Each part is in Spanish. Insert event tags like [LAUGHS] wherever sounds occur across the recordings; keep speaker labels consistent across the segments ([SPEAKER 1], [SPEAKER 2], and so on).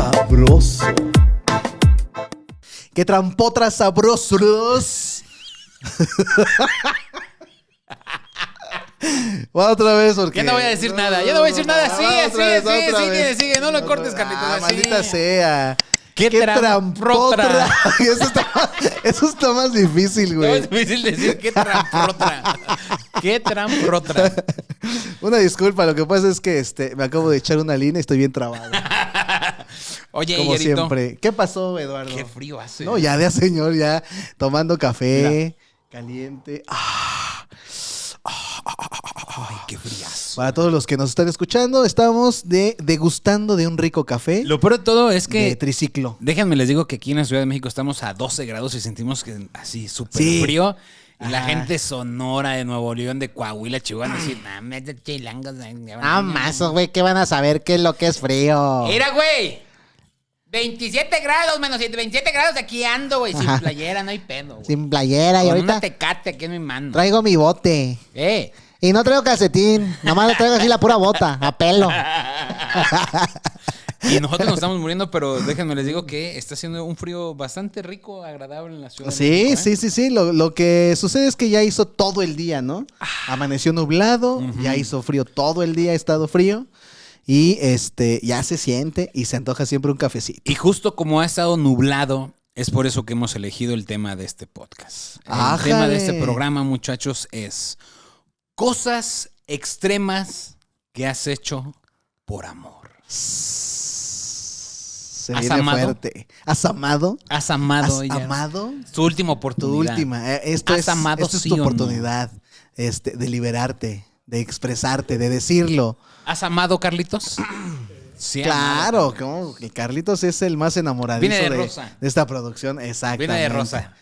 [SPEAKER 1] sabroso. Que trampotra sabrosos. Va otra vez porque...
[SPEAKER 2] Ya no voy a decir nada, ya no voy a decir nada. Sigue,
[SPEAKER 1] Va otra
[SPEAKER 2] sigue,
[SPEAKER 1] vez, va
[SPEAKER 2] sigue,
[SPEAKER 1] otra
[SPEAKER 2] sigue,
[SPEAKER 1] vez.
[SPEAKER 2] sigue. No lo cortes, Carlitos,
[SPEAKER 1] Ah,
[SPEAKER 2] así.
[SPEAKER 1] maldita sea.
[SPEAKER 2] Qué tram-
[SPEAKER 1] trampotra. [LAUGHS] Eso está, más- eso está más difícil,
[SPEAKER 2] No, es
[SPEAKER 1] güey.
[SPEAKER 2] difícil decir qué tramprotra.
[SPEAKER 1] [LAUGHS]
[SPEAKER 2] qué tramprotra.
[SPEAKER 1] Una disculpa, lo que pasa es que este, me acabo de echar una línea y estoy bien
[SPEAKER 2] [LAUGHS]
[SPEAKER 1] trabado.
[SPEAKER 2] Oye,
[SPEAKER 1] como
[SPEAKER 2] Iyerito,
[SPEAKER 1] siempre. ¿Qué pasó, Eduardo?
[SPEAKER 2] Qué frío hace.
[SPEAKER 1] No, ya de a señor, ya tomando café, caliente. Ah,
[SPEAKER 2] Ay, qué friazo.
[SPEAKER 1] para todos los que nos están escuchando, estamos de, degustando de un rico café
[SPEAKER 2] Lo peor de todo es que.
[SPEAKER 1] de triciclo.
[SPEAKER 2] Déjenme les digo que aquí en la Ciudad de México estamos a 12 grados y sentimos que así súper
[SPEAKER 1] Sí. Ah.
[SPEAKER 2] frío. Y la
[SPEAKER 1] Ajá.
[SPEAKER 2] gente de sonora de Nuevo León, de Coahuila, Chihuahua, decir, no, me de chilangos. no, no,
[SPEAKER 1] Ah,
[SPEAKER 2] no, no".
[SPEAKER 1] güey, que van a saber qué es lo que es frío.
[SPEAKER 2] Mira, güey. 27 grados, menos 7, 27 grados aquí ando, güey. Sin
[SPEAKER 1] Ajá.
[SPEAKER 2] playera, no hay pedo, güey.
[SPEAKER 1] Sin playera
[SPEAKER 2] Con una tecate aquí en mi mano.
[SPEAKER 1] traigo mi bote.
[SPEAKER 2] Eh.
[SPEAKER 1] Y no traigo calcetín, nomás le traigo así la pura bota, a pelo.
[SPEAKER 2] Y nosotros nos estamos muriendo, pero déjenme les digo que está haciendo un frío bastante rico, agradable en la ciudad. de
[SPEAKER 1] Sí,
[SPEAKER 2] México, ¿eh?
[SPEAKER 1] sí, sí, sí. Lo, lo que sucede es que ya hizo todo el día, ¿no?
[SPEAKER 2] Ah.
[SPEAKER 1] Amaneció nublado, ya hizo frío todo el día, ha estado frío. Y este, ya se siente y se antoja siempre un cafecito.
[SPEAKER 2] Y justo como ha estado nublado, es por eso que hemos elegido el tema de este podcast. El
[SPEAKER 1] Ájale.
[SPEAKER 2] tema de este programa, muchachos, es cosas extremas que has hecho por amor.
[SPEAKER 1] Se
[SPEAKER 2] ¿Has
[SPEAKER 1] viene
[SPEAKER 2] amado?
[SPEAKER 1] fuerte. ¿Has amado?
[SPEAKER 2] Has amado,
[SPEAKER 1] ¿Has
[SPEAKER 2] ellas.
[SPEAKER 1] amado?
[SPEAKER 2] Tu última
[SPEAKER 1] Tu
[SPEAKER 2] oportunidad.
[SPEAKER 1] última. Eh, Esto
[SPEAKER 2] ¿Has
[SPEAKER 1] es,
[SPEAKER 2] amado
[SPEAKER 1] esto es
[SPEAKER 2] sí
[SPEAKER 1] tu
[SPEAKER 2] o no?
[SPEAKER 1] oportunidad este, de liberarte, de expresarte, de decirlo.
[SPEAKER 2] ¿Has amado, Carlitos? Sí, he amado,
[SPEAKER 1] Claro,
[SPEAKER 2] Carlitos.
[SPEAKER 1] como que Carlitos es el más enamoradizo
[SPEAKER 2] Viene de
[SPEAKER 1] de,
[SPEAKER 2] rosa.
[SPEAKER 1] de esta producción. Exacto.
[SPEAKER 2] Viene de rosa.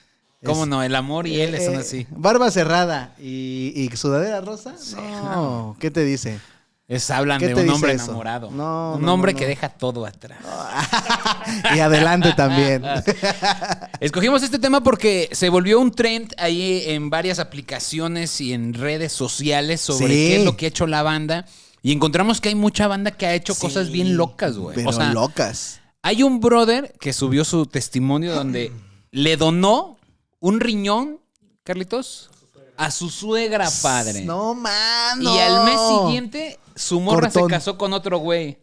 [SPEAKER 2] ¿Cómo
[SPEAKER 1] Es-
[SPEAKER 2] no? El amor y él son
[SPEAKER 1] Eh,
[SPEAKER 2] así.
[SPEAKER 1] Barba cerrada y, y sudadera rosa. No, ¿qué te dice?
[SPEAKER 2] Es, hablan
[SPEAKER 1] ¿qué
[SPEAKER 2] de
[SPEAKER 1] te
[SPEAKER 2] un
[SPEAKER 1] dice
[SPEAKER 2] hombre
[SPEAKER 1] eso?
[SPEAKER 2] enamorado.
[SPEAKER 1] No,
[SPEAKER 2] un
[SPEAKER 1] no,
[SPEAKER 2] hombre
[SPEAKER 1] no,
[SPEAKER 2] que
[SPEAKER 1] no.
[SPEAKER 2] deja todo atrás.
[SPEAKER 1] Y adelante
[SPEAKER 2] [LAUGHS]
[SPEAKER 1] también.
[SPEAKER 2] Escogimos este tema porque se volvió un trend ahí en varias aplicaciones y en redes sociales sobre
[SPEAKER 1] Sí.
[SPEAKER 2] qué es lo que ha hecho la banda. Y encontramos que hay mucha banda que ha hecho cosas bien locas, güey.
[SPEAKER 1] Pero
[SPEAKER 2] O sea,
[SPEAKER 1] locas.
[SPEAKER 2] hay un brother que subió su testimonio donde le donó un riñón, Carlitos, a su suegra padre.
[SPEAKER 1] No, mano.
[SPEAKER 2] Y al mes siguiente, su morra
[SPEAKER 1] Cortón.
[SPEAKER 2] se casó con otro güey.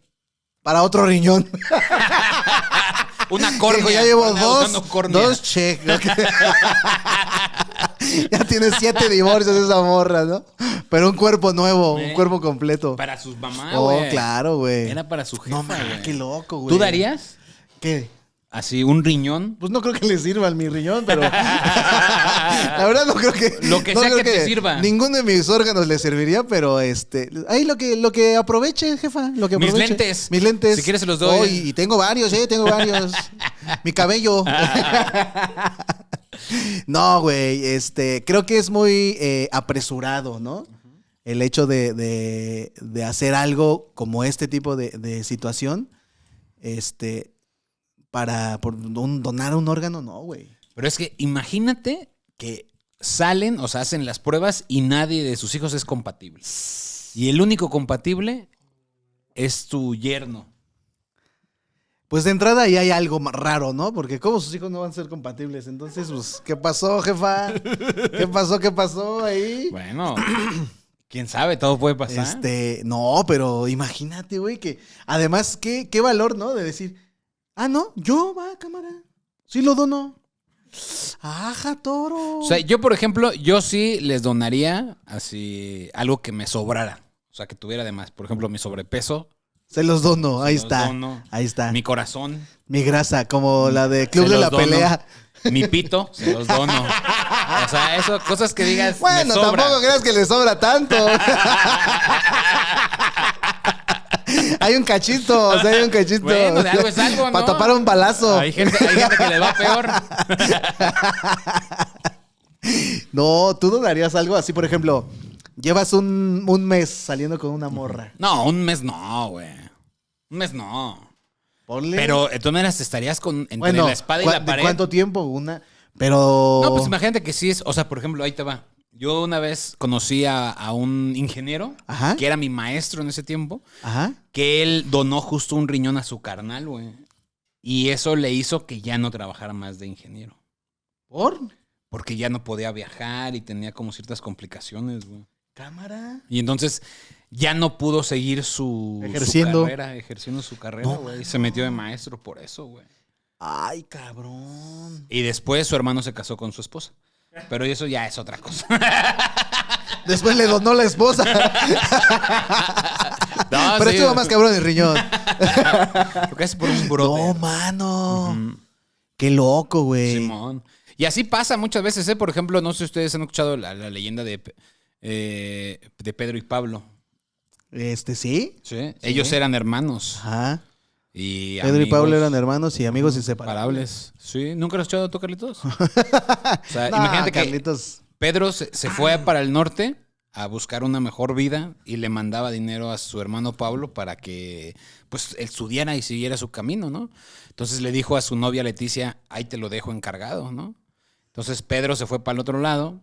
[SPEAKER 1] Para otro riñón.
[SPEAKER 2] Una
[SPEAKER 1] Dijo,
[SPEAKER 2] [LAUGHS] córnea.
[SPEAKER 1] [LAUGHS] ya llevo
[SPEAKER 2] Una-
[SPEAKER 1] dos.
[SPEAKER 2] una córnea.
[SPEAKER 1] Dos [LAUGHS] cheques. ya tiene siete divorcios esa morra, ¿no? Pero un cuerpo nuevo,
[SPEAKER 2] Eh.
[SPEAKER 1] un cuerpo completo.
[SPEAKER 2] Para sus mamás,
[SPEAKER 1] oh,
[SPEAKER 2] güey.
[SPEAKER 1] claro, güey.
[SPEAKER 2] Era para su jefa,
[SPEAKER 1] No, man,
[SPEAKER 2] güey.
[SPEAKER 1] qué loco, güey.
[SPEAKER 2] ¿Tú darías
[SPEAKER 1] ¿Qué?
[SPEAKER 2] así un riñón?
[SPEAKER 1] Pues no creo que le sirva al mi riñón,
[SPEAKER 2] [LAUGHS]
[SPEAKER 1] pero. la verdad no creo que.
[SPEAKER 2] Lo que
[SPEAKER 1] no
[SPEAKER 2] sea
[SPEAKER 1] creo
[SPEAKER 2] que te sirva.
[SPEAKER 1] Ninguno de mis órganos le serviría, pero este. Ahí lo que, lo que aproveche, jefa. Lo que
[SPEAKER 2] Mis
[SPEAKER 1] aproveche.
[SPEAKER 2] lentes.
[SPEAKER 1] Mis lentes.
[SPEAKER 2] Si quieres se los doy.
[SPEAKER 1] Oh, y, y tengo varios, eh, tengo
[SPEAKER 2] [LAUGHS]
[SPEAKER 1] varios. mi cabello. no, güey. Este. Creo que es muy eh, apresurado, ¿no? El hecho de, de- de hacer algo como este tipo de, de situación. Este. Para por un- donar un órgano, no, güey.
[SPEAKER 2] Pero es que imagínate que salen, o sea, hacen las pruebas y nadie de sus hijos es compatible. Y el único compatible es tu yerno.
[SPEAKER 1] Pues de entrada ya hay algo ma- raro, ¿no? Porque como sus hijos no van a ser compatibles, entonces, pues, ¿qué pasó, jefa? ¿Qué pasó? ¿Qué pasó ahí? [CLEARS THROAT]
[SPEAKER 2] Bueno, quién sabe, todo puede pasar.
[SPEAKER 1] Este, no, pero imagínate, güey, que además, ¿qué, qué valor, ¿no? De decir, ah, no, yo, va, cámara, sí lo dono. Ajá, toro.
[SPEAKER 2] O sea, yo, por ejemplo, yo sí les donaría así algo que me sobrara. O sea, que tuviera de más. Por ejemplo, mi sobrepeso,
[SPEAKER 1] se los dono, ahí
[SPEAKER 2] los
[SPEAKER 1] está. Ah.
[SPEAKER 2] dono.
[SPEAKER 1] Ahí está.
[SPEAKER 2] mi
[SPEAKER 1] Mi,
[SPEAKER 2] corazón,
[SPEAKER 1] grasa, como la de Club
[SPEAKER 2] Se
[SPEAKER 1] de la
[SPEAKER 2] los dono.
[SPEAKER 1] Pelea.
[SPEAKER 2] mi pito, se los dono. O sea, eso, cosas que digas. me
[SPEAKER 1] Bueno,
[SPEAKER 2] sobra.
[SPEAKER 1] tampoco creas que le sobra
[SPEAKER 2] [LAUGHS]
[SPEAKER 1] tanto. hay un cachito, o sea, hay un cachito.
[SPEAKER 2] Bueno, de algo es algo, ¿no?
[SPEAKER 1] [LAUGHS] Para tapar un balazo.
[SPEAKER 2] Hay gente, hay gente que le va peor.
[SPEAKER 1] No, tú donarías algo así, por ejemplo, llevas un, un mes saliendo con una morra.
[SPEAKER 2] No, un mes no, güey. Un mes no.
[SPEAKER 1] Ponle.
[SPEAKER 2] Pero eh, de todas maneras estarías con entre
[SPEAKER 1] bueno,
[SPEAKER 2] la espada y
[SPEAKER 1] ¿cu-
[SPEAKER 2] la
[SPEAKER 1] de
[SPEAKER 2] pared.
[SPEAKER 1] ¿Cuánto tiempo? Una. Pero.
[SPEAKER 2] No, pues imagínate que sí es. O sea, por ejemplo, ahí te va. Yo una vez conocí a, a un ingeniero
[SPEAKER 1] Ajá.
[SPEAKER 2] que era mi maestro en ese tiempo,
[SPEAKER 1] Ajá.
[SPEAKER 2] que él donó justo un riñón a su carnal, güey. Y eso le hizo que ya no trabajara más de ingeniero.
[SPEAKER 1] ¿Por?
[SPEAKER 2] Porque ya no podía viajar y tenía como ciertas complicaciones, güey.
[SPEAKER 1] ¿Cámara?
[SPEAKER 2] Y entonces ya no pudo seguir su, su
[SPEAKER 1] Ejerciendo.
[SPEAKER 2] carrera, ejerciendo su carrera,
[SPEAKER 1] No,
[SPEAKER 2] güey. Y se metió de maestro por eso, güey.
[SPEAKER 1] Ay, cabrón.
[SPEAKER 2] Y después su hermano se casó con su esposa. Pero eso ya es otra
[SPEAKER 1] [LAUGHS]
[SPEAKER 2] cosa.
[SPEAKER 1] Después le donó la
[SPEAKER 2] [LAUGHS]
[SPEAKER 1] esposa.
[SPEAKER 2] No,
[SPEAKER 1] Pero
[SPEAKER 2] sí,
[SPEAKER 1] estuvo más cabrón el
[SPEAKER 2] [LAUGHS]
[SPEAKER 1] riñón.
[SPEAKER 2] Lo que hace por un
[SPEAKER 1] No,
[SPEAKER 2] brote.
[SPEAKER 1] mano. Qué loco, güey.
[SPEAKER 2] Simón. Y así pasa muchas veces, ¿eh? Por ejemplo, no sé si ustedes han escuchado la, la leyenda de, eh, de Pedro y Pablo.
[SPEAKER 1] Este, ¿sí?
[SPEAKER 2] Ellos eran hermanos.
[SPEAKER 1] Ajá.
[SPEAKER 2] Y
[SPEAKER 1] Pedro y Pablo
[SPEAKER 2] amigos
[SPEAKER 1] eran hermanos y amigos inseparables.
[SPEAKER 2] Parables. Sí, nunca lo has escuchado
[SPEAKER 1] [LAUGHS]
[SPEAKER 2] tú, Carlitos. O sea,
[SPEAKER 1] No,
[SPEAKER 2] imagínate que
[SPEAKER 1] Carlitos. Ah.
[SPEAKER 2] Pedro se, se fue para el norte a buscar una mejor vida y le mandaba dinero a su hermano Pablo para que pues estudiara y siguiera su camino, ¿no? Entonces le dijo a su novia Leticia, ahí te lo dejo encargado, ¿no? Entonces Pedro se fue para el otro lado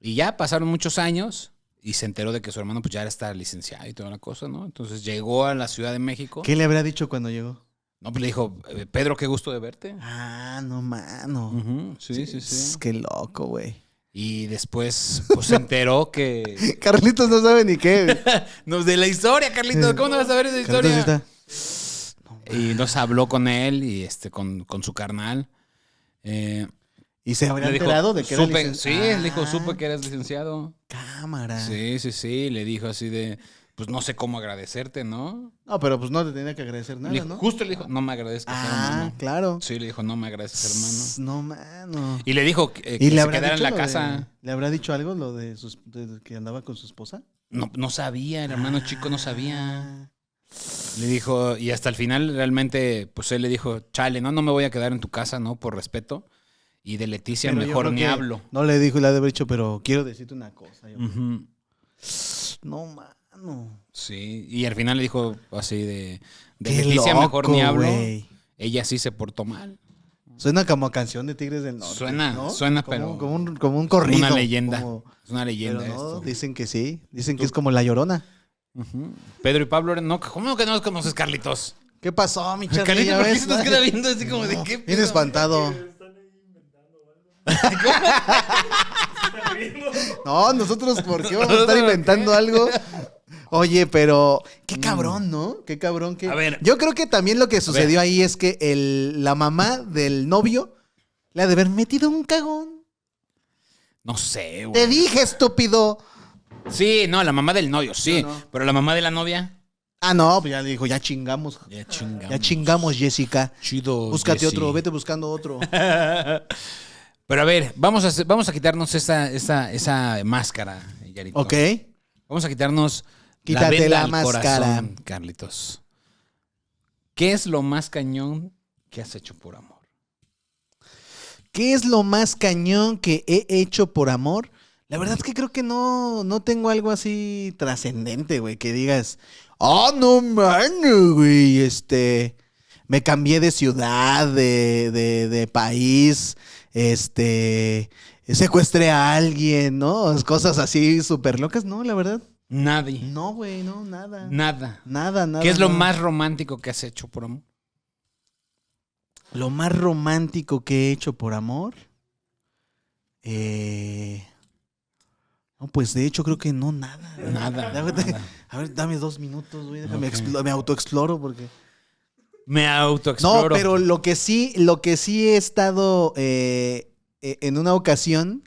[SPEAKER 2] y ya pasaron muchos años y se enteró de que su hermano pues ya está licenciado y toda la cosa, ¿no? Entonces llegó a la Ciudad de México.
[SPEAKER 1] ¿Qué le habrá dicho cuando llegó?
[SPEAKER 2] No, pues le dijo, "Eh, Pedro, qué gusto de verte.
[SPEAKER 1] Ah, no, mano.
[SPEAKER 2] Ujú, sí, sí,
[SPEAKER 1] Pss, Qué loco, güey. [LAUGHS]
[SPEAKER 2] Y después pues se enteró [LAUGHS] que...
[SPEAKER 1] Carlitos no sabe ni
[SPEAKER 2] [LAUGHS]
[SPEAKER 1] qué. güey.
[SPEAKER 2] No, de la historia, Carlitos. ¿Cómo no vas a ver esa
[SPEAKER 1] Carlitos sí
[SPEAKER 2] historia?
[SPEAKER 1] está.
[SPEAKER 2] Y nos habló con él y este, con, con su carnal. Eh,
[SPEAKER 1] Y se habrá
[SPEAKER 2] le dijo,
[SPEAKER 1] enterado de que era
[SPEAKER 2] "Supe-
[SPEAKER 1] licen-
[SPEAKER 2] Sí, le dijo,
[SPEAKER 1] Ah,
[SPEAKER 2] supe que eras licenciado.
[SPEAKER 1] Cámara.
[SPEAKER 2] Sí, sí, sí. Le dijo así de, pues no sé cómo agradecerte, ¿no?
[SPEAKER 1] No, pero pues no te tenía que agradecer
[SPEAKER 2] Le
[SPEAKER 1] nada,
[SPEAKER 2] dijo-
[SPEAKER 1] ¿no?
[SPEAKER 2] Justo le dijo, no me agradezcas,
[SPEAKER 1] Ah,
[SPEAKER 2] hermano.
[SPEAKER 1] claro.
[SPEAKER 2] Sí, le dijo, no me agradeces,
[SPEAKER 1] Pss,
[SPEAKER 2] hermano.
[SPEAKER 1] No, mano.
[SPEAKER 2] Y le dijo que, eh, que
[SPEAKER 1] ¿Y le
[SPEAKER 2] se
[SPEAKER 1] habrá,
[SPEAKER 2] quedara en
[SPEAKER 1] dicho
[SPEAKER 2] la
[SPEAKER 1] lo de-
[SPEAKER 2] casa.
[SPEAKER 1] ¿Le habrá dicho algo lo de, sus- de que andaba con su esposa? Ah,
[SPEAKER 2] No, no sabía, el hermano chico no sabía. Le dijo, y hasta el final realmente, pues él le dijo, chale, no, no me voy a quedar en tu casa, ¿no? Por respeto. Y de Leticia
[SPEAKER 1] Pero yo
[SPEAKER 2] mejor
[SPEAKER 1] creo
[SPEAKER 2] ni
[SPEAKER 1] que
[SPEAKER 2] hablo.
[SPEAKER 1] No le dijo y le ha de haber dicho, pero quiero decirte una cosa. Yo,
[SPEAKER 2] Ujú.
[SPEAKER 1] No, mano.
[SPEAKER 2] Sí, y al final le dijo así de, de
[SPEAKER 1] Qué
[SPEAKER 2] Leticia mejor
[SPEAKER 1] loco,
[SPEAKER 2] ni hablo.
[SPEAKER 1] güey.
[SPEAKER 2] Ella sí se portó mal.
[SPEAKER 1] Suena como a canción de Tigres del Norte.
[SPEAKER 2] Suena,
[SPEAKER 1] ¿no?
[SPEAKER 2] suena,
[SPEAKER 1] Como-
[SPEAKER 2] pero-
[SPEAKER 1] Como un, como un corrido.
[SPEAKER 2] una leyenda.
[SPEAKER 1] como-
[SPEAKER 2] Es una
[SPEAKER 1] Oh. pero
[SPEAKER 2] leyenda
[SPEAKER 1] no,
[SPEAKER 2] esto.
[SPEAKER 1] dicen que sí. Dicen que es como La Llorona.
[SPEAKER 2] Ujú. Pedro y Pablo, eran- no, ¿cómo que no los conoces, Carlitos?
[SPEAKER 1] ¿Qué pasó, mi charla?
[SPEAKER 2] Carlitos,
[SPEAKER 1] Ya
[SPEAKER 2] ¿por qué
[SPEAKER 1] ves,
[SPEAKER 2] se nos
[SPEAKER 1] ¿no? [LAUGHS]
[SPEAKER 2] queda viendo así como de qué
[SPEAKER 1] Bien
[SPEAKER 2] pedo?
[SPEAKER 1] espantado. [LAUGHS] No, nosotros, ¿por qué vamos a estar
[SPEAKER 2] Nosotros, ¿por
[SPEAKER 1] inventando algo? Oye, pero qué cabrón, ¿no? Qué cabrón que.
[SPEAKER 2] Mm. A ver.
[SPEAKER 1] Yo creo que también lo que sucedió ahí es que el, la mamá del novio le ha de haber metido un cagón.
[SPEAKER 2] No sé,
[SPEAKER 1] Te
[SPEAKER 2] güey.
[SPEAKER 1] dije, estúpido.
[SPEAKER 2] Sí, no, la mamá del novio, sí. Pero la mamá de la novia,
[SPEAKER 1] Ah, no, pues ya le dijo, ya chingamos.
[SPEAKER 2] ya Pues chingamos.
[SPEAKER 1] Ya chingamos, Jessica.
[SPEAKER 2] Chido.
[SPEAKER 1] Búscate
[SPEAKER 2] Jessy.
[SPEAKER 1] otro, vete buscando otro.
[SPEAKER 2] Pero a ver, vamos a, hacer- vamos a quitarnos esa, esa, esa máscara, Yarito.
[SPEAKER 1] ok.
[SPEAKER 2] Vamos a quitarnos
[SPEAKER 1] Quítate la
[SPEAKER 2] la, venda al
[SPEAKER 1] máscara.
[SPEAKER 2] corazón, Carlitos. ¿Qué es lo más cañón que has hecho por amor?
[SPEAKER 1] ¿Qué es lo más cañón que he hecho por amor? La verdad es que creo que no, no tengo algo así trascendente, güey, que digas, oh, no man, güey, este, me cambié de ciudad, de, de- de país, este, secuestré a alguien, ¿no? Cosas así súper locas, no, la verdad.
[SPEAKER 2] Nadie.
[SPEAKER 1] No, güey, no, nada.
[SPEAKER 2] Nada.
[SPEAKER 1] nada, nada.
[SPEAKER 2] ¿Qué es lo
[SPEAKER 1] nada.
[SPEAKER 2] más romántico que has hecho por amor?
[SPEAKER 1] Lo más romántico que he hecho por amor. Eh, no, pues de hecho creo que no nada. güey.
[SPEAKER 2] Nada,
[SPEAKER 1] A ver, da-
[SPEAKER 2] nada.
[SPEAKER 1] A ver, dame dos minutos, güey. Déjame
[SPEAKER 2] Ok.
[SPEAKER 1] explo- me autoexploro porque.
[SPEAKER 2] Me
[SPEAKER 1] No,
[SPEAKER 2] autoexploro.
[SPEAKER 1] pero lo que sí, lo que sí he estado eh, eh, en una ocasión.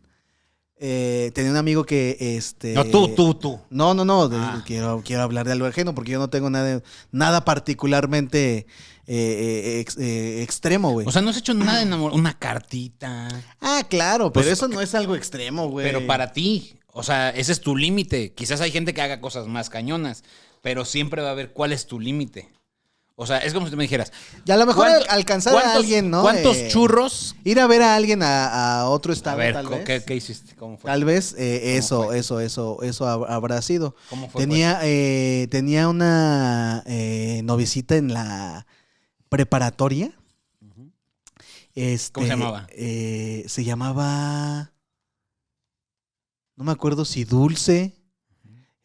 [SPEAKER 1] eh, tenía un amigo que este.
[SPEAKER 2] No, tú, tú, tú.
[SPEAKER 1] No, no, no. de-
[SPEAKER 2] Ah.
[SPEAKER 1] Quiero, quiero hablar de algo ajeno porque yo no tengo nada, nada particularmente eh, eh, ex- eh, extremo, güey.
[SPEAKER 2] O sea, no has hecho nada en amor. Una cartita.
[SPEAKER 1] Ah, claro,
[SPEAKER 2] Pues,
[SPEAKER 1] pero eso no es algo extremo, güey.
[SPEAKER 2] Pero para ti. O sea, ese es tu límite. Quizás hay gente que haga cosas más cañonas. Pero siempre va a haber cuál es tu límite. O sea, es como si me dijeras.
[SPEAKER 1] Y a lo mejor
[SPEAKER 2] ¿cuánto-
[SPEAKER 1] alcanzar a
[SPEAKER 2] cuántos-
[SPEAKER 1] alguien, ¿no?
[SPEAKER 2] ¿Cuántos
[SPEAKER 1] Eh,
[SPEAKER 2] churros?
[SPEAKER 1] Ir a ver a alguien a, a otro
[SPEAKER 2] A
[SPEAKER 1] estado,
[SPEAKER 2] ver,
[SPEAKER 1] tal
[SPEAKER 2] co-
[SPEAKER 1] vez.
[SPEAKER 2] ¿qué, qué hiciste? ¿Cómo fue?
[SPEAKER 1] Tal vez eh, eso,
[SPEAKER 2] fue?
[SPEAKER 1] eso, eso, eso hab- habrá sido.
[SPEAKER 2] ¿Cómo fue?
[SPEAKER 1] Tenía, eh, tenía una eh, noviecita en la preparatoria. Este,
[SPEAKER 2] ¿Cómo se llamaba?
[SPEAKER 1] eh, se llamaba. No me acuerdo si Dulce.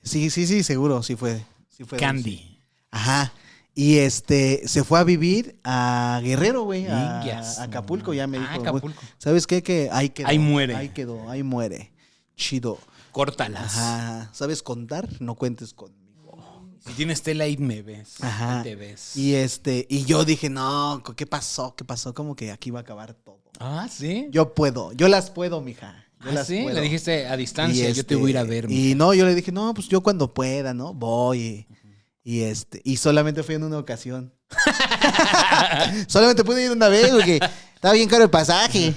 [SPEAKER 1] Sí, sí, sí, seguro, sí fue. Sí fue
[SPEAKER 2] pues?
[SPEAKER 1] Dulce.
[SPEAKER 2] Candy.
[SPEAKER 1] Ajá. Y este, se fue a vivir a Guerrero, güey, a,
[SPEAKER 2] Ninjas,
[SPEAKER 1] a Acapulco, ya me
[SPEAKER 2] Ah,
[SPEAKER 1] dijo. güey.
[SPEAKER 2] Acapulco.
[SPEAKER 1] ¿Sabes qué? Que ahí quedó.
[SPEAKER 2] Ahí muere.
[SPEAKER 1] Ahí quedó, ahí muere. Chido.
[SPEAKER 2] Córtalas.
[SPEAKER 1] Ajá. ¿Sabes contar? No cuentes conmigo.
[SPEAKER 2] Si tienes tela ahí me ves.
[SPEAKER 1] Ajá.
[SPEAKER 2] Ahí Te ves.
[SPEAKER 1] Y este, y yo dije, no, ¿qué pasó? ¿Qué pasó? Como que aquí va a acabar todo.
[SPEAKER 2] Ah, sí.
[SPEAKER 1] Yo puedo, yo las puedo, mija. Yo
[SPEAKER 2] Ah,
[SPEAKER 1] las
[SPEAKER 2] sí,
[SPEAKER 1] puedo.
[SPEAKER 2] le dijiste a distancia,
[SPEAKER 1] Y
[SPEAKER 2] yo te voy a ir a
[SPEAKER 1] este,
[SPEAKER 2] ver.
[SPEAKER 1] Y
[SPEAKER 2] mija.
[SPEAKER 1] no, yo le dije, no, pues yo cuando pueda, ¿no? Voy. Y, y este, y solamente fui en una ocasión. [LAUGHS] solamente pude ir una vez porque estaba bien caro el pasaje.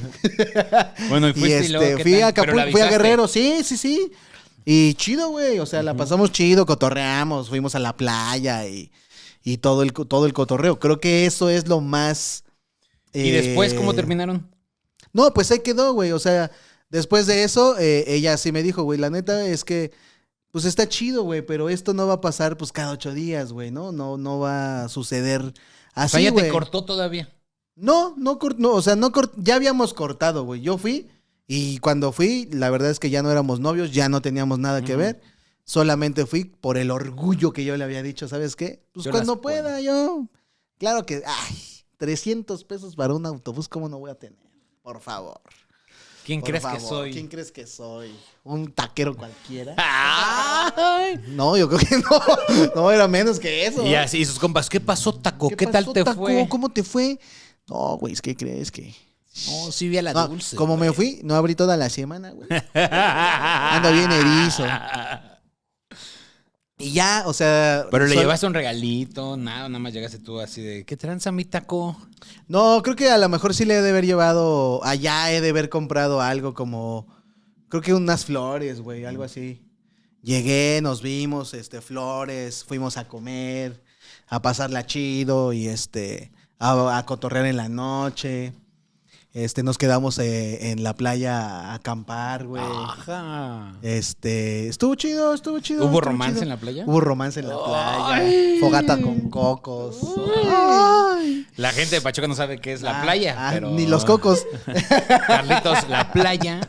[SPEAKER 2] Bueno, y
[SPEAKER 1] y
[SPEAKER 2] [LAUGHS] fuiste y, luego,
[SPEAKER 1] este,
[SPEAKER 2] ¿qué
[SPEAKER 1] fui
[SPEAKER 2] tal?
[SPEAKER 1] a Acapulco,
[SPEAKER 2] Pero la
[SPEAKER 1] fui a
[SPEAKER 2] avisaste.
[SPEAKER 1] Guerrero, sí, sí, sí. Y chido, güey. O sea, la pasamos chido, cotorreamos, fuimos a la playa y, y todo, el, co- todo el cotorreo. Creo que eso es lo más.
[SPEAKER 2] ¿Y después cómo
[SPEAKER 1] terminó?
[SPEAKER 2] terminaron?
[SPEAKER 1] No, pues ahí quedó, güey. O sea, después de eso, eh, ella sí me dijo, güey, la neta es que, pues está chido, güey, pero esto no va a pasar, pues cada ocho días, güey, ¿no? No, no va a suceder
[SPEAKER 2] O sea,
[SPEAKER 1] así,
[SPEAKER 2] ya
[SPEAKER 1] güey.
[SPEAKER 2] te cortó todavía.
[SPEAKER 1] No, no, cor- no, o sea, no cort- ya habíamos cortado, güey. Yo fui y cuando fui, la verdad es que ya no éramos novios, ya no teníamos nada que
[SPEAKER 2] Ujú.
[SPEAKER 1] ver. Solamente fui por el orgullo que yo le había dicho, ¿sabes qué? Pues
[SPEAKER 2] Yo
[SPEAKER 1] cuando
[SPEAKER 2] las puedo.
[SPEAKER 1] pueda, yo. Claro que, ay, 300 pesos para un autobús, ¿cómo no voy a tener? Por favor.
[SPEAKER 2] ¿Quién
[SPEAKER 1] Por
[SPEAKER 2] crees que
[SPEAKER 1] favor,
[SPEAKER 2] soy?
[SPEAKER 1] ¿Quién crees que soy? ¿Un taquero
[SPEAKER 2] [LAUGHS]
[SPEAKER 1] cualquiera?
[SPEAKER 2] Ah. ¡Ay!
[SPEAKER 1] No, yo creo que no. No, era menos que eso.
[SPEAKER 2] Y así, y sus compas, ¿qué pasó, Taco? ¿Qué,
[SPEAKER 1] pasó,
[SPEAKER 2] tal te
[SPEAKER 1] Taco?
[SPEAKER 2] fue?
[SPEAKER 1] ¿Cómo te fue? No, güey, ¿qué crees que?
[SPEAKER 2] No, sí vi a la
[SPEAKER 1] No,
[SPEAKER 2] dulce.
[SPEAKER 1] como me fui, no abrí toda la semana, güey. Ando bien erizo. [LAUGHS] Y ya, o sea.
[SPEAKER 2] Pero le
[SPEAKER 1] sol-
[SPEAKER 2] llevaste un regalito, nada, nada más llegaste tú así de, ¿qué tranza mi taco?
[SPEAKER 1] No, creo que a lo mejor sí le he de haber llevado. Allá he de haber comprado algo como. Creo que unas flores, güey, algo así. Llegué, nos vimos, este, flores, fuimos a comer, a pasarla chido y este. A, a cotorrear en la noche. Este, nos quedamos eh, en la playa a acampar, güey.
[SPEAKER 2] Ajá.
[SPEAKER 1] Este, estuvo chido, estuvo chido.
[SPEAKER 2] ¿Hubo
[SPEAKER 1] estuvo
[SPEAKER 2] romance
[SPEAKER 1] chido.
[SPEAKER 2] en la playa?
[SPEAKER 1] Hubo romance en la playa.
[SPEAKER 2] Ay.
[SPEAKER 1] Fogata con cocos. Ay.
[SPEAKER 2] La gente de Pachuca no sabe qué es la
[SPEAKER 1] Ah,
[SPEAKER 2] playa.
[SPEAKER 1] ah,
[SPEAKER 2] pero-
[SPEAKER 1] Ni los
[SPEAKER 2] [LAUGHS]
[SPEAKER 1] cocos.
[SPEAKER 2] Carlitos, la
[SPEAKER 1] [LAUGHS]
[SPEAKER 2] playa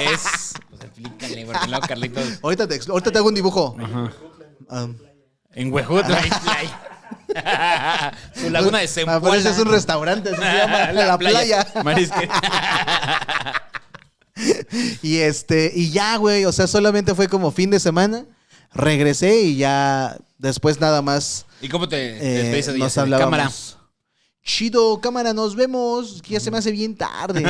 [SPEAKER 2] es. Pues explícale, porque luego Carlitos.
[SPEAKER 1] Ahorita te, expl- ahorita te hago un dibujo. Ah.
[SPEAKER 2] En Huejutla hay playa. [LAUGHS] Su laguna de
[SPEAKER 1] Ah, pero ese
[SPEAKER 2] Zempoala.
[SPEAKER 1] es un restaurante, así se
[SPEAKER 2] [LAUGHS]
[SPEAKER 1] llama, [LAUGHS] la, playa.
[SPEAKER 2] Marisque.
[SPEAKER 1] Y este, y ya, güey, o sea, solamente fue como fin de semana. Regresé y ya después nada más
[SPEAKER 2] ¿Y cómo te te
[SPEAKER 1] eh,
[SPEAKER 2] despediste de ella?
[SPEAKER 1] nos
[SPEAKER 2] Así de,
[SPEAKER 1] hablábamos.
[SPEAKER 2] Cámara.
[SPEAKER 1] Chido, cámara, nos vemos. que Ya se me hace bien
[SPEAKER 2] [LAUGHS]
[SPEAKER 1] tarde.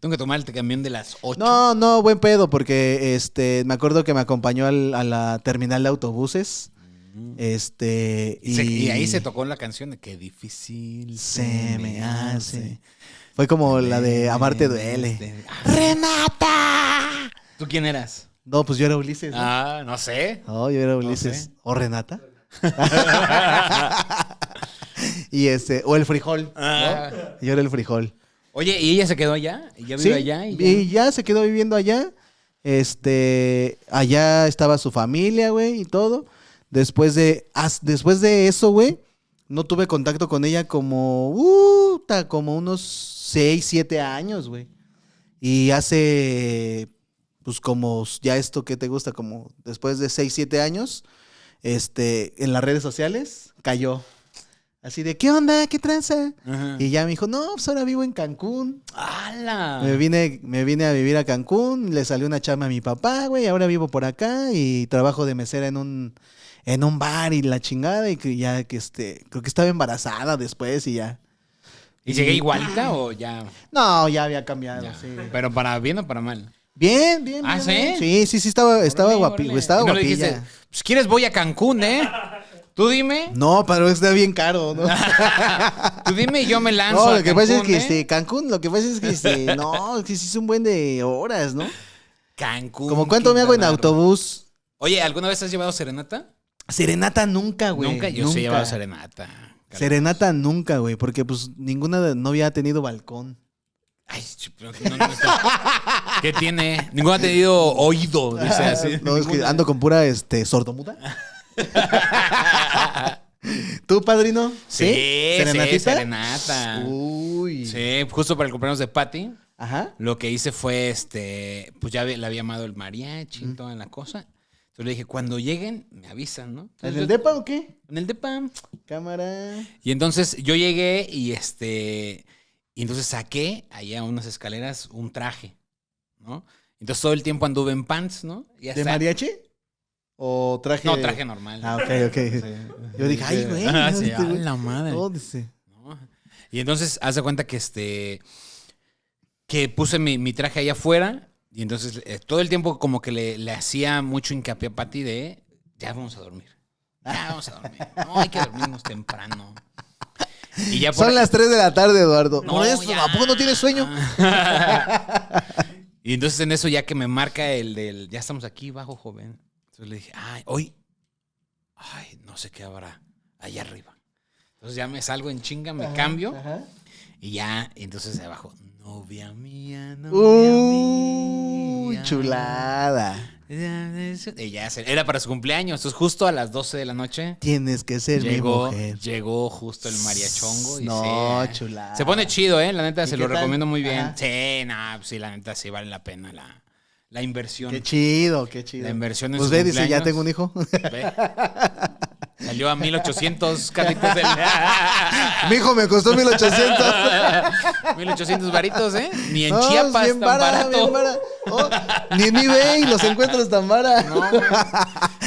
[SPEAKER 2] Tengo que tomar el camión de las 8.
[SPEAKER 1] No, no, buen pedo, porque este, me acuerdo que me acompañó al- a la terminal de autobuses. Este.
[SPEAKER 2] Mm. Y, se- y ahí se tocó Mm, la canción de Qué difícil
[SPEAKER 1] Se me hace. Fue como la de Amarte Duele.
[SPEAKER 2] Ah,
[SPEAKER 1] ¡Renata!
[SPEAKER 2] ¿Tú quién eras?
[SPEAKER 1] No, pues yo era Ulises. ¿no?
[SPEAKER 2] Ah, no sé.
[SPEAKER 1] No, yo era
[SPEAKER 2] No
[SPEAKER 1] Ulises.
[SPEAKER 2] sé.
[SPEAKER 1] ¿O
[SPEAKER 2] [LAUGHS]
[SPEAKER 1] Renata? [LAUGHS] y este, o el frijol. ¿no?
[SPEAKER 2] Ah.
[SPEAKER 1] Yo era el frijol.
[SPEAKER 2] Oye, ¿y ella se quedó allá? ¿Y ya vive
[SPEAKER 1] Sí,
[SPEAKER 2] allá?
[SPEAKER 1] y
[SPEAKER 2] ¿Y
[SPEAKER 1] ya. se quedó viviendo allá. Este, allá estaba su familia, güey, y todo. Después de, as- después de eso, güey, no tuve contacto con ella como, uh, ta- como unos 6, 7 años, güey. Y hace, pues como, s- ya esto que te gusta, como después de 6, 7 años, este, en las redes sociales, cayó. Así de, ¿qué onda? ¿Qué tranza?
[SPEAKER 2] Ajá.
[SPEAKER 1] Y ya me dijo, no, pues ahora vivo en Cancún.
[SPEAKER 2] ¡Hala!
[SPEAKER 1] Me vine, me vine a vivir a Cancún, le salió una chamba a mi papá, güey, ahora vivo por acá y trabajo de mesera en un, en un bar y la chingada y que ya que este, creo que estaba embarazada después y ya.
[SPEAKER 2] ¿Y llegué igualita o ya?
[SPEAKER 1] No, ya había cambiado,
[SPEAKER 2] ya?
[SPEAKER 1] Ah. sí.
[SPEAKER 2] Pero para bien o para mal.
[SPEAKER 1] Bien, bien,
[SPEAKER 2] ¿Ah,
[SPEAKER 1] bien,
[SPEAKER 2] sí?
[SPEAKER 1] bien. Sí, sí, sí, estaba, estaba
[SPEAKER 2] Órale,
[SPEAKER 1] guapi-
[SPEAKER 2] órale.
[SPEAKER 1] estaba
[SPEAKER 2] Y no le
[SPEAKER 1] guapilla.
[SPEAKER 2] dijiste, pues quieres voy a Cancún, ¿eh? Tú dime,
[SPEAKER 1] No, pero está bien caro, ¿no? [LAUGHS]
[SPEAKER 2] tú dime y yo me lanzo.
[SPEAKER 1] No,
[SPEAKER 2] a
[SPEAKER 1] lo que pasa es
[SPEAKER 2] Ah, Cancún,
[SPEAKER 1] que
[SPEAKER 2] ¿eh?
[SPEAKER 1] este, Cancún, lo que pasa es que
[SPEAKER 2] [LAUGHS]
[SPEAKER 1] este, no, es que sí es un buen de horas, ¿no?
[SPEAKER 2] Cancún.
[SPEAKER 1] Como cuánto me hago en
[SPEAKER 2] Quintana Roo.
[SPEAKER 1] autobús.
[SPEAKER 2] Oye, ¿alguna vez has llevado serenata?
[SPEAKER 1] Serenata nunca, güey.
[SPEAKER 2] nunca, yo sí he llevado serenata. Carlos.
[SPEAKER 1] Serenata nunca, güey, porque pues ninguna de- no había tenido
[SPEAKER 2] [LAUGHS]
[SPEAKER 1] balcón.
[SPEAKER 2] Ay, ch- pero no, no,
[SPEAKER 1] [LAUGHS]
[SPEAKER 2] no, no. ¿Qué tiene? Ninguno ha tenido oído, dice así.
[SPEAKER 1] [LAUGHS] no, es que
[SPEAKER 2] Ninguno.
[SPEAKER 1] ando con pura este
[SPEAKER 2] [LAUGHS]
[SPEAKER 1] sordomuda. ¿Tú, padrino?
[SPEAKER 2] Sí, sí,
[SPEAKER 1] ¿Serenatita?
[SPEAKER 2] serenata.
[SPEAKER 1] Uy.
[SPEAKER 2] Sí, justo para el cumpleaños de Patty.
[SPEAKER 1] Ajá.
[SPEAKER 2] Lo que hice fue, este, pues ya ve- le había amado el mariachi y toda la cosa. Entonces le dije, cuando lleguen, me avisan, ¿no?
[SPEAKER 1] ¿En
[SPEAKER 2] Entonces
[SPEAKER 1] el
[SPEAKER 2] Pues yo-
[SPEAKER 1] depa o qué?
[SPEAKER 2] En el DEPA.
[SPEAKER 1] Cámara.
[SPEAKER 2] Y entonces yo llegué y este. Y entonces saqué allá unas escaleras un traje, ¿no? Entonces todo el tiempo anduve en pants, ¿no? Y
[SPEAKER 1] ¿De
[SPEAKER 2] hasta-
[SPEAKER 1] mariachi? ¿O traje?
[SPEAKER 2] No, traje normal.
[SPEAKER 1] Ah, ok, ok. Yo dije, ay, güey.
[SPEAKER 2] Ah,
[SPEAKER 1] no,
[SPEAKER 2] sí,
[SPEAKER 1] este
[SPEAKER 2] a
[SPEAKER 1] güey,
[SPEAKER 2] la madre.
[SPEAKER 1] todo dice.
[SPEAKER 2] ¿no? Y entonces, haz de cuenta que este. Que puse mi, mi traje allá afuera. Y entonces eh, todo el tiempo como que le, le hacía mucho hincapié a Pati de ya vamos a dormir. Ya vamos a dormir. No hay que dormirnos temprano. Y ya
[SPEAKER 1] Son
[SPEAKER 2] ahí-
[SPEAKER 1] las 3 de la tarde, Eduardo.
[SPEAKER 2] No,
[SPEAKER 1] Por eso,
[SPEAKER 2] ya. Ah,
[SPEAKER 1] ¿a poco no tienes sueño?
[SPEAKER 2] [LAUGHS] y entonces en eso ya que me marca el del, ya estamos aquí bajo, joven. Entonces le dije, ay, hoy, ay, no sé qué habrá allá arriba. Entonces ya me salgo en chinga,
[SPEAKER 1] Ah,
[SPEAKER 2] me cambio
[SPEAKER 1] Ajá.
[SPEAKER 2] y ya, entonces abajo, novia mía, novia
[SPEAKER 1] Uy,
[SPEAKER 2] mía.
[SPEAKER 1] chulada.
[SPEAKER 2] Y ya, se- era para su cumpleaños, entonces justo a las 12 de la noche.
[SPEAKER 1] Tienes que ser mi
[SPEAKER 2] Llegó,
[SPEAKER 1] mujer.
[SPEAKER 2] llegó justo el mariachongo. Y
[SPEAKER 1] No,
[SPEAKER 2] se-
[SPEAKER 1] chulada.
[SPEAKER 2] Se pone chido, ¿eh? La neta,
[SPEAKER 1] Ah. ¿Y
[SPEAKER 2] se
[SPEAKER 1] qué
[SPEAKER 2] lo
[SPEAKER 1] tal?
[SPEAKER 2] recomiendo muy bien.
[SPEAKER 1] Ajá.
[SPEAKER 2] Sí, no, sí, la neta, sí vale la pena la, la inversión.
[SPEAKER 1] Qué chido, qué chido.
[SPEAKER 2] La inversión en
[SPEAKER 1] Pues
[SPEAKER 2] su
[SPEAKER 1] ve, dice, ya
[SPEAKER 2] cumpleaños.
[SPEAKER 1] tengo un hijo.
[SPEAKER 2] Ve. Salió a 1800 carritos del...
[SPEAKER 1] [LAUGHS]
[SPEAKER 2] [LAUGHS]
[SPEAKER 1] mi hijo me costó 1800.
[SPEAKER 2] 1800 varitos, ¿eh? Ni en
[SPEAKER 1] No,
[SPEAKER 2] Chiapas
[SPEAKER 1] bien
[SPEAKER 2] tan
[SPEAKER 1] vara,
[SPEAKER 2] barato.
[SPEAKER 1] bien vara. Oh, ni en eBay los encuentras tan vara.
[SPEAKER 2] No,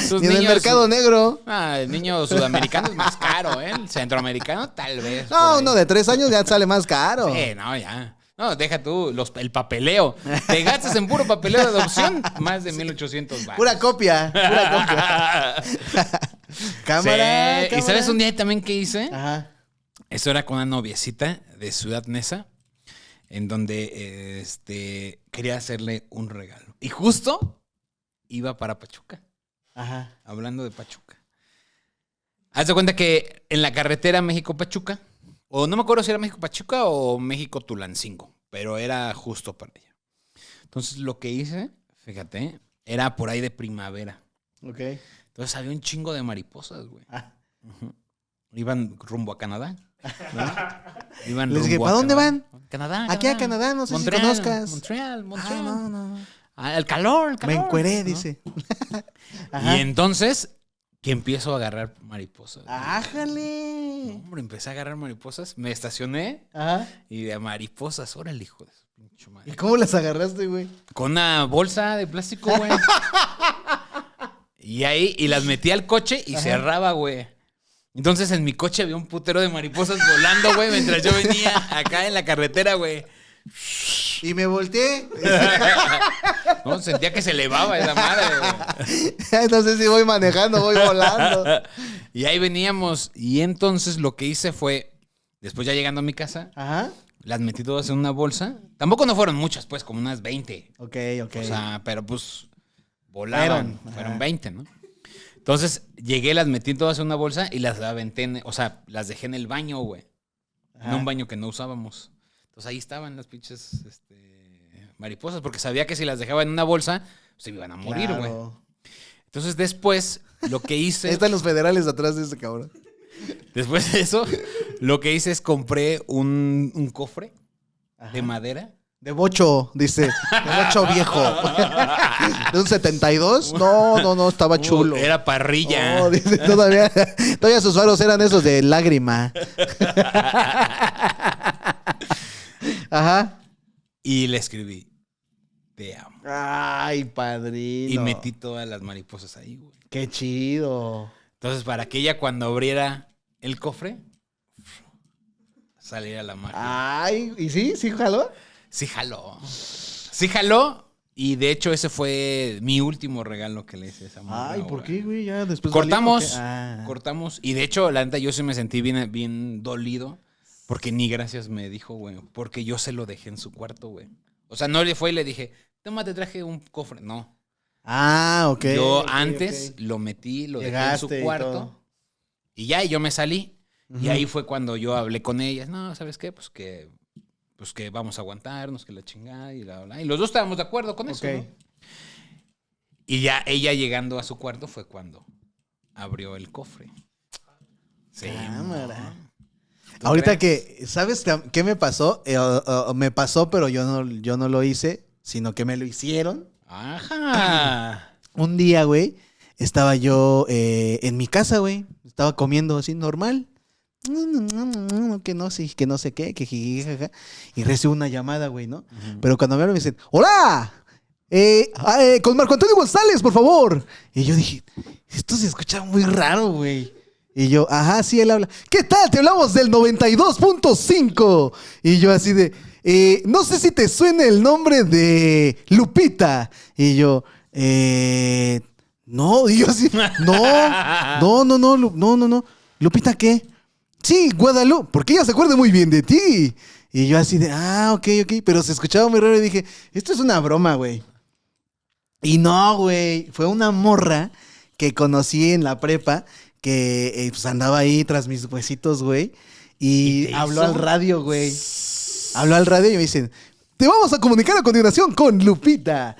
[SPEAKER 2] sus
[SPEAKER 1] ni en el
[SPEAKER 2] niños-
[SPEAKER 1] mercado negro.
[SPEAKER 2] Ah, el niño sudamericano es más caro, ¿eh? El centroamericano tal vez. por
[SPEAKER 1] No,
[SPEAKER 2] ahí.
[SPEAKER 1] uno de tres años ya sale más caro.
[SPEAKER 2] Sí, no, ya. No, deja tú los- el papeleo. Te gastas en puro papeleo de adopción más de 1800
[SPEAKER 1] [LAUGHS]
[SPEAKER 2] varos.
[SPEAKER 1] Pura copia, pura copia. Cámara,
[SPEAKER 2] [LAUGHS] Sí,
[SPEAKER 1] cámara.
[SPEAKER 2] ¿Y sabes un día también que hice?
[SPEAKER 1] Ajá.
[SPEAKER 2] Eso era con una noviecita de Ciudad Neza, en donde eh, este, quería hacerle un regalo. Y justo iba para Pachuca,
[SPEAKER 1] Ajá.
[SPEAKER 2] hablando de Pachuca. Haz de cuenta que en la carretera México-Pachuca, o no me acuerdo si era México-Pachuca o México-Tulancingo, pero era justo para ella. Entonces lo que hice, fíjate, era por ahí de primavera.
[SPEAKER 1] Ok.
[SPEAKER 2] Entonces había un chingo de mariposas, güey.
[SPEAKER 1] Ah.
[SPEAKER 2] Iban rumbo a Canadá. ¿no? [LAUGHS] Iban
[SPEAKER 1] Les dije,
[SPEAKER 2] rumbo
[SPEAKER 1] ¿para dónde
[SPEAKER 2] Canadá.
[SPEAKER 1] van?
[SPEAKER 2] Canadá.
[SPEAKER 1] Aquí a Canadá, no sé si conozcas.
[SPEAKER 2] Montreal, Montreal.
[SPEAKER 1] Ah, no, no.
[SPEAKER 2] Ah, el calor, el
[SPEAKER 1] Me
[SPEAKER 2] calor.
[SPEAKER 1] encueré,
[SPEAKER 2] ¿no?
[SPEAKER 1] dice.
[SPEAKER 2] Y entonces que empiezo a agarrar mariposas.
[SPEAKER 1] Ah.
[SPEAKER 2] No,
[SPEAKER 1] Ájale.
[SPEAKER 2] Hombre, empecé a agarrar mariposas, me estacioné
[SPEAKER 1] Ajá.
[SPEAKER 2] y de mariposas, órale, hijo de su pinche madre.
[SPEAKER 1] ¿Y cómo las agarraste, güey?
[SPEAKER 2] Con una bolsa de plástico, güey. y ahí, y las metí al coche y cerraba, güey. Entonces en mi coche había un putero de mariposas volando, güey, mientras yo venía acá en la carretera, güey.
[SPEAKER 1] Y me volteé. [LAUGHS]
[SPEAKER 2] No, sentía que se elevaba esa madre, güey.
[SPEAKER 1] no sé si voy manejando, voy volando.
[SPEAKER 2] Y ahí veníamos. Y entonces lo que hice fue, después ya llegando a mi casa,
[SPEAKER 1] Ajá.
[SPEAKER 2] las metí todas en una bolsa. Tampoco no fueron muchas, pues, como unas 20.
[SPEAKER 1] Ok, ok.
[SPEAKER 2] O sea, pero pues volaron.
[SPEAKER 1] Fueron, ajá.
[SPEAKER 2] Fueron, 20, ¿no? Entonces llegué, las metí todas en una bolsa y las aventé, en- o sea, las dejé en el baño, güey.
[SPEAKER 1] Ajá.
[SPEAKER 2] En un baño que no usábamos. Entonces ahí estaban las pinches este, mariposas, porque sabía que si las dejaba en una bolsa, se iban a morir,
[SPEAKER 1] Claro.
[SPEAKER 2] güey. Entonces después, lo que
[SPEAKER 1] Ahí [LAUGHS]
[SPEAKER 2] hice,
[SPEAKER 1] están los federales atrás de ese cabrón.
[SPEAKER 2] después de eso, lo que hice es compré un, un cofre de madera.
[SPEAKER 1] De bocho, dice. De bocho
[SPEAKER 2] [LAUGHS]
[SPEAKER 1] viejo. ¿De un 72? No, no, no, estaba chulo. Oh,
[SPEAKER 2] Uh, era parrilla.
[SPEAKER 1] No, dice, todavía, todavía sus faros eran esos de
[SPEAKER 2] [LAUGHS]
[SPEAKER 1] lágrima. Ajá.
[SPEAKER 2] Y le escribí, te amo.
[SPEAKER 1] Ay, padrino.
[SPEAKER 2] Y metí todas las mariposas ahí, güey.
[SPEAKER 1] Qué chido.
[SPEAKER 2] Entonces, para que ella cuando abriera el cofre, saliera la
[SPEAKER 1] Ah.
[SPEAKER 2] magia.
[SPEAKER 1] Ay, ¿y sí? ¿Sí, jaló?
[SPEAKER 2] Sí jaló. Sí jaló. Y de hecho, ese fue mi último regalo que le hice a esa morra,
[SPEAKER 1] Ay, ¿por qué, güey? Ya después.
[SPEAKER 2] Cortamos.
[SPEAKER 1] valió, ¿por qué? Ah.
[SPEAKER 2] Cortamos. Y de hecho, la neta, yo sí me sentí bien, bien dolido. Porque ni gracias me dijo, güey. Porque yo se lo dejé en su cuarto, güey. O sea, no le fue y le dije, toma, te traje un cofre. No.
[SPEAKER 1] Ah, ok.
[SPEAKER 2] yo
[SPEAKER 1] ok,
[SPEAKER 2] antes
[SPEAKER 1] ok.
[SPEAKER 2] lo metí, lo dejé
[SPEAKER 1] Llegaste
[SPEAKER 2] en
[SPEAKER 1] y
[SPEAKER 2] su cuarto.
[SPEAKER 1] todo.
[SPEAKER 2] Y ya, y yo me salí. Y
[SPEAKER 1] Ujú.
[SPEAKER 2] ahí fue cuando yo hablé con ellas. No, ¿sabes qué? Pues que, pues que vamos a aguantarnos, que la chingada y la, la. Y los dos estábamos de acuerdo con eso.
[SPEAKER 1] Ok.
[SPEAKER 2] ¿no? Y ya ella llegando a su cuarto fue cuando abrió el cofre. Sí.
[SPEAKER 1] Cámara.
[SPEAKER 2] ¿Tú
[SPEAKER 1] Ahorita
[SPEAKER 2] crees?
[SPEAKER 1] que, ¿sabes qué- qué me pasó? Eh, o- o- me pasó, pero yo no, yo no lo hice, sino que me lo hicieron. [CLEARS THROAT]
[SPEAKER 2] Ajá.
[SPEAKER 1] Un día, güey, estaba yo eh, en mi casa, güey. Estaba comiendo así normal. Que no sé, que no sé qué, que jiji, jaja. Y recibo una llamada, güey, ¿no? Pero cuando me hablan me dicen, ¡Hola! Eh, ah, eh, con Marco Antonio González, por favor. Y yo dije, esto se escucha muy raro, güey. Y yo, ajá, sí, él habla. ¿Qué tal? Te hablamos del 92.5. Y yo así de, eh, no sé si te suena el nombre de Lupita. Y yo, eh, no, y yo así, no, no, no, no, Lu- no, no, no. Lupita, ¿qué? Sí, Guadalupe, porque ella se acuerda muy bien de ti. Y yo así de, ah, ok, ok, pero se escuchaba muy raro y dije, esto es una broma, güey. Y no, güey, fue una morra que conocí en la prepa, que eh, pues andaba ahí tras mis huesitos, güey, y,
[SPEAKER 2] te
[SPEAKER 1] habló
[SPEAKER 2] hizo?
[SPEAKER 1] al radio, güey. Habló al radio y me dicen, te vamos a comunicar a continuación con Lupita.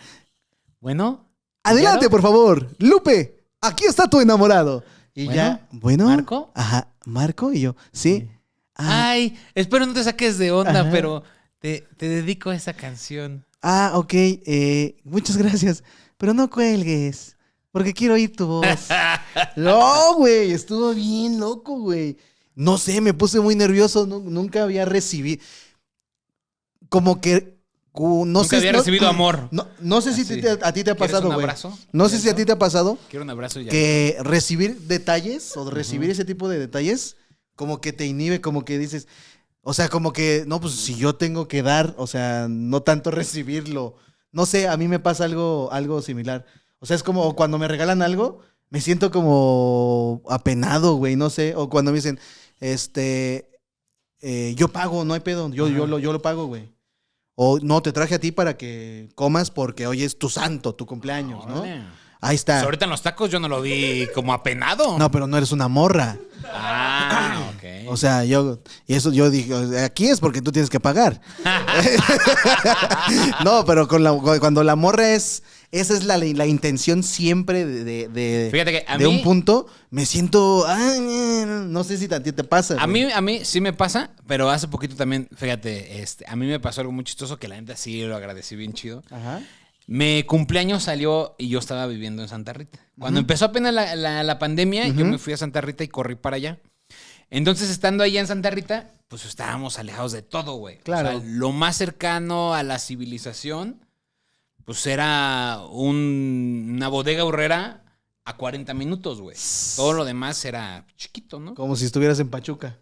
[SPEAKER 2] Bueno.
[SPEAKER 1] Adelante,
[SPEAKER 2] ¿Claro?
[SPEAKER 1] por favor. Lupe, aquí está tu enamorado. Y
[SPEAKER 2] Bueno,
[SPEAKER 1] ya, bueno.
[SPEAKER 2] ¿Marco?
[SPEAKER 1] Ajá, Marco y yo, sí. Ah,
[SPEAKER 3] Ay, espero no te saques de onda,
[SPEAKER 1] Ajá.
[SPEAKER 3] pero te, te dedico a esa canción.
[SPEAKER 1] ah, ok, eh, muchas gracias. Pero no cuelgues, porque quiero oír tu
[SPEAKER 2] [LAUGHS]
[SPEAKER 1] voz. no, güey, estuvo bien loco, güey. No sé, me puse muy nervioso, nu- nunca había recibido. Como que. cu- No
[SPEAKER 2] Nunca
[SPEAKER 1] sé,
[SPEAKER 2] había
[SPEAKER 1] no-
[SPEAKER 2] recibido amor.
[SPEAKER 1] No, no sé si
[SPEAKER 2] Así.
[SPEAKER 1] te- a ti te ha
[SPEAKER 2] ¿Quieres
[SPEAKER 1] pasado,
[SPEAKER 2] un
[SPEAKER 1] güey.
[SPEAKER 2] abrazo?
[SPEAKER 1] No sé si a ti te ha pasado.
[SPEAKER 2] Quiero un abrazo y ya.
[SPEAKER 1] que recibir detalles o recibir ese tipo de detalles como que te inhibe, como que dices, o sea, como que, no, pues si yo tengo que dar, o sea, no tanto [LAUGHS] recibirlo. No sé, a mí me pasa algo, algo similar. O sea, es como cuando me regalan algo, me siento como apenado, güey, no sé. O cuando me dicen, este, eh, yo pago, no hay pedo, yo, yo,
[SPEAKER 2] Ajá.
[SPEAKER 1] lo, yo lo pago, güey. O no, te traje a ti para que comas porque hoy es tu santo, tu cumpleaños, ¿no?
[SPEAKER 2] Órale.
[SPEAKER 1] Ahí está.
[SPEAKER 2] Pues ahorita en los tacos yo no lo vi como apenado.
[SPEAKER 1] No, pero no eres una morra. [CLEARS THROAT]
[SPEAKER 2] Ah, ok.
[SPEAKER 1] O sea, yo, y eso yo dije, o sea, aquí es porque tú tienes que
[SPEAKER 2] [LAUGHS]
[SPEAKER 1] pagar. [LAUGHS] no, pero con la, cuando la morra es, esa es la, la intención siempre de, de- de-
[SPEAKER 2] Fíjate que a
[SPEAKER 1] de
[SPEAKER 2] mí-
[SPEAKER 1] un punto, me siento, ay, no sé si a ti te pasa.
[SPEAKER 2] A
[SPEAKER 1] güey.
[SPEAKER 2] mí, a mí sí me pasa, pero hace poquito también, fíjate, este, a mí me pasó algo muy chistoso que la neta sí lo agradecí bien chido.
[SPEAKER 1] Ajá.
[SPEAKER 2] Mi cumpleaños salió y yo estaba viviendo en Santa Rita. Cuando empezó apenas la, la- la pandemia, yo me fui a Santa Rita y corrí para allá. Entonces, estando allá en Santa Rita, pues estábamos alejados de todo, güey. O
[SPEAKER 1] Claro.
[SPEAKER 2] sea, lo más cercano a la civilización, pues era un- una bodega horrera a 40 minutos, güey. Todo lo demás era chiquito, ¿no?
[SPEAKER 1] Como si estuvieras en Pachuca.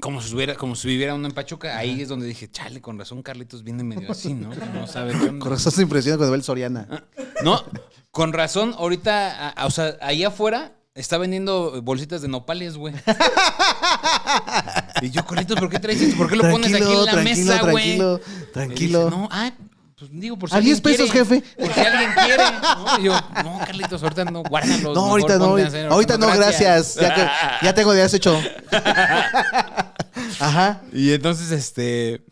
[SPEAKER 2] Como si, estuviera- como si viviera uno en Pachuca. Ahí es donde dije, chale, con razón Carlitos viene medio
[SPEAKER 1] [LAUGHS]
[SPEAKER 2] así, ¿no? Que No sabe qué onda.
[SPEAKER 1] Con razón se impresiona cuando ve el Soriana.
[SPEAKER 2] No, con razón, ahorita, a- a- o sea, ahí afuera está vendiendo bolsitas de nopales, güey. Y yo, Carlitos, ¿por qué traes esto? ¿Por qué lo pones aquí en la mesa, güey?
[SPEAKER 1] tranquilo,
[SPEAKER 2] Y dije,
[SPEAKER 1] tranquilo.
[SPEAKER 2] no, ah, pues digo, por si
[SPEAKER 1] A 10
[SPEAKER 2] alguien
[SPEAKER 1] pesos,
[SPEAKER 2] quiere,
[SPEAKER 1] jefe.
[SPEAKER 2] Por si alguien quiere. ¿no? Y yo, no, Carlitos, ahorita no, guárdalos.
[SPEAKER 1] No,
[SPEAKER 2] mejor
[SPEAKER 1] ahorita no,
[SPEAKER 2] ponte a hacer-
[SPEAKER 1] ahorita no, gracias. Ya, que- ya tengo de hace
[SPEAKER 2] [LAUGHS]
[SPEAKER 1] hecho. Ajá.
[SPEAKER 2] Y entonces, este.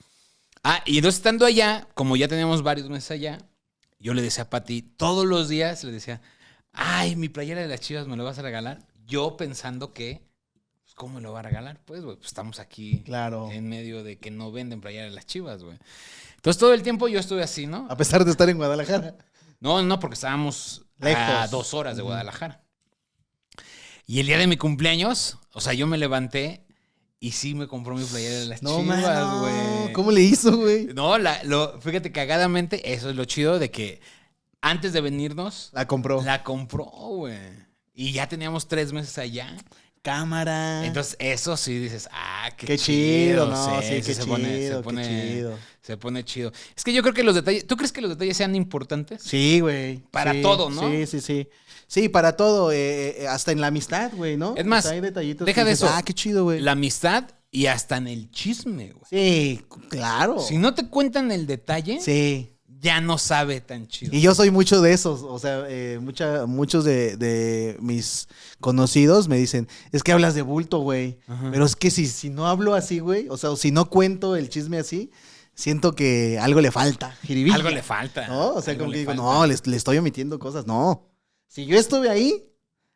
[SPEAKER 2] Ah, y entonces estando allá, como ya teníamos varios meses allá, yo le decía a Pati, todos los días le decía, ay, mi playera de las chivas me lo vas a regalar. Yo pensando que, pues, ¿cómo me lo va a regalar? Pues, güey, pues estamos aquí
[SPEAKER 1] Claro.
[SPEAKER 2] en medio de que no venden playera de las chivas, güey. Entonces todo el tiempo yo estuve así, ¿no?
[SPEAKER 1] A pesar de estar en Guadalajara.
[SPEAKER 2] No, no, porque estábamos a
[SPEAKER 1] Lejos.
[SPEAKER 2] dos horas de Guadalajara. Y el día de mi cumpleaños, o sea, yo me levanté y sí me compró mi playera de las
[SPEAKER 1] No,
[SPEAKER 2] chivas,
[SPEAKER 1] mames.
[SPEAKER 2] güey.
[SPEAKER 1] ¿Cómo le hizo, güey?
[SPEAKER 2] No, la- lo, fíjate, cagadamente, eso es lo chido de que antes de venirnos,
[SPEAKER 1] La compró.
[SPEAKER 2] la compró, güey. Y ya teníamos tres meses allá.
[SPEAKER 1] cámara.
[SPEAKER 2] Entonces, eso sí dices, ah, qué,
[SPEAKER 1] Ah. qué, chido, no,
[SPEAKER 2] sí,
[SPEAKER 1] sí,
[SPEAKER 2] sí
[SPEAKER 1] qué
[SPEAKER 2] se
[SPEAKER 1] chido,
[SPEAKER 2] pone- se pone-
[SPEAKER 1] qué chido.
[SPEAKER 2] Se pone chido. Es que yo creo que los detalles, ¿tú crees que los detalles sean importantes?
[SPEAKER 1] Sí, güey.
[SPEAKER 2] Para
[SPEAKER 1] sí,
[SPEAKER 2] todo, ¿no?
[SPEAKER 1] Sí, sí, sí. Sí, para todo, eh, eh, hasta en la amistad, güey, ¿no?
[SPEAKER 2] Es más,
[SPEAKER 1] O sea, hay detallitos
[SPEAKER 2] deja
[SPEAKER 1] que
[SPEAKER 2] de
[SPEAKER 1] dices,
[SPEAKER 2] eso.
[SPEAKER 1] Ah, qué chido, güey.
[SPEAKER 2] La amistad y hasta en el chisme, güey.
[SPEAKER 1] Sí, claro.
[SPEAKER 2] Si no te cuentan el detalle,
[SPEAKER 1] Sí.
[SPEAKER 2] ya no sabe tan chido.
[SPEAKER 1] Y yo soy mucho de esos, o sea, eh, mucha, muchos de, de mis conocidos me dicen, es que hablas de bulto, güey.
[SPEAKER 2] Ajá.
[SPEAKER 1] Pero es que si, si no hablo así, güey, o sea, o si no cuento el chisme así, siento que algo le falta, jiribilla.
[SPEAKER 2] Algo le falta.
[SPEAKER 1] ¿No? O sea,
[SPEAKER 2] algo
[SPEAKER 1] como que
[SPEAKER 2] le
[SPEAKER 1] digo,
[SPEAKER 2] falta.
[SPEAKER 1] no, le, le estoy omitiendo cosas. No. Si yo estuve ahí,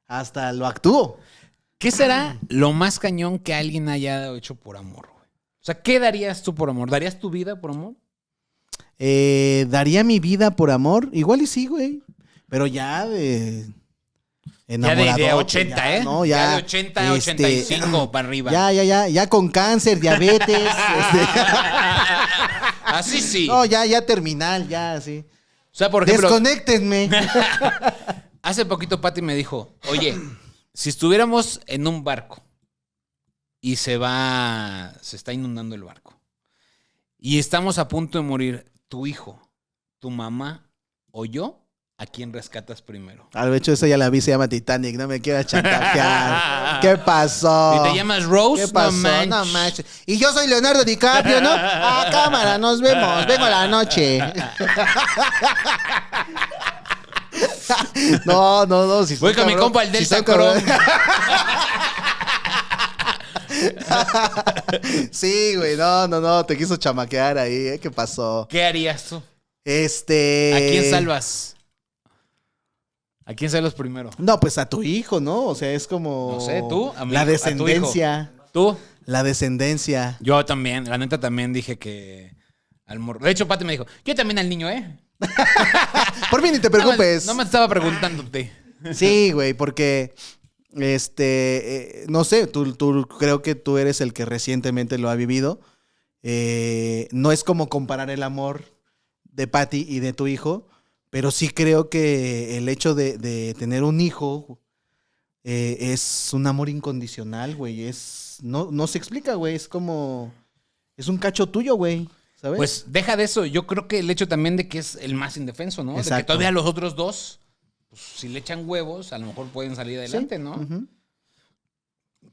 [SPEAKER 1] hasta lo actúo.
[SPEAKER 2] ¿Qué será lo más cañón que alguien haya hecho por amor, güey? O sea, ¿qué darías tú por amor? ¿Darías tu vida por amor?
[SPEAKER 1] Eh, Daría mi vida por amor, igual y sí, güey. Pero ya de...
[SPEAKER 2] Ya de- de,
[SPEAKER 1] enamoradote,
[SPEAKER 2] 80,
[SPEAKER 1] ya,
[SPEAKER 2] ¿eh?
[SPEAKER 1] no,
[SPEAKER 2] ya,
[SPEAKER 1] ya,
[SPEAKER 2] de 80 a
[SPEAKER 1] este,
[SPEAKER 2] 85 para arriba.
[SPEAKER 1] Ya, ya, ya, ya con cáncer,
[SPEAKER 2] [LAUGHS]
[SPEAKER 1] diabetes, este,
[SPEAKER 2] Así sí.
[SPEAKER 1] [LAUGHS] no, ya, ya terminal, ya, así.
[SPEAKER 2] o sea, por ejemplo,
[SPEAKER 1] Desconéctenme.
[SPEAKER 2] hace poquito Patty me dijo, oye, si estuviéramos en un barco y se va, se está inundando el barco y estamos a punto de morir, tu hijo, tu mamá o yo, ¿a quién rescatas primero?
[SPEAKER 1] Al Ah, hecho, esa ya la vi, se llama Titanic, no me quieras
[SPEAKER 2] [LAUGHS]
[SPEAKER 1] chantajear. Ah, ¿Qué pasó?
[SPEAKER 2] Si te llamas Rose,
[SPEAKER 1] ¿Qué pasó?
[SPEAKER 2] no manches.
[SPEAKER 1] No manches. Y yo soy Leonardo DiCaprio, ¿no? A cámara, nos vemos. Vengo a la
[SPEAKER 2] [LAUGHS]
[SPEAKER 1] noche. No, no, no. Si
[SPEAKER 2] Voy
[SPEAKER 1] soy
[SPEAKER 2] con mi
[SPEAKER 1] cabrón,
[SPEAKER 2] compa el
[SPEAKER 1] si
[SPEAKER 2] Delta
[SPEAKER 1] soy
[SPEAKER 2] Chrome. [LAUGHS]
[SPEAKER 1] Sí, güey, no, no, no. Te quiso chamaquear ahí. ¿eh? ¿Qué pasó?
[SPEAKER 2] ¿Qué harías tú?
[SPEAKER 1] Este.
[SPEAKER 2] ¿A quién salvas? ¿A quién salvas primero?
[SPEAKER 1] No, pues a tu hijo, ¿no? O sea, es como.
[SPEAKER 2] No sé, tú, a mi
[SPEAKER 1] La
[SPEAKER 2] hijo, a tu hijo.
[SPEAKER 1] descendencia.
[SPEAKER 2] ¿Tú?
[SPEAKER 1] La descendencia.
[SPEAKER 2] Yo también, la neta también dije que al morro. De hecho, Pati me dijo, yo también al niño, ¿eh?
[SPEAKER 1] Por mí ni te
[SPEAKER 2] No me-
[SPEAKER 1] preocupes.
[SPEAKER 2] No me, estaba preguntándote.
[SPEAKER 1] Sí, güey, porque. Este. eh, no sé, tú, tú- creo que tú eres el que recientemente lo ha vivido. Eh, no es como comparar el amor de Patty y de tu hijo, pero sí creo que el hecho de, de tener un hijo eh, es un amor incondicional, güey. Es. No, no se explica, güey. Es como. Es un cacho tuyo, güey. ¿Sabes?
[SPEAKER 2] Pues deja de eso. Yo creo que el hecho también de que es el más indefenso, ¿no? De que
[SPEAKER 1] Exacto.
[SPEAKER 2] todavía los otros dos, pues, si le echan huevos, a lo mejor pueden salir adelante, ¿no?
[SPEAKER 1] Ujú.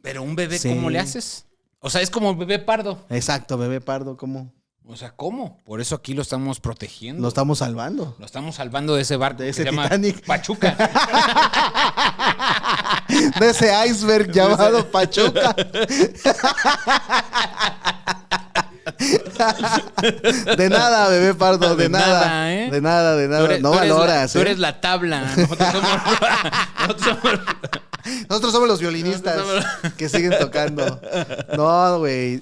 [SPEAKER 2] Pero un bebé,
[SPEAKER 1] Sí.
[SPEAKER 2] ¿cómo le haces? O sea, es como el bebé pardo.
[SPEAKER 1] Exacto, bebé pardo, ¿cómo?
[SPEAKER 2] O sea, ¿cómo? Por eso aquí lo estamos protegiendo.
[SPEAKER 1] Lo estamos salvando.
[SPEAKER 2] Lo estamos salvando de ese barco
[SPEAKER 1] De
[SPEAKER 2] que
[SPEAKER 1] ese
[SPEAKER 2] se llama
[SPEAKER 1] Titanic.
[SPEAKER 2] Pachuca.
[SPEAKER 1] De ese iceberg llamado Pachuca. De nada, bebé pardo, de,
[SPEAKER 2] De
[SPEAKER 1] nada.
[SPEAKER 2] nada, ¿eh?
[SPEAKER 1] De nada, de nada.
[SPEAKER 2] Tú
[SPEAKER 1] [LAUGHS]
[SPEAKER 2] eres-
[SPEAKER 1] no
[SPEAKER 2] tú eres la-
[SPEAKER 1] valoras.
[SPEAKER 2] Tú
[SPEAKER 1] ¿eh?
[SPEAKER 2] eres la tabla. Nosotros somos, [LAUGHS] nosotros somos-
[SPEAKER 1] Nosotros somos los violinistas
[SPEAKER 2] Nosotros
[SPEAKER 1] que siguen tocando. No, güey.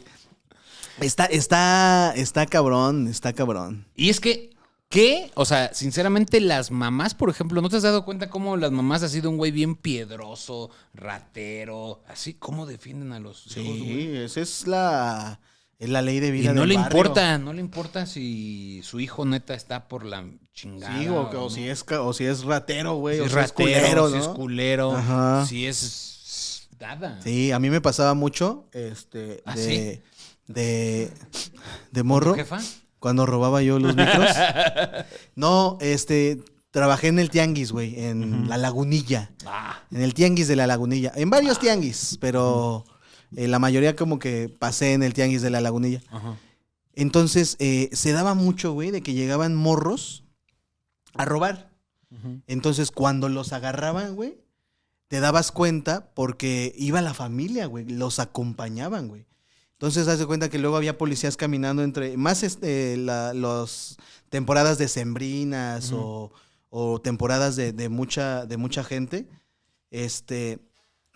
[SPEAKER 1] Está, está, está cabrón, está cabrón.
[SPEAKER 2] Y es que, ¿qué? O sea, sinceramente, las mamás, por ejemplo, ¿no te has dado cuenta cómo las mamás ha sido un güey bien piedroso, ratero, así? ¿Cómo defienden a los hijos, güey?
[SPEAKER 1] Sí, esa es la, es la ley de
[SPEAKER 2] Y
[SPEAKER 1] vida.
[SPEAKER 2] no
[SPEAKER 1] del
[SPEAKER 2] le
[SPEAKER 1] barrio.
[SPEAKER 2] importa, no le importa si su hijo neta está por la chingada.
[SPEAKER 1] Sí, o, o
[SPEAKER 2] no.
[SPEAKER 1] si es, ca- o si es ratero, güey.
[SPEAKER 2] Si
[SPEAKER 1] o
[SPEAKER 2] es
[SPEAKER 1] si es
[SPEAKER 2] ratero,
[SPEAKER 1] culero,
[SPEAKER 2] si es
[SPEAKER 1] ¿no?
[SPEAKER 2] culero,
[SPEAKER 1] Ajá.
[SPEAKER 2] si es nada.
[SPEAKER 1] Sí, a mí me pasaba mucho, este,
[SPEAKER 2] ¿Ah,
[SPEAKER 1] de, de, de morro,
[SPEAKER 2] ¿Jefa?
[SPEAKER 1] cuando robaba yo los
[SPEAKER 2] [LAUGHS]
[SPEAKER 1] micros. No, este, trabajé en el tianguis, güey, en la lagunilla,
[SPEAKER 2] Ah,
[SPEAKER 1] en el tianguis de la lagunilla, en varios tianguis, pero eh, la mayoría como que pasé en el tianguis de la lagunilla.
[SPEAKER 2] ajá.
[SPEAKER 1] Entonces, eh, se daba mucho, güey, de que llegaban morros a robar. Entonces, cuando los agarraban, güey, te dabas cuenta porque iba la familia, güey, los acompañaban, güey. Entonces, haz de cuenta que luego había policías caminando entre, más este, la- los temporadas decembrinas o, o temporadas de, de mucha, de mucha gente, este,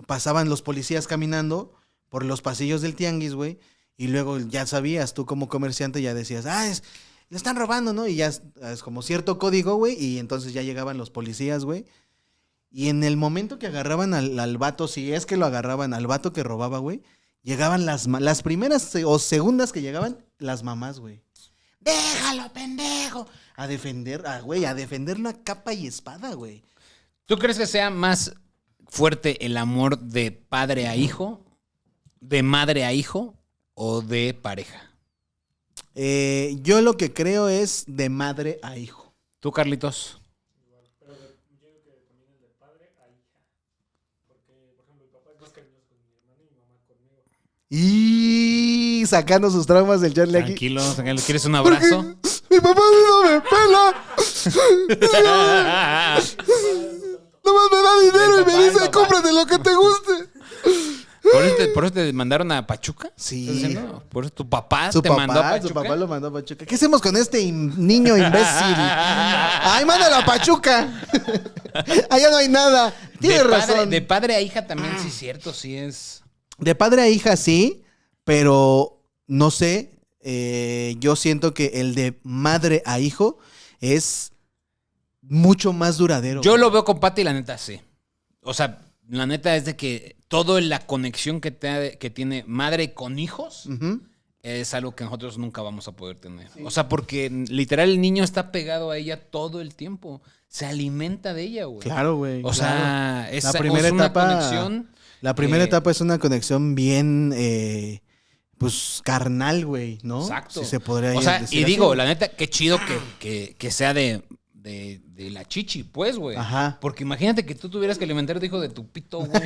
[SPEAKER 1] pasaban los policías caminando por los pasillos del tianguis, güey, y luego ya sabías, tú como comerciante ya decías, ah, es, le están robando, ¿no? Y ya es, es como cierto código, güey, y entonces ya llegaban los policías, güey. Y en el momento que agarraban al, al vato, si es que lo agarraban, al vato que robaba, güey, llegaban las, ma- las primeras se- o segundas que llegaban, las mamás, güey. Déjalo, pendejo. A defender, ah, güey, a defenderlo a capa y espada, güey.
[SPEAKER 2] ¿Tú crees que sea más fuerte el amor de padre a hijo, de madre a hijo o de pareja?
[SPEAKER 1] Eh, yo lo que creo es de madre a hijo.
[SPEAKER 2] ¿Tú, Carlitos?
[SPEAKER 1] Y sacando sus traumas del Charlie aquí.
[SPEAKER 2] Tranquilo, tranquilo. ¿quieres
[SPEAKER 1] [LAUGHS]
[SPEAKER 2] un abrazo? [LAUGHS]
[SPEAKER 1] Mi papá no me pela. Nomás me da dinero
[SPEAKER 2] El papá, el papá.
[SPEAKER 1] cómprate lo que te guste.
[SPEAKER 2] ¿Por eso, te, por eso te mandaron a Pachuca?
[SPEAKER 1] Sí.
[SPEAKER 2] ¿Estás diciendo? ¿Por eso tu papá
[SPEAKER 1] Su
[SPEAKER 2] te mandó a
[SPEAKER 1] papá,
[SPEAKER 2] Pachuca?
[SPEAKER 1] su papá lo mandó a Pachuca. ¿Qué hacemos con este im- niño imbécil? Ay, mándalo a Pachuca. [LAUGHS] Allá no hay nada. Tienes
[SPEAKER 2] de padre,
[SPEAKER 1] razón.
[SPEAKER 2] De padre a hija también, sí, cierto, sí es.
[SPEAKER 1] De padre a hija sí, pero no sé. eh, yo siento que el de madre a hijo es mucho más duradero.
[SPEAKER 2] Yo lo veo con Pati, la neta, sí. o sea, la neta es de que toda la conexión que, te- que tiene madre con hijos
[SPEAKER 1] Ujú.
[SPEAKER 2] es algo que nosotros nunca vamos a poder tener. O sea, porque literal el niño está pegado a ella todo el tiempo. Se alimenta de ella, güey.
[SPEAKER 1] Claro, güey.
[SPEAKER 2] O
[SPEAKER 1] claro.
[SPEAKER 2] sea, es,
[SPEAKER 1] La primera
[SPEAKER 2] es una
[SPEAKER 1] etapa-
[SPEAKER 2] conexión.
[SPEAKER 1] la primera
[SPEAKER 2] eh,
[SPEAKER 1] etapa es una conexión bien, eh, pues, carnal, güey, ¿no?
[SPEAKER 2] Exacto.
[SPEAKER 1] Si se podría
[SPEAKER 2] O sea,
[SPEAKER 1] decir
[SPEAKER 2] y
[SPEAKER 1] así.
[SPEAKER 2] digo, la neta, qué chido que, que- que sea de, de- de la chichi, pues, güey.
[SPEAKER 1] Ajá.
[SPEAKER 2] Porque imagínate que tú tuvieras que alimentar de hijo de tu
[SPEAKER 1] [LAUGHS]
[SPEAKER 2] pito, güey.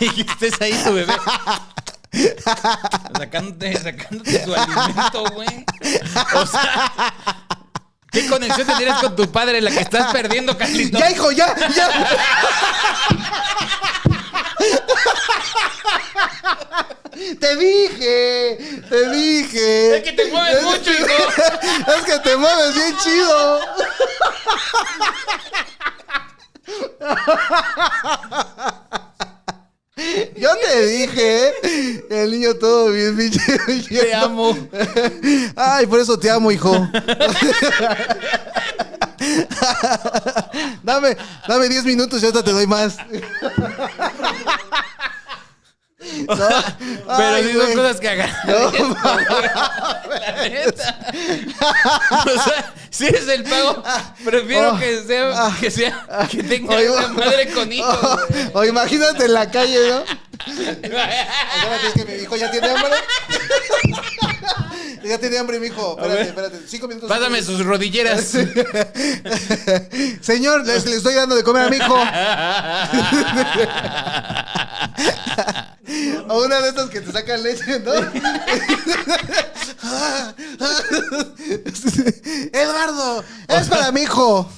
[SPEAKER 2] y que estés ahí tu bebé. Sacándote, sacándote tu alimento, güey. O sea, ¿qué conexión tendrías con tu padre la que estás perdiendo, Carlitos?
[SPEAKER 1] ¡Ya, hijo, ya!
[SPEAKER 2] [LAUGHS]
[SPEAKER 1] ¡Ya! ¡Te dije! ¡Te dije!
[SPEAKER 2] Es que te mueves mucho, hijo.
[SPEAKER 1] [LAUGHS] Es que te mueves bien chido. Yo te dije, ¿eh? el niño todo bien, pinche.
[SPEAKER 2] Te amo.
[SPEAKER 1] Ay, por eso te amo, hijo. dame, dame 10 minutos y ahorita te doy más. No,
[SPEAKER 2] Pero
[SPEAKER 1] ay,
[SPEAKER 2] sí son
[SPEAKER 1] güey.
[SPEAKER 2] cosas que hagan.
[SPEAKER 1] [LAUGHS]
[SPEAKER 2] La neta. [LAUGHS] O sea, si es el pago, prefiero
[SPEAKER 1] Oh,
[SPEAKER 2] que sea
[SPEAKER 1] ah, oh.
[SPEAKER 2] que sea que tenga
[SPEAKER 1] Oye,
[SPEAKER 2] una
[SPEAKER 1] güey.
[SPEAKER 2] madre
[SPEAKER 1] [LAUGHS]
[SPEAKER 2] con hijos. güey.
[SPEAKER 1] O imagínate en la calle, ¿no? Espérate, es que mi hijo ya tiene hambre. [LAUGHS] ya tiene hambre, mi hijo. Espérate, espérate. Cinco minutos.
[SPEAKER 2] Pásame sus rodilleras.
[SPEAKER 1] [LAUGHS] Señor, les, les estoy dando de comer a mi hijo. O una de estas que te sacan leche, ¿no? [LAUGHS] Eduardo, es para mi hijo.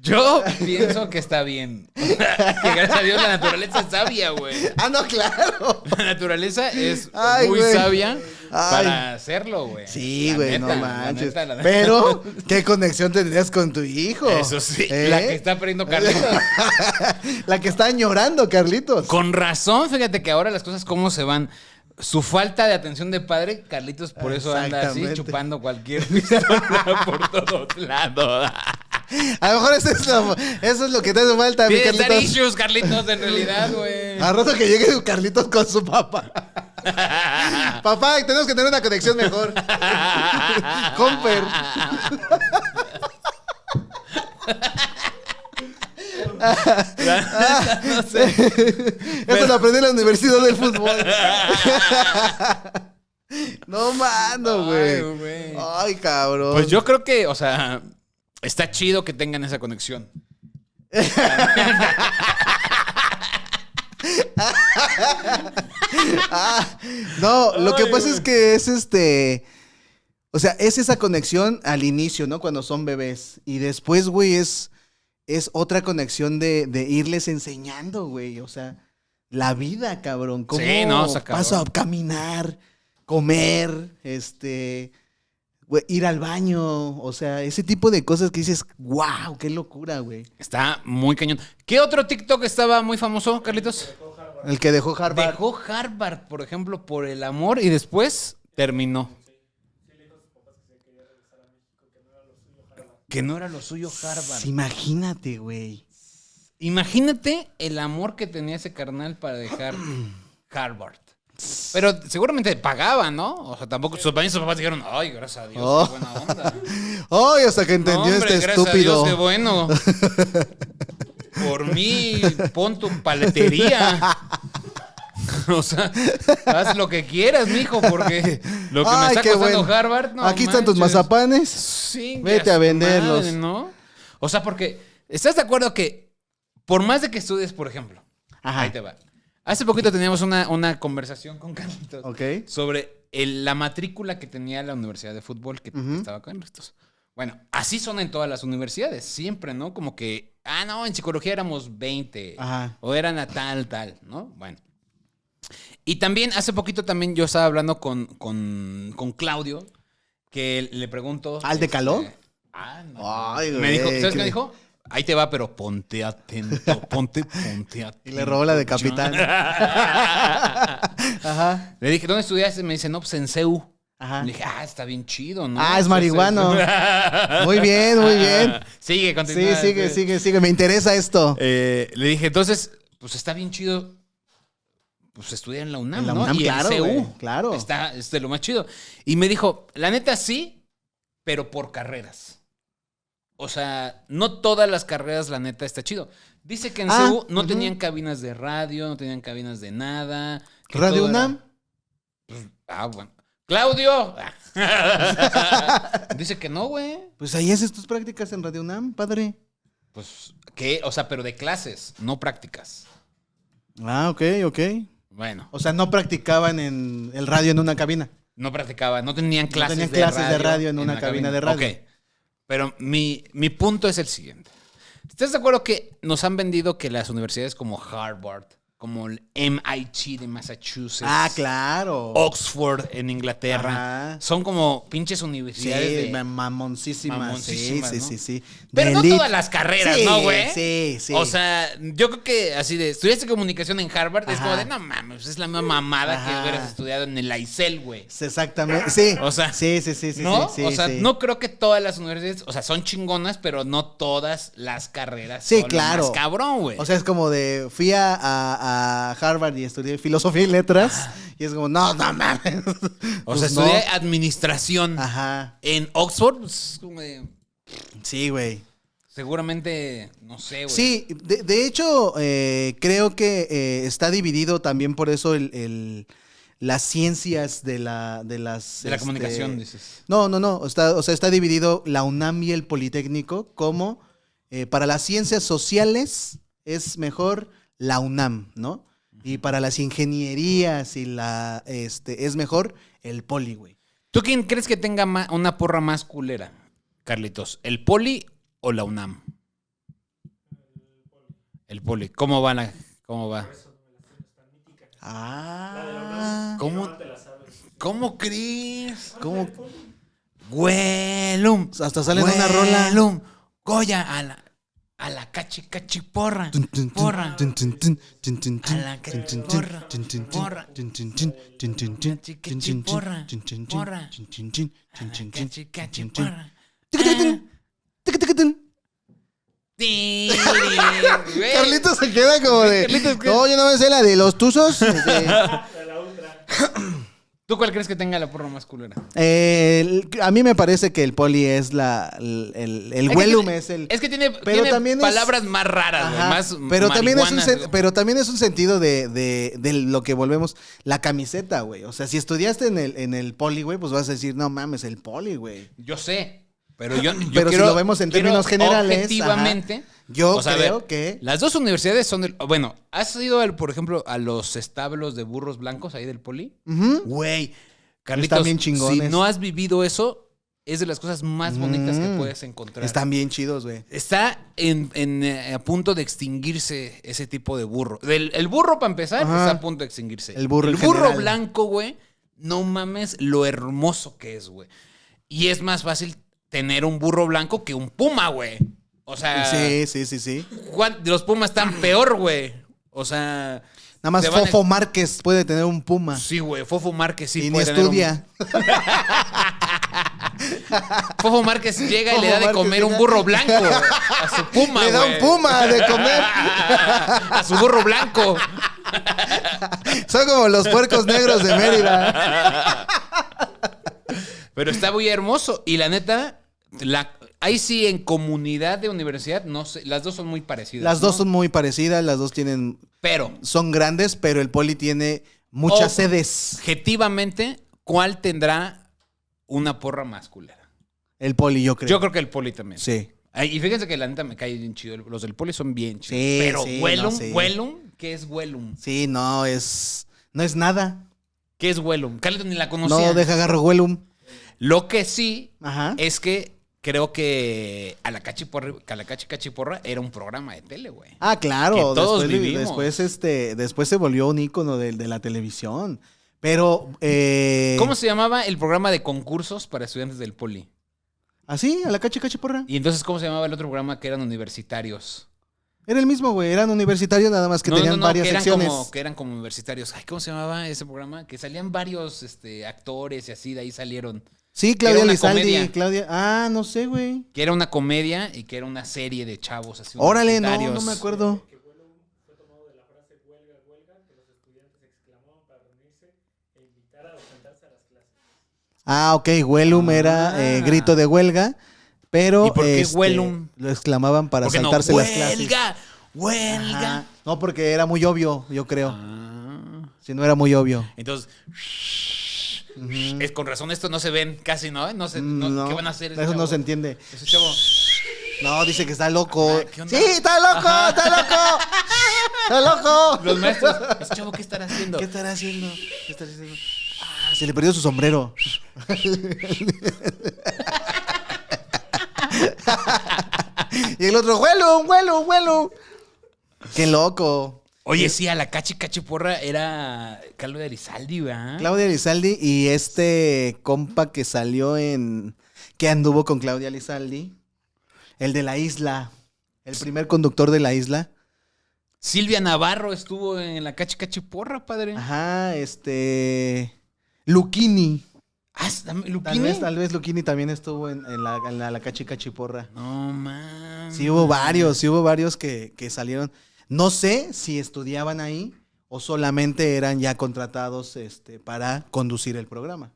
[SPEAKER 2] Yo pienso que está bien. Que gracias a Dios la naturaleza es sabia, güey.
[SPEAKER 1] Ah, no, claro.
[SPEAKER 2] La naturaleza es
[SPEAKER 1] Ay,
[SPEAKER 2] muy
[SPEAKER 1] güey.
[SPEAKER 2] sabia
[SPEAKER 1] Ay.
[SPEAKER 2] para hacerlo, güey.
[SPEAKER 1] Sí,
[SPEAKER 2] La
[SPEAKER 1] güey, no
[SPEAKER 2] neta, la
[SPEAKER 1] manches.
[SPEAKER 2] neta, la neta.
[SPEAKER 1] Pero, ¿qué conexión tendrías con tu hijo?
[SPEAKER 2] Eso sí,
[SPEAKER 1] ¿Eh?
[SPEAKER 2] la que está
[SPEAKER 1] [LAUGHS]
[SPEAKER 2] perdiendo Carlitos.
[SPEAKER 1] La que está llorando, Carlitos.
[SPEAKER 2] Con razón, fíjate que ahora las cosas cómo se van. Su falta de atención de padre, Carlitos, por eso anda así
[SPEAKER 1] Exactamente.
[SPEAKER 2] chupando cualquier [LAUGHS] pistola por todos lados.
[SPEAKER 1] A lo mejor eso es lo, eso es lo que te hace falta, Ah, mi
[SPEAKER 2] Tiene que estar
[SPEAKER 1] Carlitos. Ah,
[SPEAKER 2] issues, Carlitos, en realidad, güey.
[SPEAKER 1] A rato que llegue Carlitos con su
[SPEAKER 2] [LAUGHS]
[SPEAKER 1] papá. papá, tenemos que tener una conexión mejor. Comper.
[SPEAKER 2] No sé.
[SPEAKER 1] [LAUGHS] Eso lo aprendí en la Universidad del
[SPEAKER 2] [LAUGHS]
[SPEAKER 1] Fútbol. no mano,
[SPEAKER 2] Ay,
[SPEAKER 1] güey.
[SPEAKER 2] güey.
[SPEAKER 1] Ay, cabrón.
[SPEAKER 2] Pues yo creo que, o sea, está chido que tengan esa conexión.
[SPEAKER 1] No, lo que
[SPEAKER 2] Ay,
[SPEAKER 1] pasa
[SPEAKER 2] güey.
[SPEAKER 1] es que es este. O sea, es esa conexión al inicio, ¿no? Cuando son bebés. Y después, güey, es, es otra conexión de, de irles enseñando, güey. O sea, la vida, cabrón. ¿Cómo
[SPEAKER 2] Sí, no, está cabrón.
[SPEAKER 1] paso a caminar, comer, este. güey, ir al baño. O sea, ese tipo de cosas que dices, wow, qué locura, güey.
[SPEAKER 2] Está muy cañón. ¿Qué otro TikTok estaba muy famoso, Carlitos?
[SPEAKER 1] El que dejó Harvard.
[SPEAKER 2] Dejó Harvard, por ejemplo, por el amor y después terminó. Que no era lo suyo Harvard.
[SPEAKER 1] Pues Imagínate, güey.
[SPEAKER 2] Imagínate el amor que tenía ese carnal para dejar Harvard. Pero seguramente pagaba, ¿no? O sea, tampoco. Sus también sus papás dijeron, ay, gracias a Dios,
[SPEAKER 1] Oh.
[SPEAKER 2] qué buena onda.
[SPEAKER 1] Ay, hasta que
[SPEAKER 2] No,
[SPEAKER 1] entendió
[SPEAKER 2] hombre,
[SPEAKER 1] este
[SPEAKER 2] gracias a Dios,
[SPEAKER 1] estúpido.
[SPEAKER 2] qué
[SPEAKER 1] [LAUGHS]
[SPEAKER 2] bueno. Por mí, pon tu paletería. [LAUGHS] O sea, haz lo que quieras, mijo, porque lo que me
[SPEAKER 1] Ay,
[SPEAKER 2] está
[SPEAKER 1] qué
[SPEAKER 2] costando
[SPEAKER 1] bueno.
[SPEAKER 2] Harvard, no
[SPEAKER 1] Aquí están tus
[SPEAKER 2] manches.
[SPEAKER 1] mazapanes.
[SPEAKER 2] Sí,
[SPEAKER 1] Vete
[SPEAKER 2] ya
[SPEAKER 1] a
[SPEAKER 2] su
[SPEAKER 1] venderlos.
[SPEAKER 2] madre, ¿no? O sea, porque, ¿estás de acuerdo que por más de que estudies, por ejemplo,
[SPEAKER 1] Ajá.
[SPEAKER 2] ahí te va. Hace poquito teníamos una, una conversación con Carlitos
[SPEAKER 1] Ok.
[SPEAKER 2] sobre el- la matrícula que tenía la universidad de fútbol que
[SPEAKER 1] Ujú.
[SPEAKER 2] estaba Carlitos. Bueno, así son en todas las universidades, siempre, ¿no? Como que, ah, no, en psicología éramos 20.
[SPEAKER 1] Ajá.
[SPEAKER 2] O eran a tal, tal, ¿no? Bueno. Y también, hace poquito también yo estaba hablando con, con, con Claudio, que le pregunto...
[SPEAKER 1] ¿Al de
[SPEAKER 2] este,
[SPEAKER 1] Caló?
[SPEAKER 2] Ah, no.
[SPEAKER 1] Ay,
[SPEAKER 2] me
[SPEAKER 1] güey,
[SPEAKER 2] dijo, ¿sabes qué
[SPEAKER 1] que-
[SPEAKER 2] me dijo? Ahí te va, pero ponte atento, ponte, ponte atento.
[SPEAKER 1] [LAUGHS] Y le robó la de capitán. Ajá.
[SPEAKER 2] [LAUGHS] Le dije, ¿dónde estudiaste? Me dice, no, pues en CEU.
[SPEAKER 1] Ajá.
[SPEAKER 2] Y dije, ah, está bien chido, ¿no? Pues,
[SPEAKER 1] Ah, es marihuano.
[SPEAKER 2] [LAUGHS]
[SPEAKER 1] Muy bien, muy bien.
[SPEAKER 2] Sigue,
[SPEAKER 1] Sí,
[SPEAKER 2] continúa. este.
[SPEAKER 1] sigue, sigue, sigue. Me interesa esto.
[SPEAKER 2] Eh, le dije, entonces, pues está bien chido. Pues estudiar en la UNAM,
[SPEAKER 1] En la
[SPEAKER 2] ¿no?
[SPEAKER 1] UNAM,
[SPEAKER 2] y en
[SPEAKER 1] claro,
[SPEAKER 2] CU.
[SPEAKER 1] güey, claro.
[SPEAKER 2] Está es de lo más chido. Y me dijo, la neta sí, pero por carreras. O sea, no todas las carreras, la neta, está chido. Dice que en
[SPEAKER 1] Ah,
[SPEAKER 2] CU no
[SPEAKER 1] ujú.
[SPEAKER 2] tenían cabinas de radio, no tenían cabinas de nada. que
[SPEAKER 1] Radio
[SPEAKER 2] todo era-
[SPEAKER 1] UNAM.
[SPEAKER 2] Ah, bueno. ¡Claudio! [LAUGHS] Ah. Dice que no, güey.
[SPEAKER 1] Pues ahí haces tus prácticas en Radio UNAM, padre.
[SPEAKER 2] Pues, ¿qué? O sea, pero de clases, no prácticas.
[SPEAKER 1] Ah, ok, ok.
[SPEAKER 2] Bueno.
[SPEAKER 1] O sea, no practicaban en el radio en una cabina.
[SPEAKER 2] No practicaba, no tenían clases,
[SPEAKER 1] tenían
[SPEAKER 2] de,
[SPEAKER 1] clases de
[SPEAKER 2] radio
[SPEAKER 1] radio en una
[SPEAKER 2] la
[SPEAKER 1] cabina de radio.
[SPEAKER 2] Ok. Pero mi, mi punto es el siguiente. ¿Estás de acuerdo que nos han vendido que las universidades como Harvard, como el MIT de Massachusetts,
[SPEAKER 1] Ah, claro.
[SPEAKER 2] Oxford en Inglaterra,
[SPEAKER 1] Ajá.
[SPEAKER 2] son como pinches
[SPEAKER 1] Sí,
[SPEAKER 2] universidades de-
[SPEAKER 1] ma- mamoncísimas.
[SPEAKER 2] mamoncísimas,
[SPEAKER 1] sí,
[SPEAKER 2] ¿no?
[SPEAKER 1] sí, sí, sí.
[SPEAKER 2] Pero
[SPEAKER 1] De
[SPEAKER 2] no
[SPEAKER 1] elite.
[SPEAKER 2] todas las carreras,
[SPEAKER 1] Sí,
[SPEAKER 2] ¿no, güey?
[SPEAKER 1] Sí, sí.
[SPEAKER 2] O sea, yo creo que así de, estudiaste comunicación en Harvard, es como
[SPEAKER 1] Ajá.
[SPEAKER 2] de, no mames, es la misma mamada que
[SPEAKER 1] Ajá.
[SPEAKER 2] hubieras estudiado en el Aicel, güey.
[SPEAKER 1] Sí, Exactamente. Sí.
[SPEAKER 2] O sea,
[SPEAKER 1] sí, sí, sí, sí.
[SPEAKER 2] ¿No?
[SPEAKER 1] sí, sí,
[SPEAKER 2] o sea,
[SPEAKER 1] sí.
[SPEAKER 2] no creo que todas las universidades, o sea, son chingonas, pero no todas las carreras
[SPEAKER 1] Sí,
[SPEAKER 2] son
[SPEAKER 1] claro.
[SPEAKER 2] lo más cabrón, güey.
[SPEAKER 1] O sea, es como de, fui a, a- a Harvard y estudié filosofía y letras. Y es como, no, no mames. [LAUGHS]
[SPEAKER 2] O
[SPEAKER 1] Pues no.
[SPEAKER 2] sea, estudié administración
[SPEAKER 1] Ajá.
[SPEAKER 2] en Oxford, pues, como de-
[SPEAKER 1] Sí, güey.
[SPEAKER 2] seguramente, no sé, güey.
[SPEAKER 1] Sí, de, de hecho, eh, creo que eh, está dividido también por eso el, el- las ciencias de, la, de las...
[SPEAKER 2] de la
[SPEAKER 1] este,
[SPEAKER 2] comunicación, dices.
[SPEAKER 1] No, no, no. Está, o sea, está dividido la UNAM y el Politécnico como eh, para las ciencias sociales es mejor la UNAM, ¿no? Y para las ingenierías y la este es mejor el poli, güey.
[SPEAKER 2] ¿Tú quién crees que tenga ma- una porra más culera, Carlitos? ¿El Poli o la UNAM? El Poli. ¿Cómo va la, cómo va?
[SPEAKER 1] Ah.
[SPEAKER 2] ¿Cómo, ¿Cómo crees?
[SPEAKER 1] ¿Cómo?
[SPEAKER 2] Güelum.
[SPEAKER 1] Hasta sale en una rola.
[SPEAKER 2] Güelum. Goya a la, a la cachi cachi porra.
[SPEAKER 1] Tun, tun, tun,
[SPEAKER 2] Porra.
[SPEAKER 1] tun, tun, tun, tun, tun,
[SPEAKER 2] A la
[SPEAKER 1] tun,
[SPEAKER 2] que-
[SPEAKER 1] tun, tun,
[SPEAKER 2] porra,
[SPEAKER 1] tun, tun, tun,
[SPEAKER 2] porra.
[SPEAKER 1] tun, tun, tun, tun, tun, tun,
[SPEAKER 2] Cachi,
[SPEAKER 1] tun,
[SPEAKER 2] cachi,
[SPEAKER 1] tun, tun,
[SPEAKER 2] porra,
[SPEAKER 1] tun, tun, tun,
[SPEAKER 2] porra. Ah,
[SPEAKER 1] tun, tun, tun,
[SPEAKER 2] A
[SPEAKER 1] tun,
[SPEAKER 2] la
[SPEAKER 1] tun, tun,
[SPEAKER 2] Cachi
[SPEAKER 1] tun,
[SPEAKER 2] cachi
[SPEAKER 1] tun, tun.
[SPEAKER 2] porra.
[SPEAKER 1] Tic, tic,
[SPEAKER 2] Eh.
[SPEAKER 1] tic, tic, tic, tic.
[SPEAKER 2] Tiri, güey.
[SPEAKER 1] [LAUGHS] Carlitos se queda como de.
[SPEAKER 2] Eh. Carlitos, ¿qué?
[SPEAKER 1] No, yo no me sé la de los tuzos.
[SPEAKER 2] [LAUGHS]
[SPEAKER 1] este,
[SPEAKER 2] ¿Tú cuál crees que tenga la porra más culera?
[SPEAKER 1] eh, el- a mí me parece que el poli es la. El, el, el
[SPEAKER 2] Es que
[SPEAKER 1] Huelum
[SPEAKER 2] tiene-
[SPEAKER 1] es el.
[SPEAKER 2] Es que tiene,
[SPEAKER 1] Pero
[SPEAKER 2] tiene
[SPEAKER 1] también es-
[SPEAKER 2] palabras más raras, güey,
[SPEAKER 1] Ajá,
[SPEAKER 2] más
[SPEAKER 1] pero también, es un
[SPEAKER 2] marihuanas,
[SPEAKER 1] sen-
[SPEAKER 2] güey.
[SPEAKER 1] pero también es un sentido de, de- de lo que volvemos, la camiseta, güey. O sea, si estudiaste en el, en el poli, güey, pues vas a decir, no mames, el poli, güey.
[SPEAKER 2] Yo sé. Pero yo, yo
[SPEAKER 1] Pero si
[SPEAKER 2] quiero-
[SPEAKER 1] lo vemos en
[SPEAKER 2] quiero
[SPEAKER 1] términos generales,
[SPEAKER 2] Objetivamente.
[SPEAKER 1] ajá. Yo
[SPEAKER 2] o sea, a
[SPEAKER 1] creo
[SPEAKER 2] ver,
[SPEAKER 1] que-
[SPEAKER 2] Las dos universidades son del. Bueno, ¿has ido, al, por ejemplo, a los establos de burros blancos ahí del poli?
[SPEAKER 1] Ujú.
[SPEAKER 2] Güey, Carlitos,
[SPEAKER 1] Están bien
[SPEAKER 2] si
[SPEAKER 1] chingones.
[SPEAKER 2] no has vivido eso, es de las cosas más bonitas que
[SPEAKER 1] Mm.
[SPEAKER 2] puedes encontrar.
[SPEAKER 1] Están bien chidos, güey.
[SPEAKER 2] Está en, en, eh, a punto de extinguirse ese tipo de burro. Del- el burro, para empezar,
[SPEAKER 1] Ajá.
[SPEAKER 2] está a punto de extinguirse.
[SPEAKER 1] El burro en general.
[SPEAKER 2] blanco, güey, no mames lo hermoso que es, güey. Y es más fácil tener un burro blanco que un puma, güey. O sea,
[SPEAKER 1] Sí, sí, sí, sí.
[SPEAKER 2] ¿cuán- los pumas están peor, güey. O sea,
[SPEAKER 1] Nada más
[SPEAKER 2] te van a-
[SPEAKER 1] Fofo Márquez puede tener un puma.
[SPEAKER 2] sí, güey. Fofo Márquez sí
[SPEAKER 1] y ni
[SPEAKER 2] puede tener un- [LAUGHS]
[SPEAKER 1] estudia.
[SPEAKER 2] Fofo Márquez llega y
[SPEAKER 1] Fofo
[SPEAKER 2] le da de
[SPEAKER 1] Márquez
[SPEAKER 2] comer un
[SPEAKER 1] llega-
[SPEAKER 2] burro blanco güey,
[SPEAKER 1] [LAUGHS]
[SPEAKER 2] a su puma,
[SPEAKER 1] Le da un
[SPEAKER 2] güey.
[SPEAKER 1] puma de comer.
[SPEAKER 2] [LAUGHS] a su burro blanco.
[SPEAKER 1] Son como los puercos negros de Mérida.
[SPEAKER 2] Pero está muy hermoso. Y la neta, la, ahí sí, en comunidad de universidad, no sé, las dos son muy parecidas.
[SPEAKER 1] Las dos
[SPEAKER 2] ¿no?
[SPEAKER 1] son muy parecidas, las dos tienen,
[SPEAKER 2] Pero,
[SPEAKER 1] son grandes, pero el poli tiene muchas
[SPEAKER 2] Oh.
[SPEAKER 1] sedes.
[SPEAKER 2] objetivamente, ¿cuál tendrá una porra más culera?
[SPEAKER 1] El poli, yo creo.
[SPEAKER 2] Yo creo que el poli también.
[SPEAKER 1] Sí.
[SPEAKER 2] Ay, Y fíjense que la neta me cae bien chido. Los del poli son bien chidos.
[SPEAKER 1] Sí,
[SPEAKER 2] pero
[SPEAKER 1] sí,
[SPEAKER 2] Wellum,
[SPEAKER 1] no, sí.
[SPEAKER 2] Wellum, ¿qué es Wellum?
[SPEAKER 1] Sí, no, es. No es nada.
[SPEAKER 2] ¿Qué es Wellum? Carlitos ni la
[SPEAKER 1] no,
[SPEAKER 2] conocía.
[SPEAKER 1] deja agarro Eh, Huelum.
[SPEAKER 2] Lo que sí
[SPEAKER 1] Ajá.
[SPEAKER 2] es que creo que a la cachiporra, a la cachi cachiporra era un programa de tele, güey.
[SPEAKER 1] Ah, claro.
[SPEAKER 2] que todos
[SPEAKER 1] después,
[SPEAKER 2] vivimos.
[SPEAKER 1] después, este, después se volvió un ícono de, de la televisión. Pero. Eh,
[SPEAKER 2] ¿Cómo se llamaba el programa de concursos para estudiantes del poli?
[SPEAKER 1] ¿Así? ¿A la cachi cachi porra?
[SPEAKER 2] Y entonces, ¿cómo se llamaba el otro programa que eran universitarios?
[SPEAKER 1] Era el mismo, güey. Eran universitarios nada más que
[SPEAKER 2] No, no,
[SPEAKER 1] tenían
[SPEAKER 2] no,
[SPEAKER 1] varias
[SPEAKER 2] que eran
[SPEAKER 1] secciones.
[SPEAKER 2] Como, que eran como universitarios. Ay, ¿cómo se llamaba ese programa? Que salían varios este, actores y así, de ahí salieron.
[SPEAKER 1] Sí,
[SPEAKER 2] era
[SPEAKER 1] Claudia
[SPEAKER 2] una
[SPEAKER 1] Lizaldi,
[SPEAKER 2] comedia.
[SPEAKER 1] Claudia. Ah, no sé, güey.
[SPEAKER 2] Que era una comedia y que era una serie de chavos así.
[SPEAKER 1] Órale, no, no
[SPEAKER 2] universitarios.
[SPEAKER 1] me acuerdo. Ah, ok, Huelum era eh,
[SPEAKER 2] Ah.
[SPEAKER 1] grito de huelga, pero
[SPEAKER 2] ¿Y por qué
[SPEAKER 1] este,
[SPEAKER 2] Huelum?
[SPEAKER 1] lo exclamaban para
[SPEAKER 2] Porque no,
[SPEAKER 1] saltarse las clases.
[SPEAKER 2] ¡Huelga! ¡Huelga!
[SPEAKER 1] Ajá. No, porque era muy obvio, yo creo.
[SPEAKER 2] Ah.
[SPEAKER 1] Si no era muy obvio.
[SPEAKER 2] Entonces, es con razón, esto no se ven casi, ¿no? No se, no,
[SPEAKER 1] Mm, No,
[SPEAKER 2] ¿Qué van a hacer?
[SPEAKER 1] Eso no se entiende.
[SPEAKER 2] Ese chavo.
[SPEAKER 1] No, dice que está loco.
[SPEAKER 2] Ajá, Ah, ¿qué onda?
[SPEAKER 1] sí, está loco, está
[SPEAKER 2] [LAUGHS]
[SPEAKER 1] loco. Está loco.
[SPEAKER 2] Los maestros, ese chavo, ¿qué estará haciendo?
[SPEAKER 1] ¿Qué estará haciendo? ¿Qué estará haciendo? Ah, se le perdió su sombrero. [LAUGHS] y el otro, huelo, huelo, huelo. Qué loco.
[SPEAKER 2] Oye, sí, a la cachi cachiporra era Carlos de Arizaldi, ¿verdad?
[SPEAKER 1] Claudia Lizaldi y este compa que salió en. que anduvo con Claudia Lizaldi. El de la isla. El primer conductor de la isla.
[SPEAKER 2] Silvia Navarro estuvo en la cachi cachiporra, padre.
[SPEAKER 1] Ajá, este. Luquini.
[SPEAKER 2] Ah, s- dame-
[SPEAKER 1] Tal
[SPEAKER 2] ¿Luquini?
[SPEAKER 1] vez, tal vez Luquini también estuvo en, en la, en la, la cachi cachiporra.
[SPEAKER 2] No, mames.
[SPEAKER 1] Sí, hubo varios, sí hubo varios que, que salieron. No sé si estudiaban ahí o solamente eran ya contratados este, para conducir el programa.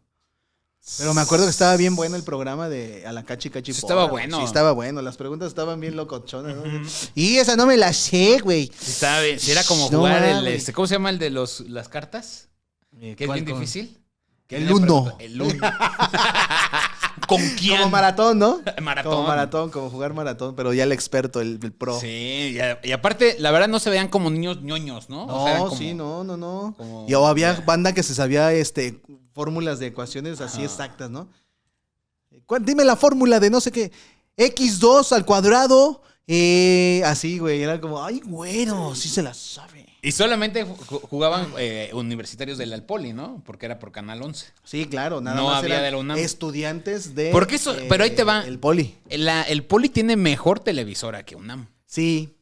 [SPEAKER 1] Pero me acuerdo que estaba bien bueno el programa de Alacachi Cachi
[SPEAKER 2] Sí,
[SPEAKER 1] Porra,
[SPEAKER 2] estaba
[SPEAKER 1] güey.
[SPEAKER 2] bueno.
[SPEAKER 1] Sí, estaba bueno. Las preguntas estaban bien locochonas. ¿no? Y esa no me la sé, güey.
[SPEAKER 2] Sí, estaba bien. Sí, era como
[SPEAKER 1] No
[SPEAKER 2] jugar el,
[SPEAKER 1] mames.
[SPEAKER 2] este, ¿cómo se llama el de los, las cartas? Que es bien difícil. Que
[SPEAKER 1] El
[SPEAKER 2] tiene
[SPEAKER 1] uno.
[SPEAKER 2] pregunta- El uno. [LAUGHS] ¿Con quién?
[SPEAKER 1] Como maratón, ¿no?
[SPEAKER 2] Maratón.
[SPEAKER 1] Como maratón, como jugar maratón, pero ya el experto, el, el pro.
[SPEAKER 2] Sí, y, a- y aparte, la verdad no se veían como niños ñoños, ¿no?
[SPEAKER 1] No,
[SPEAKER 2] O sea, eran como-
[SPEAKER 1] sí, no, no, no.
[SPEAKER 2] como-
[SPEAKER 1] y o había banda que se sabía este, fórmulas de ecuaciones así
[SPEAKER 2] Ajá.
[SPEAKER 1] exactas, ¿no? ¿Cuál- Dime la fórmula de no sé qué. X2 al cuadrado. eh, así, güey. Era como, ay, bueno, sí se la sabe.
[SPEAKER 2] Y solamente ju- jugaban eh, universitarios del Alpoli, ¿no? Porque era por Canal 11.
[SPEAKER 1] Sí, claro, nada
[SPEAKER 2] No
[SPEAKER 1] más.
[SPEAKER 2] había
[SPEAKER 1] eran
[SPEAKER 2] de la UNAM.
[SPEAKER 1] Estudiantes de. eh,
[SPEAKER 2] Porque eso- pero ahí te va.
[SPEAKER 1] El poli.
[SPEAKER 2] La- el Poli tiene mejor televisora que UNAM.
[SPEAKER 1] Sí.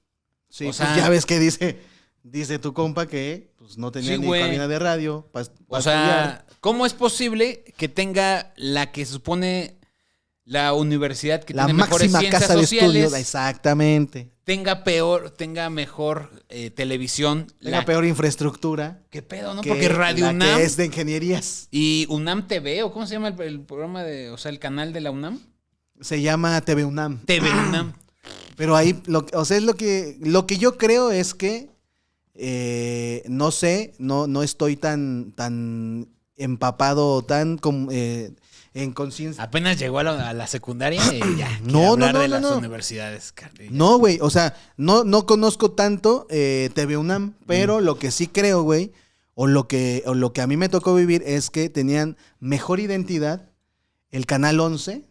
[SPEAKER 1] Sí,
[SPEAKER 2] O
[SPEAKER 1] pues
[SPEAKER 2] sea-
[SPEAKER 1] ya ves que dice. Dice tu compa que pues, no tenía
[SPEAKER 2] Sí,
[SPEAKER 1] ni
[SPEAKER 2] güey.
[SPEAKER 1] cabina de radio. pa- pa
[SPEAKER 2] O sea,
[SPEAKER 1] estudiar.
[SPEAKER 2] ¿cómo es posible que tenga la que se supone la universidad que
[SPEAKER 1] la
[SPEAKER 2] tiene mejores
[SPEAKER 1] máxima
[SPEAKER 2] ciencias
[SPEAKER 1] casa de
[SPEAKER 2] sociales
[SPEAKER 1] estudios. Exactamente.
[SPEAKER 2] tenga peor, tenga mejor eh, televisión?
[SPEAKER 1] Tenga
[SPEAKER 2] La-
[SPEAKER 1] peor infraestructura.
[SPEAKER 2] ¿Qué pedo, no?
[SPEAKER 1] que
[SPEAKER 2] Porque Radio
[SPEAKER 1] la que
[SPEAKER 2] UNAM
[SPEAKER 1] es de ingenierías.
[SPEAKER 2] y UNAM TV, o ¿cómo se llama el, el programa de, o sea, el canal de la UNAM?
[SPEAKER 1] Se llama TV UNAM.
[SPEAKER 2] TV UNAM.
[SPEAKER 1] Pero ahí, lo, o sea, es lo que, lo que yo creo es que, eh, no sé, no, no estoy tan, tan empapado o tan com- eh, en conciencia.
[SPEAKER 2] Apenas llegó a la, a la secundaria
[SPEAKER 1] [CLEARS THROAT]
[SPEAKER 2] y ya.
[SPEAKER 1] No,
[SPEAKER 2] quiere
[SPEAKER 1] no,
[SPEAKER 2] hablar
[SPEAKER 1] no,
[SPEAKER 2] de
[SPEAKER 1] no,
[SPEAKER 2] las
[SPEAKER 1] no.
[SPEAKER 2] universidades, Carly.
[SPEAKER 1] No, güey, o sea, no, no conozco tanto eh, TV
[SPEAKER 2] Mm.
[SPEAKER 1] UNAM, pero lo que sí creo, güey, o lo que, o lo que a mí me tocó vivir es que tenían mejor identidad el Canal 11,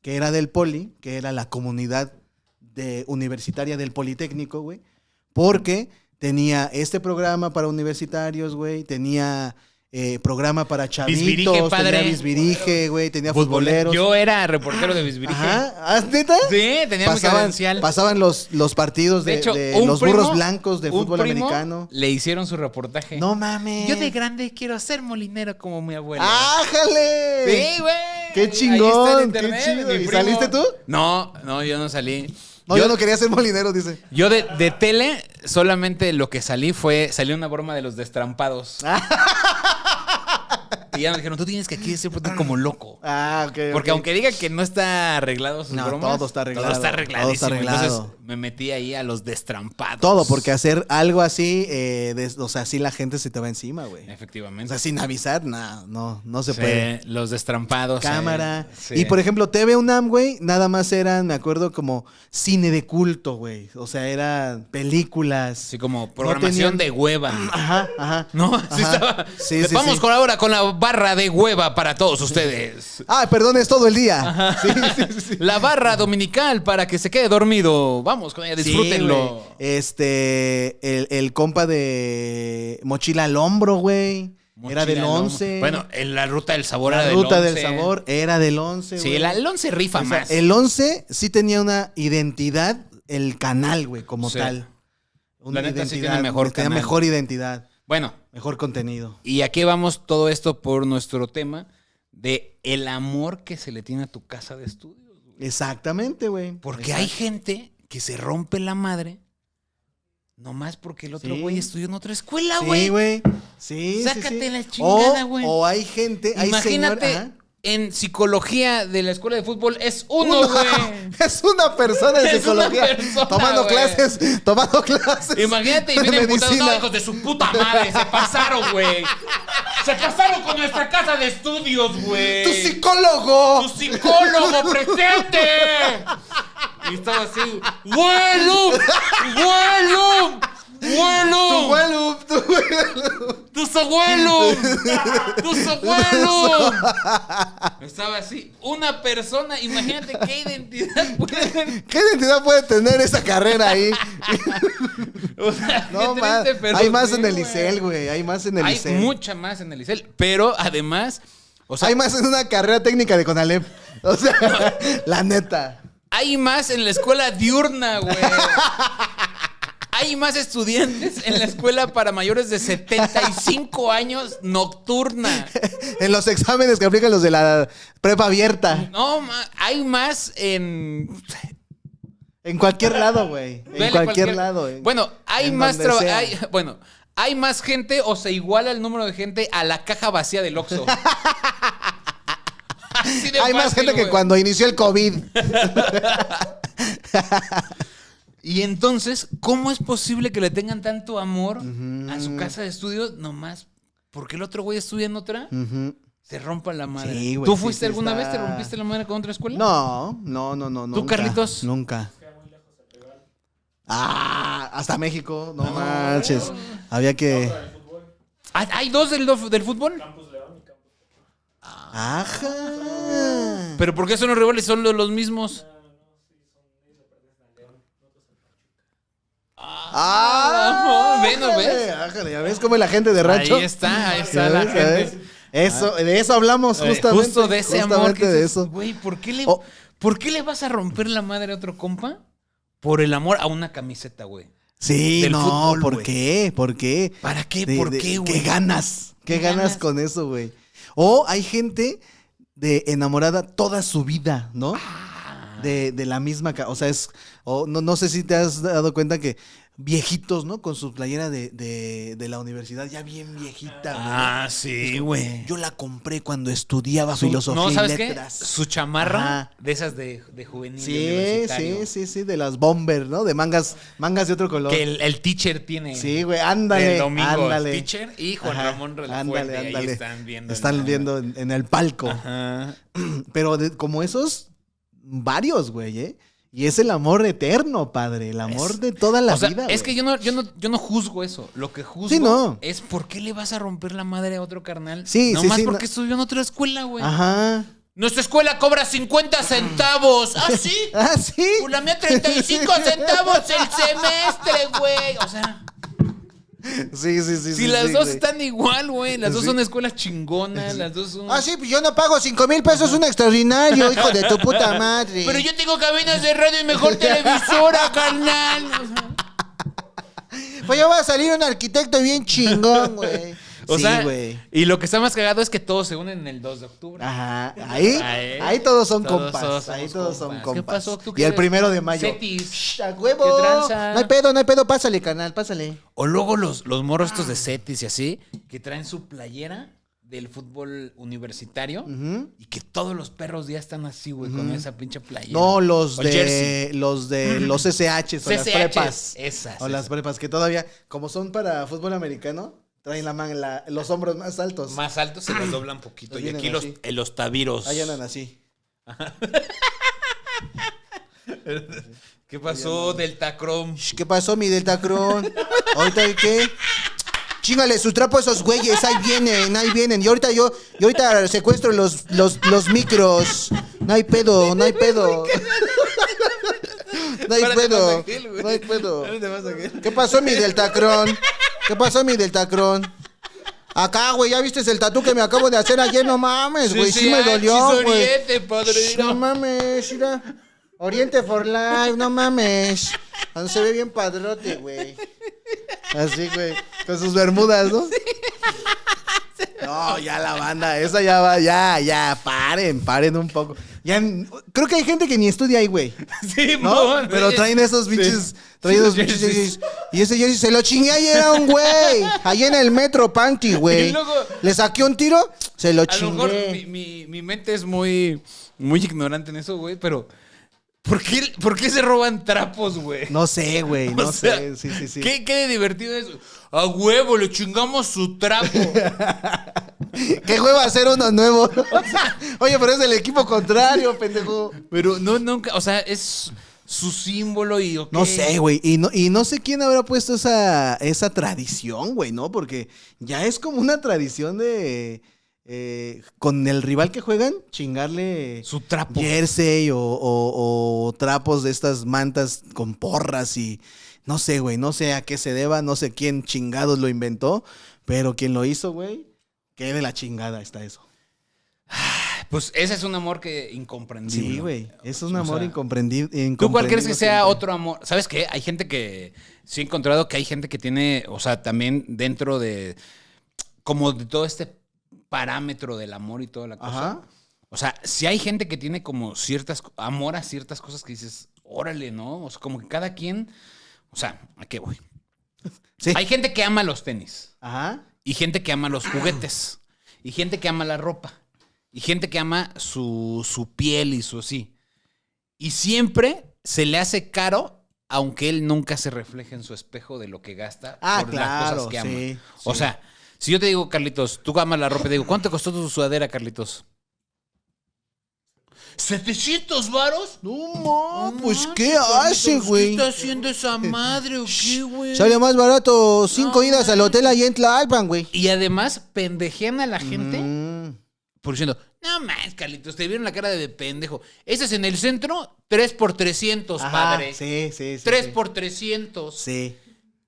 [SPEAKER 1] que era del Poli, que era la comunidad de, universitaria del Politécnico, güey, porque tenía este programa para universitarios, güey, tenía eh, programa para chavitos,
[SPEAKER 2] Bisbirige, padre.
[SPEAKER 1] tenía bisbirige, güey, tenía
[SPEAKER 2] Futbolero.
[SPEAKER 1] futboleros.
[SPEAKER 2] Yo era reportero de Bisbirige.
[SPEAKER 1] Ajá, ¿ah, neta?
[SPEAKER 2] Sí, tenía mi
[SPEAKER 1] pasaban,
[SPEAKER 2] credencial.
[SPEAKER 1] pasaban los, los partidos de,
[SPEAKER 2] de hecho,
[SPEAKER 1] de
[SPEAKER 2] un
[SPEAKER 1] los
[SPEAKER 2] primo-
[SPEAKER 1] burros blancos de
[SPEAKER 2] un
[SPEAKER 1] fútbol
[SPEAKER 2] primo
[SPEAKER 1] americano.
[SPEAKER 2] Le hicieron su reportaje.
[SPEAKER 1] No mames.
[SPEAKER 3] Yo de grande quiero ser molinero como mi abuela.
[SPEAKER 1] ¡Ájale!
[SPEAKER 2] Sí, güey.
[SPEAKER 1] ¡Qué
[SPEAKER 2] Ahí
[SPEAKER 1] chingón!
[SPEAKER 2] está en
[SPEAKER 1] ¡Qué
[SPEAKER 2] internet,
[SPEAKER 1] chido!
[SPEAKER 2] mi
[SPEAKER 1] ¿Y
[SPEAKER 2] primo.
[SPEAKER 1] saliste tú?
[SPEAKER 2] No, no, yo no salí.
[SPEAKER 1] No,
[SPEAKER 2] yo,
[SPEAKER 1] yo no quería ser molinero, dice.
[SPEAKER 2] yo de, de tele solamente lo que salí fue. Salió una broma de los destrampados.
[SPEAKER 1] Ah.
[SPEAKER 2] y ya me dijeron, tú tienes que aquí ser pues, como loco.
[SPEAKER 1] Ah, ok.
[SPEAKER 2] Porque
[SPEAKER 1] ok.
[SPEAKER 2] aunque diga que no está arreglado sus
[SPEAKER 1] No,
[SPEAKER 2] bromas,
[SPEAKER 1] todo está arreglado,
[SPEAKER 2] Todo está arregladísimo.
[SPEAKER 1] todo está arreglado.
[SPEAKER 2] Entonces me metí ahí a los destrampados.
[SPEAKER 1] Todo, porque hacer algo así, eh, des- o sea, así la gente se te va encima, güey. O
[SPEAKER 2] Efectivamente.
[SPEAKER 1] sea, sin avisar, no, no, no se
[SPEAKER 2] Sí,
[SPEAKER 1] puede.
[SPEAKER 2] los destrampados.
[SPEAKER 1] Cámara.
[SPEAKER 2] eh, sí.
[SPEAKER 1] Y por ejemplo, TV UNAM, güey, nada más eran, me acuerdo, como cine de culto, güey. O sea, eran películas.
[SPEAKER 2] Así como
[SPEAKER 1] tenían-
[SPEAKER 2] programación de hueva.
[SPEAKER 1] Ajá, ajá.
[SPEAKER 2] No, [LAUGHS] así
[SPEAKER 1] Ajá.
[SPEAKER 2] estaba.
[SPEAKER 1] Sí, sí,
[SPEAKER 2] Vamos
[SPEAKER 1] sí.
[SPEAKER 2] con ahora con la barra de hueva para todos ustedes.
[SPEAKER 1] Ah, perdón, es todo el día. Sí, sí, sí.
[SPEAKER 2] La barra dominical para que se quede dormido. Vamos con ella, [LAUGHS] disfrútenlo.
[SPEAKER 1] Sí, güey. este, el, el compa de Mochila al Hombro, güey. Era
[SPEAKER 2] Mochila
[SPEAKER 1] del
[SPEAKER 2] al hombro.
[SPEAKER 1] 11.
[SPEAKER 2] Bueno, en la ruta del sabor
[SPEAKER 1] la
[SPEAKER 2] era
[SPEAKER 1] ruta del
[SPEAKER 2] 11.
[SPEAKER 1] sabor era del 11.
[SPEAKER 2] Sí,
[SPEAKER 1] güey.
[SPEAKER 2] el, el 11 rifa
[SPEAKER 1] O sea,
[SPEAKER 2] más.
[SPEAKER 1] el 11 sí tenía una identidad, el canal, güey, como
[SPEAKER 2] Sí.
[SPEAKER 1] tal. Una
[SPEAKER 2] La neta sí tiene mejor
[SPEAKER 1] tenía
[SPEAKER 2] canal.
[SPEAKER 1] mejor identidad,
[SPEAKER 2] Bueno,
[SPEAKER 1] mejor contenido.
[SPEAKER 2] y aquí vamos todo esto por nuestro tema de el amor que se le tiene a tu casa de estudios. güey.
[SPEAKER 1] Exactamente, güey.
[SPEAKER 2] Porque hay gente que se rompe la madre nomás porque el otro
[SPEAKER 1] Sí.
[SPEAKER 2] güey estudió en otra escuela,
[SPEAKER 1] Sí,
[SPEAKER 2] güey.
[SPEAKER 1] güey. Sí, sí,
[SPEAKER 2] Sácate
[SPEAKER 1] sí.
[SPEAKER 2] la chingada,
[SPEAKER 1] O-
[SPEAKER 2] güey.
[SPEAKER 1] O hay gente, hay señor-
[SPEAKER 2] Imagínate
[SPEAKER 1] ajá.
[SPEAKER 2] en psicología de la escuela de fútbol es uno,
[SPEAKER 1] Uno. [LAUGHS]
[SPEAKER 2] güey.
[SPEAKER 1] Es una persona de
[SPEAKER 2] Es una
[SPEAKER 1] psicología
[SPEAKER 2] persona,
[SPEAKER 1] tomando
[SPEAKER 2] güey.
[SPEAKER 1] clases, tomando clases.
[SPEAKER 2] Imagínate, y
[SPEAKER 1] de
[SPEAKER 2] vienen putados,
[SPEAKER 1] medicina.
[SPEAKER 2] no, hijos de su puta madre, se pasaron, güey. Se pasaron con nuestra casa de estudios, güey.
[SPEAKER 1] ¡Tu psicólogo!
[SPEAKER 2] ¡Tu psicólogo presente! Y estaba así, ¡Vuelo! ¡Vuelo!
[SPEAKER 1] ¡Tu
[SPEAKER 2] ¡Vuelo!
[SPEAKER 1] vuelo! ¡Tu vuelo!
[SPEAKER 2] ¡Tus abuelos! ¡Tus abuelos! Estaba así, una persona, imagínate qué identidad [LAUGHS] puede
[SPEAKER 1] ¿Qué identidad puede tener esa carrera
[SPEAKER 2] [LAUGHS]
[SPEAKER 1] ahí?
[SPEAKER 2] O sea,
[SPEAKER 1] No,
[SPEAKER 2] qué
[SPEAKER 1] más.
[SPEAKER 2] triste, pero
[SPEAKER 1] Hay más
[SPEAKER 2] sí,
[SPEAKER 1] en el
[SPEAKER 2] güey.
[SPEAKER 1] Licel, güey. Hay más en el
[SPEAKER 2] Hay
[SPEAKER 1] Licel.
[SPEAKER 2] mucha más en el Licel, pero además, o sea,
[SPEAKER 1] Hay más en una carrera técnica de Conalep. O sea, [LAUGHS] la neta. [LAUGHS]
[SPEAKER 2] Hay más en la escuela diurna, güey. Hay más estudiantes en la escuela para mayores de 75 años nocturna.
[SPEAKER 1] En los exámenes que aplican los de la prepa abierta.
[SPEAKER 2] No, ma- hay más en...
[SPEAKER 1] En cualquier lado, güey. En
[SPEAKER 2] vele
[SPEAKER 1] cualquier, lado. eh.
[SPEAKER 2] Bueno, hay
[SPEAKER 1] En
[SPEAKER 2] más...
[SPEAKER 1] donde
[SPEAKER 2] traba-
[SPEAKER 1] sea.
[SPEAKER 2] hay- bueno, hay más gente o se iguala el número de gente a la caja vacía
[SPEAKER 1] [LAUGHS]
[SPEAKER 2] del Oxxo. Así de
[SPEAKER 1] Hay más
[SPEAKER 2] fácil,
[SPEAKER 1] gente que
[SPEAKER 2] güey.
[SPEAKER 1] cuando inició el COVID.
[SPEAKER 2] [LAUGHS] Y entonces, ¿cómo es posible que le tengan tanto amor a su casa de estudios nomás porque el otro güey estudia en otra?
[SPEAKER 1] Ujú.
[SPEAKER 2] Se rompa la madre.
[SPEAKER 1] Mm. Sí, güey,
[SPEAKER 2] ¿Tú
[SPEAKER 1] sí,
[SPEAKER 2] fuiste
[SPEAKER 1] sí
[SPEAKER 2] alguna
[SPEAKER 1] está.
[SPEAKER 2] vez? ¿Te rompiste la madre con otra escuela?
[SPEAKER 1] No, no, no, no. nunca,
[SPEAKER 2] Carlitos?
[SPEAKER 1] Nunca. Ah, hasta México. No, manches. Había que.
[SPEAKER 2] Ah, ¿Hay dos del, dof- del fútbol?
[SPEAKER 1] Ajá.
[SPEAKER 2] ¿Pero por qué son los rivales? ¿Son lo- los mismos?
[SPEAKER 1] Ah,
[SPEAKER 2] no, ve, ¿no
[SPEAKER 1] ájale,
[SPEAKER 2] ves?
[SPEAKER 1] ájale, ¿Ya ves cómo es la gente de rancho?
[SPEAKER 2] Ahí está, ahí
[SPEAKER 1] ¿Ya
[SPEAKER 2] está la
[SPEAKER 1] ves, ya ves?
[SPEAKER 2] gente.
[SPEAKER 1] Eso, de eso hablamos
[SPEAKER 2] Eh,
[SPEAKER 1] justamente.
[SPEAKER 2] Justo de ese amor.
[SPEAKER 1] justamente
[SPEAKER 2] Que
[SPEAKER 1] de
[SPEAKER 2] dices,
[SPEAKER 1] eso.
[SPEAKER 2] Güey, ¿por, qué le-
[SPEAKER 1] Oh.
[SPEAKER 2] ¿por qué le vas a romper la madre a otro compa? Por el amor a una camiseta, güey.
[SPEAKER 1] Sí,
[SPEAKER 2] del
[SPEAKER 1] no,
[SPEAKER 2] fútbol,
[SPEAKER 1] ¿por
[SPEAKER 2] güey.
[SPEAKER 1] qué? ¿Por qué?
[SPEAKER 2] ¿Para qué?
[SPEAKER 1] De-
[SPEAKER 2] ¿Por
[SPEAKER 1] de-
[SPEAKER 2] qué, güey?
[SPEAKER 1] ganas? ¿Qué,
[SPEAKER 2] ¿Qué
[SPEAKER 1] ganas,
[SPEAKER 2] ganas?
[SPEAKER 1] con eso, güey? O hay gente de enamorada toda su vida, ¿no?
[SPEAKER 2] Ah.
[SPEAKER 1] De, de la misma, ca- o sea, es, o no, no sé si te has dado cuenta que viejitos, ¿no? Con su playera de, de- de la universidad, ya bien viejita, güey.
[SPEAKER 2] Ah, sí, güey.
[SPEAKER 1] Yo la compré cuando estudiaba
[SPEAKER 2] Su-
[SPEAKER 1] filosofía
[SPEAKER 2] no, ¿sabes
[SPEAKER 1] y
[SPEAKER 2] qué?
[SPEAKER 1] letras.
[SPEAKER 2] Su chamarra
[SPEAKER 1] Ajá.
[SPEAKER 2] de esas de, de juvenil.
[SPEAKER 1] Sí,
[SPEAKER 2] universitario.
[SPEAKER 1] sí, sí, sí, de las bomber, ¿no? De mangas, mangas de otro color.
[SPEAKER 2] Que el, el teacher tiene.
[SPEAKER 1] Sí, güey, ándale.
[SPEAKER 2] Del domingo,
[SPEAKER 1] ándale.
[SPEAKER 2] el teacher y Juan
[SPEAKER 1] Ajá,
[SPEAKER 2] Ramón Relafuerte.
[SPEAKER 1] ándale,
[SPEAKER 2] ahí
[SPEAKER 1] ándale.
[SPEAKER 2] están viendo.
[SPEAKER 1] Están
[SPEAKER 2] en-
[SPEAKER 1] viendo en, en el palco.
[SPEAKER 2] Ajá.
[SPEAKER 1] Pero de- como esos, varios, güey, ¿eh? Y es el amor eterno, padre. El amor
[SPEAKER 2] Es-
[SPEAKER 1] de toda la
[SPEAKER 2] O sea,
[SPEAKER 1] vida.
[SPEAKER 2] es que
[SPEAKER 1] güey.
[SPEAKER 2] yo no, yo, no, yo no juzgo eso. Lo que juzgo
[SPEAKER 1] Sí, no.
[SPEAKER 2] es por qué le vas a romper la madre a otro carnal.
[SPEAKER 1] Sí, sí,
[SPEAKER 2] Nomás
[SPEAKER 1] sí,
[SPEAKER 2] porque
[SPEAKER 1] no.
[SPEAKER 2] estudió en otra escuela, güey.
[SPEAKER 1] Ajá.
[SPEAKER 2] Nuestra escuela cobra
[SPEAKER 1] [LAUGHS]
[SPEAKER 2] 50 centavos. ¿Ah, sí?
[SPEAKER 1] Ah, sí.
[SPEAKER 2] Pues la mía 35 centavos el semestre, güey. O sea,
[SPEAKER 1] [LAUGHS] Sí, sí, sí.
[SPEAKER 2] si
[SPEAKER 1] sí,
[SPEAKER 2] las
[SPEAKER 1] sí,
[SPEAKER 2] dos
[SPEAKER 1] güey.
[SPEAKER 2] están igual, güey. Las dos
[SPEAKER 1] Sí.
[SPEAKER 2] son escuelas chingonas, las dos son...
[SPEAKER 1] Ah, sí, pues yo no pago cinco mil pesos un
[SPEAKER 2] [LAUGHS]
[SPEAKER 1] extraordinario, hijo de tu puta madre.
[SPEAKER 2] Pero yo tengo cabinas de radio y mejor televisora, carnal. O sea,
[SPEAKER 1] Pues ya va a salir un arquitecto bien chingón, güey.
[SPEAKER 2] O
[SPEAKER 1] sí,
[SPEAKER 2] sea,
[SPEAKER 1] güey.
[SPEAKER 2] y lo que está más cagado es que todos se unen el 2 de octubre.
[SPEAKER 1] Ajá, ahí,
[SPEAKER 2] Ahí.
[SPEAKER 1] ahí todos son
[SPEAKER 2] Ah, ¿eh? Todos
[SPEAKER 1] compas.
[SPEAKER 2] somos
[SPEAKER 1] ahí todos son
[SPEAKER 2] compas.
[SPEAKER 1] compas.
[SPEAKER 2] ¿Qué pasó? ¿Tú
[SPEAKER 1] y
[SPEAKER 2] qué
[SPEAKER 1] el
[SPEAKER 2] eres?
[SPEAKER 1] primero de mayo.
[SPEAKER 2] Cetis.
[SPEAKER 1] Shh, ¡A huevo!
[SPEAKER 2] ¿Qué tranza?
[SPEAKER 1] No hay pedo, no hay pedo. Pásale, canal, pásale.
[SPEAKER 2] O luego los, los morros estos
[SPEAKER 1] Ah.
[SPEAKER 2] de Cetis y así, que traen su playera del fútbol universitario
[SPEAKER 1] ¿Mm?
[SPEAKER 2] y que todos los perros ya están así, güey, con esa pinche playera.
[SPEAKER 1] No, los
[SPEAKER 2] O
[SPEAKER 1] de
[SPEAKER 2] jersey.
[SPEAKER 1] los de
[SPEAKER 2] [LAUGHS]
[SPEAKER 1] los SHs o las
[SPEAKER 2] CCHs,
[SPEAKER 1] prepas.
[SPEAKER 2] esas,
[SPEAKER 1] O las
[SPEAKER 2] esas.
[SPEAKER 1] prepas que todavía, como son para fútbol americano, traen la man- la- los hombros más altos.
[SPEAKER 2] Más altos se los doblan poquito.
[SPEAKER 1] Los
[SPEAKER 2] Y
[SPEAKER 1] vienen
[SPEAKER 2] aquí los,
[SPEAKER 1] así.
[SPEAKER 2] eh, los tabiros.
[SPEAKER 1] Ahí andan así.
[SPEAKER 2] ¿Qué pasó, Delta Chrome?
[SPEAKER 1] Shh, ¿Qué pasó, mi Deltacron? ¿Ahorita el qué? Chingale su trapo a esos güeyes, ahí vienen, ahí vienen. Y ahorita yo, y ahorita secuestro los, los, los micros. No hay pedo, no hay pedo. No hay
[SPEAKER 2] Párate más
[SPEAKER 1] pedo,
[SPEAKER 2] aquel, güey.
[SPEAKER 1] no hay pedo.
[SPEAKER 2] Párate más aquel.
[SPEAKER 1] ¿Qué pasó, mi Deltacron? ¿Qué pasó, mi Deltacron? Acá, güey, ¿ya viste el tatú que me acabo de hacer ayer? No mames, güey, sí, me
[SPEAKER 2] ay, sí,
[SPEAKER 1] dolió, güey.
[SPEAKER 2] oriente, padre,
[SPEAKER 1] Sh, No
[SPEAKER 2] mira.
[SPEAKER 1] mames, mira. Oriente for Life, no mames. Ah, Se ve bien padrote, güey. Así, güey. Con sus bermudas, ¿no? No, ya la banda, esa ya va, ya, ya, paren, paren un poco. Ya, n- creo que hay gente que ni estudia ahí, güey.
[SPEAKER 2] [LAUGHS] Sí,
[SPEAKER 1] ¿No?
[SPEAKER 2] mon,
[SPEAKER 1] Pero
[SPEAKER 2] güey.
[SPEAKER 1] traen esos bichos, traen
[SPEAKER 2] Sí,
[SPEAKER 1] esos
[SPEAKER 2] los
[SPEAKER 1] bichos
[SPEAKER 2] jerseys.
[SPEAKER 1] Y ese jersey se lo chingué ayer a un güey. Allí en el metro Panty,
[SPEAKER 2] [LAUGHS] Y
[SPEAKER 1] güey.
[SPEAKER 2] luego-
[SPEAKER 1] Le saqué un tiro, se lo
[SPEAKER 2] A lo mejor mi,
[SPEAKER 1] chingué.
[SPEAKER 2] mi- mi mente es muy, muy ignorante en eso, güey, pero ¿por qué, por qué se roban trapos, güey?
[SPEAKER 1] No sé, güey,
[SPEAKER 2] [LAUGHS] O
[SPEAKER 1] no
[SPEAKER 2] sea,
[SPEAKER 1] sé. Sí, sí, sí.
[SPEAKER 2] ¿qué, qué de divertido es? A huevo, le chingamos
[SPEAKER 1] [LAUGHS]
[SPEAKER 2] su trapo.
[SPEAKER 1] Que juega a ser uno nuevo. [LAUGHS] Oye, pero es el equipo contrario, pendejo.
[SPEAKER 2] Pero no, nunca, o sea, es su símbolo y... ok.
[SPEAKER 1] No sé, güey. Y no, y no sé quién habrá puesto esa, esa tradición, güey, ¿no? Porque ya es como una tradición de. eh, con el rival que juegan, chingarle
[SPEAKER 2] Su trapo.
[SPEAKER 1] jersey o, o- o trapos de estas mantas con porras y. No sé, güey. No sé a qué se deba. No sé quién chingados lo inventó. Pero quien lo hizo, güey. Qué de la chingada está eso.
[SPEAKER 2] Pues ese es un amor que incomprendible.
[SPEAKER 1] Sí, güey. Es un
[SPEAKER 2] O
[SPEAKER 1] amor
[SPEAKER 2] sea,
[SPEAKER 1] incomprendible.
[SPEAKER 2] ¿Tú cuál crees que sea
[SPEAKER 1] siempre.
[SPEAKER 2] otro amor? ¿Sabes qué? Hay gente que. Sí, he encontrado que hay gente que tiene. O sea, también dentro de. Como de todo este parámetro del amor y toda la cosa.
[SPEAKER 1] Ajá.
[SPEAKER 2] O sea, si hay gente que tiene como ciertas. co- Amor a ciertas cosas que dices. Órale, ¿no? O sea, como que cada quien. O sea, ¿a qué voy?
[SPEAKER 1] Sí.
[SPEAKER 2] Hay gente que ama los tenis.
[SPEAKER 1] Ajá.
[SPEAKER 2] Y gente que ama los juguetes. Y gente que ama la ropa. Y gente que ama su, su piel y su así. Y siempre se le hace caro, aunque él nunca se refleje en su espejo de lo que gasta
[SPEAKER 1] Ah,
[SPEAKER 2] por las
[SPEAKER 1] claro,
[SPEAKER 2] cosas que ama.
[SPEAKER 1] sí,
[SPEAKER 2] O
[SPEAKER 1] sí.
[SPEAKER 2] sea, si yo te digo, Carlitos, tú amas la ropa, te digo, ¿cuánto costó tu sudadera, Carlitos? ¿700 varos?
[SPEAKER 1] No, ma, pues
[SPEAKER 2] manches,
[SPEAKER 1] ¿qué
[SPEAKER 2] Carlitos,
[SPEAKER 1] hace, güey?
[SPEAKER 2] ¿Qué está haciendo esa madre o qué, güey?
[SPEAKER 1] Sale más barato cinco
[SPEAKER 2] No,
[SPEAKER 1] idas al hotel ahí en Tlalpan, güey.
[SPEAKER 2] Y además pendejean a la gente
[SPEAKER 1] Mm.
[SPEAKER 2] por diciendo, no más, Carlitos, te vieron la cara de pendejo. Ese es en el centro, 3 por 300,
[SPEAKER 1] Ajá,
[SPEAKER 2] padre.
[SPEAKER 1] Sí, sí, sí.
[SPEAKER 2] 3
[SPEAKER 1] sí.
[SPEAKER 2] por 300.
[SPEAKER 1] Sí.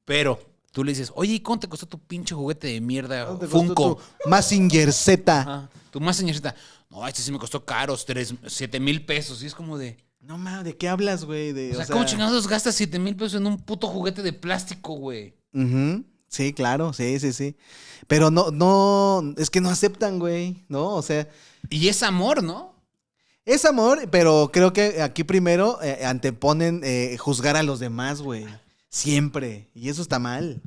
[SPEAKER 2] Pero tú le dices, oye, ¿y ¿cuánto te costó tu pinche juguete de mierda,
[SPEAKER 1] ¿Cuánto te
[SPEAKER 2] Funko?
[SPEAKER 1] costó tu Mazinger Z.
[SPEAKER 2] Ajá. Tu más señorita, no, este sí me costó caros, 7 mil pesos. Y es como de,
[SPEAKER 1] No mames, ¿de qué hablas, güey? De,
[SPEAKER 2] o sea, ¿cómo chingados gastas 7 mil pesos en un puto juguete de plástico, güey?
[SPEAKER 1] Ujú. Sí, claro, sí, sí, sí. Pero no, no, es que no aceptan, güey, ¿no? O sea,
[SPEAKER 2] Y es amor, ¿no?
[SPEAKER 1] es amor, pero creo que aquí primero eh, anteponen eh, juzgar a los demás, güey. Siempre. Y eso está mal.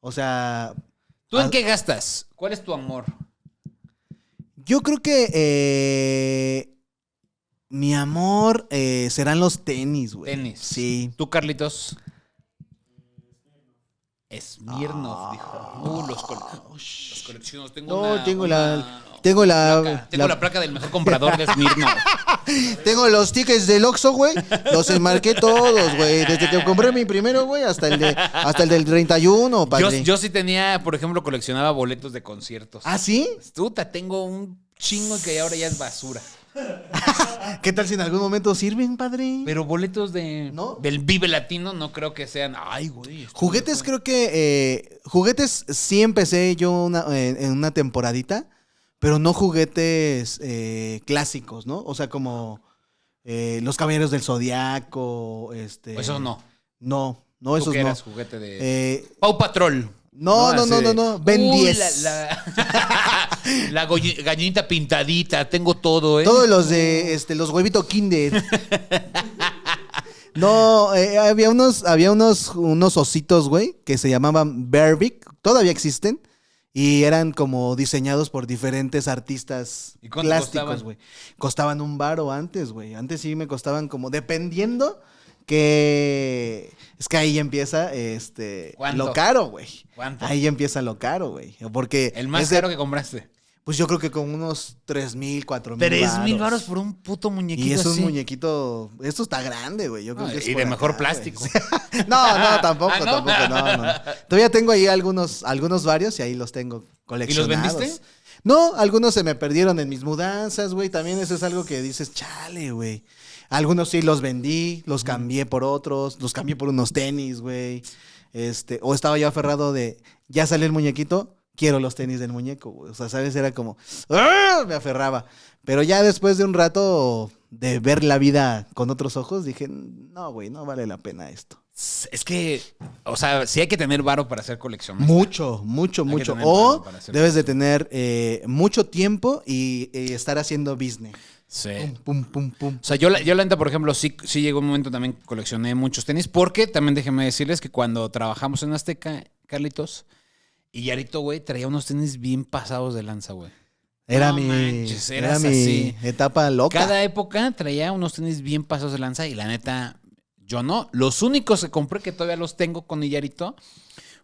[SPEAKER 1] O sea,
[SPEAKER 2] ¿Tú en
[SPEAKER 1] Ah.
[SPEAKER 2] qué gastas? ¿Cuál es tu amor?
[SPEAKER 1] Yo creo que eh, mi amor eh, serán los tenis, güey.
[SPEAKER 2] Tenis.
[SPEAKER 1] Sí.
[SPEAKER 2] Tú, Carlitos. Esmirnos, dijo. Uh, los, col- los coleccionos. Tengo
[SPEAKER 1] Ah, oh, No,
[SPEAKER 2] una-
[SPEAKER 1] tengo
[SPEAKER 2] una-
[SPEAKER 1] la. Tengo la.
[SPEAKER 2] placa. Tengo la...
[SPEAKER 1] la-
[SPEAKER 2] placa del mejor comprador de Esmirnos.
[SPEAKER 1] tengo los tickets del Oxxo, güey. Los enmarqué todos, güey. Desde que compré mi primero, güey, hasta el de, hasta el del 31,
[SPEAKER 2] yo,
[SPEAKER 1] [LAUGHS] padre.
[SPEAKER 2] yo sí tenía, por ejemplo, coleccionaba boletos de conciertos.
[SPEAKER 1] ¿Ah, sí?
[SPEAKER 2] Puta, tengo un chingo que ahora ya es basura.
[SPEAKER 1] ¿Qué tal si en algún momento sirven, padre?
[SPEAKER 2] Pero boletos de
[SPEAKER 1] ¿No?
[SPEAKER 2] del Vive Latino no creo que sean. Ay, güey. esto-
[SPEAKER 1] Juguetes creo que... eh, juguetes sí empecé yo una- en, en una temporadita, pero no juguetes eh, clásicos, ¿no? O sea, como eh, Los Caballeros del Zodiaco, este...
[SPEAKER 2] Pues Eso no.
[SPEAKER 1] No, no,
[SPEAKER 2] Tú
[SPEAKER 1] esos
[SPEAKER 2] que
[SPEAKER 1] no.
[SPEAKER 2] eras juguete de.
[SPEAKER 1] Eh,
[SPEAKER 2] Pau Patrol.
[SPEAKER 1] no, no,
[SPEAKER 2] Así
[SPEAKER 1] no, no,
[SPEAKER 2] de,
[SPEAKER 1] no, Ben
[SPEAKER 2] "Uy,
[SPEAKER 1] 10.
[SPEAKER 2] La, la- [LAUGHS] la goll- gallinita pintadita, tengo todo, ¿eh?
[SPEAKER 1] Todos los de este, los huevitos
[SPEAKER 2] [LAUGHS]
[SPEAKER 1] Kinder. No, eh, había unos, había unos, unos ositos, güey, que se llamaban Berbic, todavía existen, y eran como diseñados por diferentes artistas
[SPEAKER 2] ¿Y cuánto
[SPEAKER 1] plásticos,
[SPEAKER 2] costaban?
[SPEAKER 1] güey. Costaban un baro antes, güey. Antes sí me costaban como, dependiendo que es que ahí ya empieza este
[SPEAKER 2] ¿Cuánto?
[SPEAKER 1] lo caro, güey.
[SPEAKER 2] ¿Cuánto?
[SPEAKER 1] Ahí ya empieza lo caro, güey. Porque
[SPEAKER 2] El más
[SPEAKER 1] es de-
[SPEAKER 2] caro que compraste.
[SPEAKER 1] pues yo creo que con unos tres mil, cuatro mil.
[SPEAKER 2] Tres mil varos por un puto muñequito
[SPEAKER 1] Y es un
[SPEAKER 2] así.
[SPEAKER 1] muñequito. Esto está grande, güey. Yo creo
[SPEAKER 2] Ah,
[SPEAKER 1] que es
[SPEAKER 2] y
[SPEAKER 1] por
[SPEAKER 2] de mejor
[SPEAKER 1] güey.
[SPEAKER 2] plástico.
[SPEAKER 1] [LAUGHS] no, no, tampoco,
[SPEAKER 2] Ah, ¿no?
[SPEAKER 1] tampoco, no, no. Todavía tengo ahí algunos, algunos varios y ahí los tengo
[SPEAKER 2] vendiste?
[SPEAKER 1] coleccionados. No, algunos se me perdieron en mis mudanzas, güey. También eso es algo que dices, chale, güey. Algunos sí los vendí, los cambié por otros, los cambié por unos tenis, güey. Este, o estaba yo aferrado de, ya salió el muñequito, quiero los tenis del muñeco, güey. O sea, ¿sabes? Era como, ¡ah! me aferraba. Pero ya después de un rato de ver la vida con otros ojos, dije, no, güey, no vale la pena esto.
[SPEAKER 2] Es que, o sea, sí hay que tener varo para ser coleccionista.
[SPEAKER 1] Mucho, mucho,
[SPEAKER 2] que
[SPEAKER 1] mucho.
[SPEAKER 2] tener
[SPEAKER 1] O
[SPEAKER 2] para- para hacer
[SPEAKER 1] debes de tener eh, mucho tiempo y, y estar haciendo business.
[SPEAKER 2] Sí.
[SPEAKER 1] Pum, pum, pum, pum.
[SPEAKER 2] O sea, yo, la- yo la neta, por ejemplo, sí, sí llegó un momento también que coleccioné muchos tenis, porque también déjenme decirles que cuando trabajamos en Azteca, Carlitos, y Yarito, güey, traía unos tenis bien pasados de lanza, güey.
[SPEAKER 1] Era
[SPEAKER 2] No
[SPEAKER 1] mi,
[SPEAKER 2] manches,
[SPEAKER 1] era
[SPEAKER 2] eras así.
[SPEAKER 1] mi etapa loca.
[SPEAKER 2] Cada época traía unos tenis bien pasados de lanza y la neta, yo no. Los únicos que compré, que todavía los tengo con Illarito,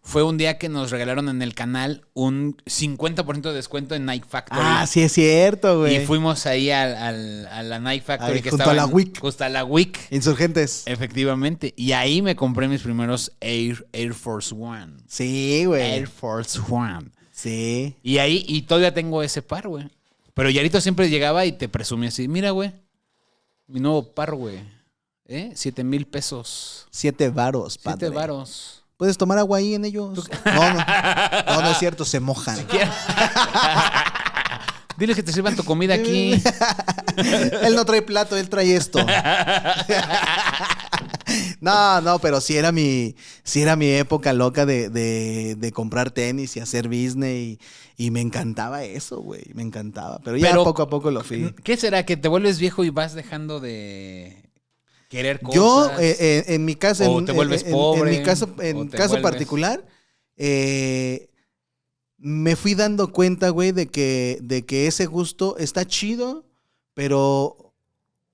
[SPEAKER 2] fue un día que nos regalaron en el canal un 50% de descuento en Nike Factory.
[SPEAKER 1] Ah, sí es cierto,
[SPEAKER 2] Y
[SPEAKER 1] güey.
[SPEAKER 2] fuimos ahí al, al- a la Nike Factory
[SPEAKER 1] Ahí,
[SPEAKER 2] que
[SPEAKER 1] junto
[SPEAKER 2] estaba
[SPEAKER 1] a la
[SPEAKER 2] en-
[SPEAKER 1] Wick.
[SPEAKER 2] Junto a la Wick.
[SPEAKER 1] Insurgentes.
[SPEAKER 2] Efectivamente. Y ahí me compré mis primeros Air, Air Force One.
[SPEAKER 1] Sí,
[SPEAKER 2] Air
[SPEAKER 1] güey.
[SPEAKER 2] Force One.
[SPEAKER 1] Sí.
[SPEAKER 2] Y ahí, y todavía tengo ese par, güey. Pero Yarito siempre llegaba y te presumía así, mira, güey, mi nuevo par, güey. ¿Eh? Siete mil pesos.
[SPEAKER 1] Siete varos, padre.
[SPEAKER 2] Siete varos.
[SPEAKER 1] ¿Puedes tomar agua ahí en ellos? No, no. No, no es cierto, se mojan.
[SPEAKER 2] [LAUGHS] Diles que te sirvan tu comida aquí.
[SPEAKER 1] [LAUGHS] él no trae plato, él trae esto. No, no, pero sí era mi, sí era mi época loca de, de- de comprar tenis y hacer business y, y me encantaba eso, güey, me encantaba. Pero ya
[SPEAKER 2] Pero-
[SPEAKER 1] poco a poco lo fui.
[SPEAKER 2] ¿Qué será? ¿Que te vuelves viejo y vas dejando de querer cosas?
[SPEAKER 1] Yo, eh, eh, en mi caso,
[SPEAKER 2] O
[SPEAKER 1] en, eh,
[SPEAKER 2] te vuelves
[SPEAKER 1] en- en-
[SPEAKER 2] pobre,
[SPEAKER 1] en mi caso,
[SPEAKER 2] o
[SPEAKER 1] en
[SPEAKER 2] te
[SPEAKER 1] caso
[SPEAKER 2] vuelves-
[SPEAKER 1] particular, eh, me fui dando cuenta, güey, de que, de que ese gusto está chido, pero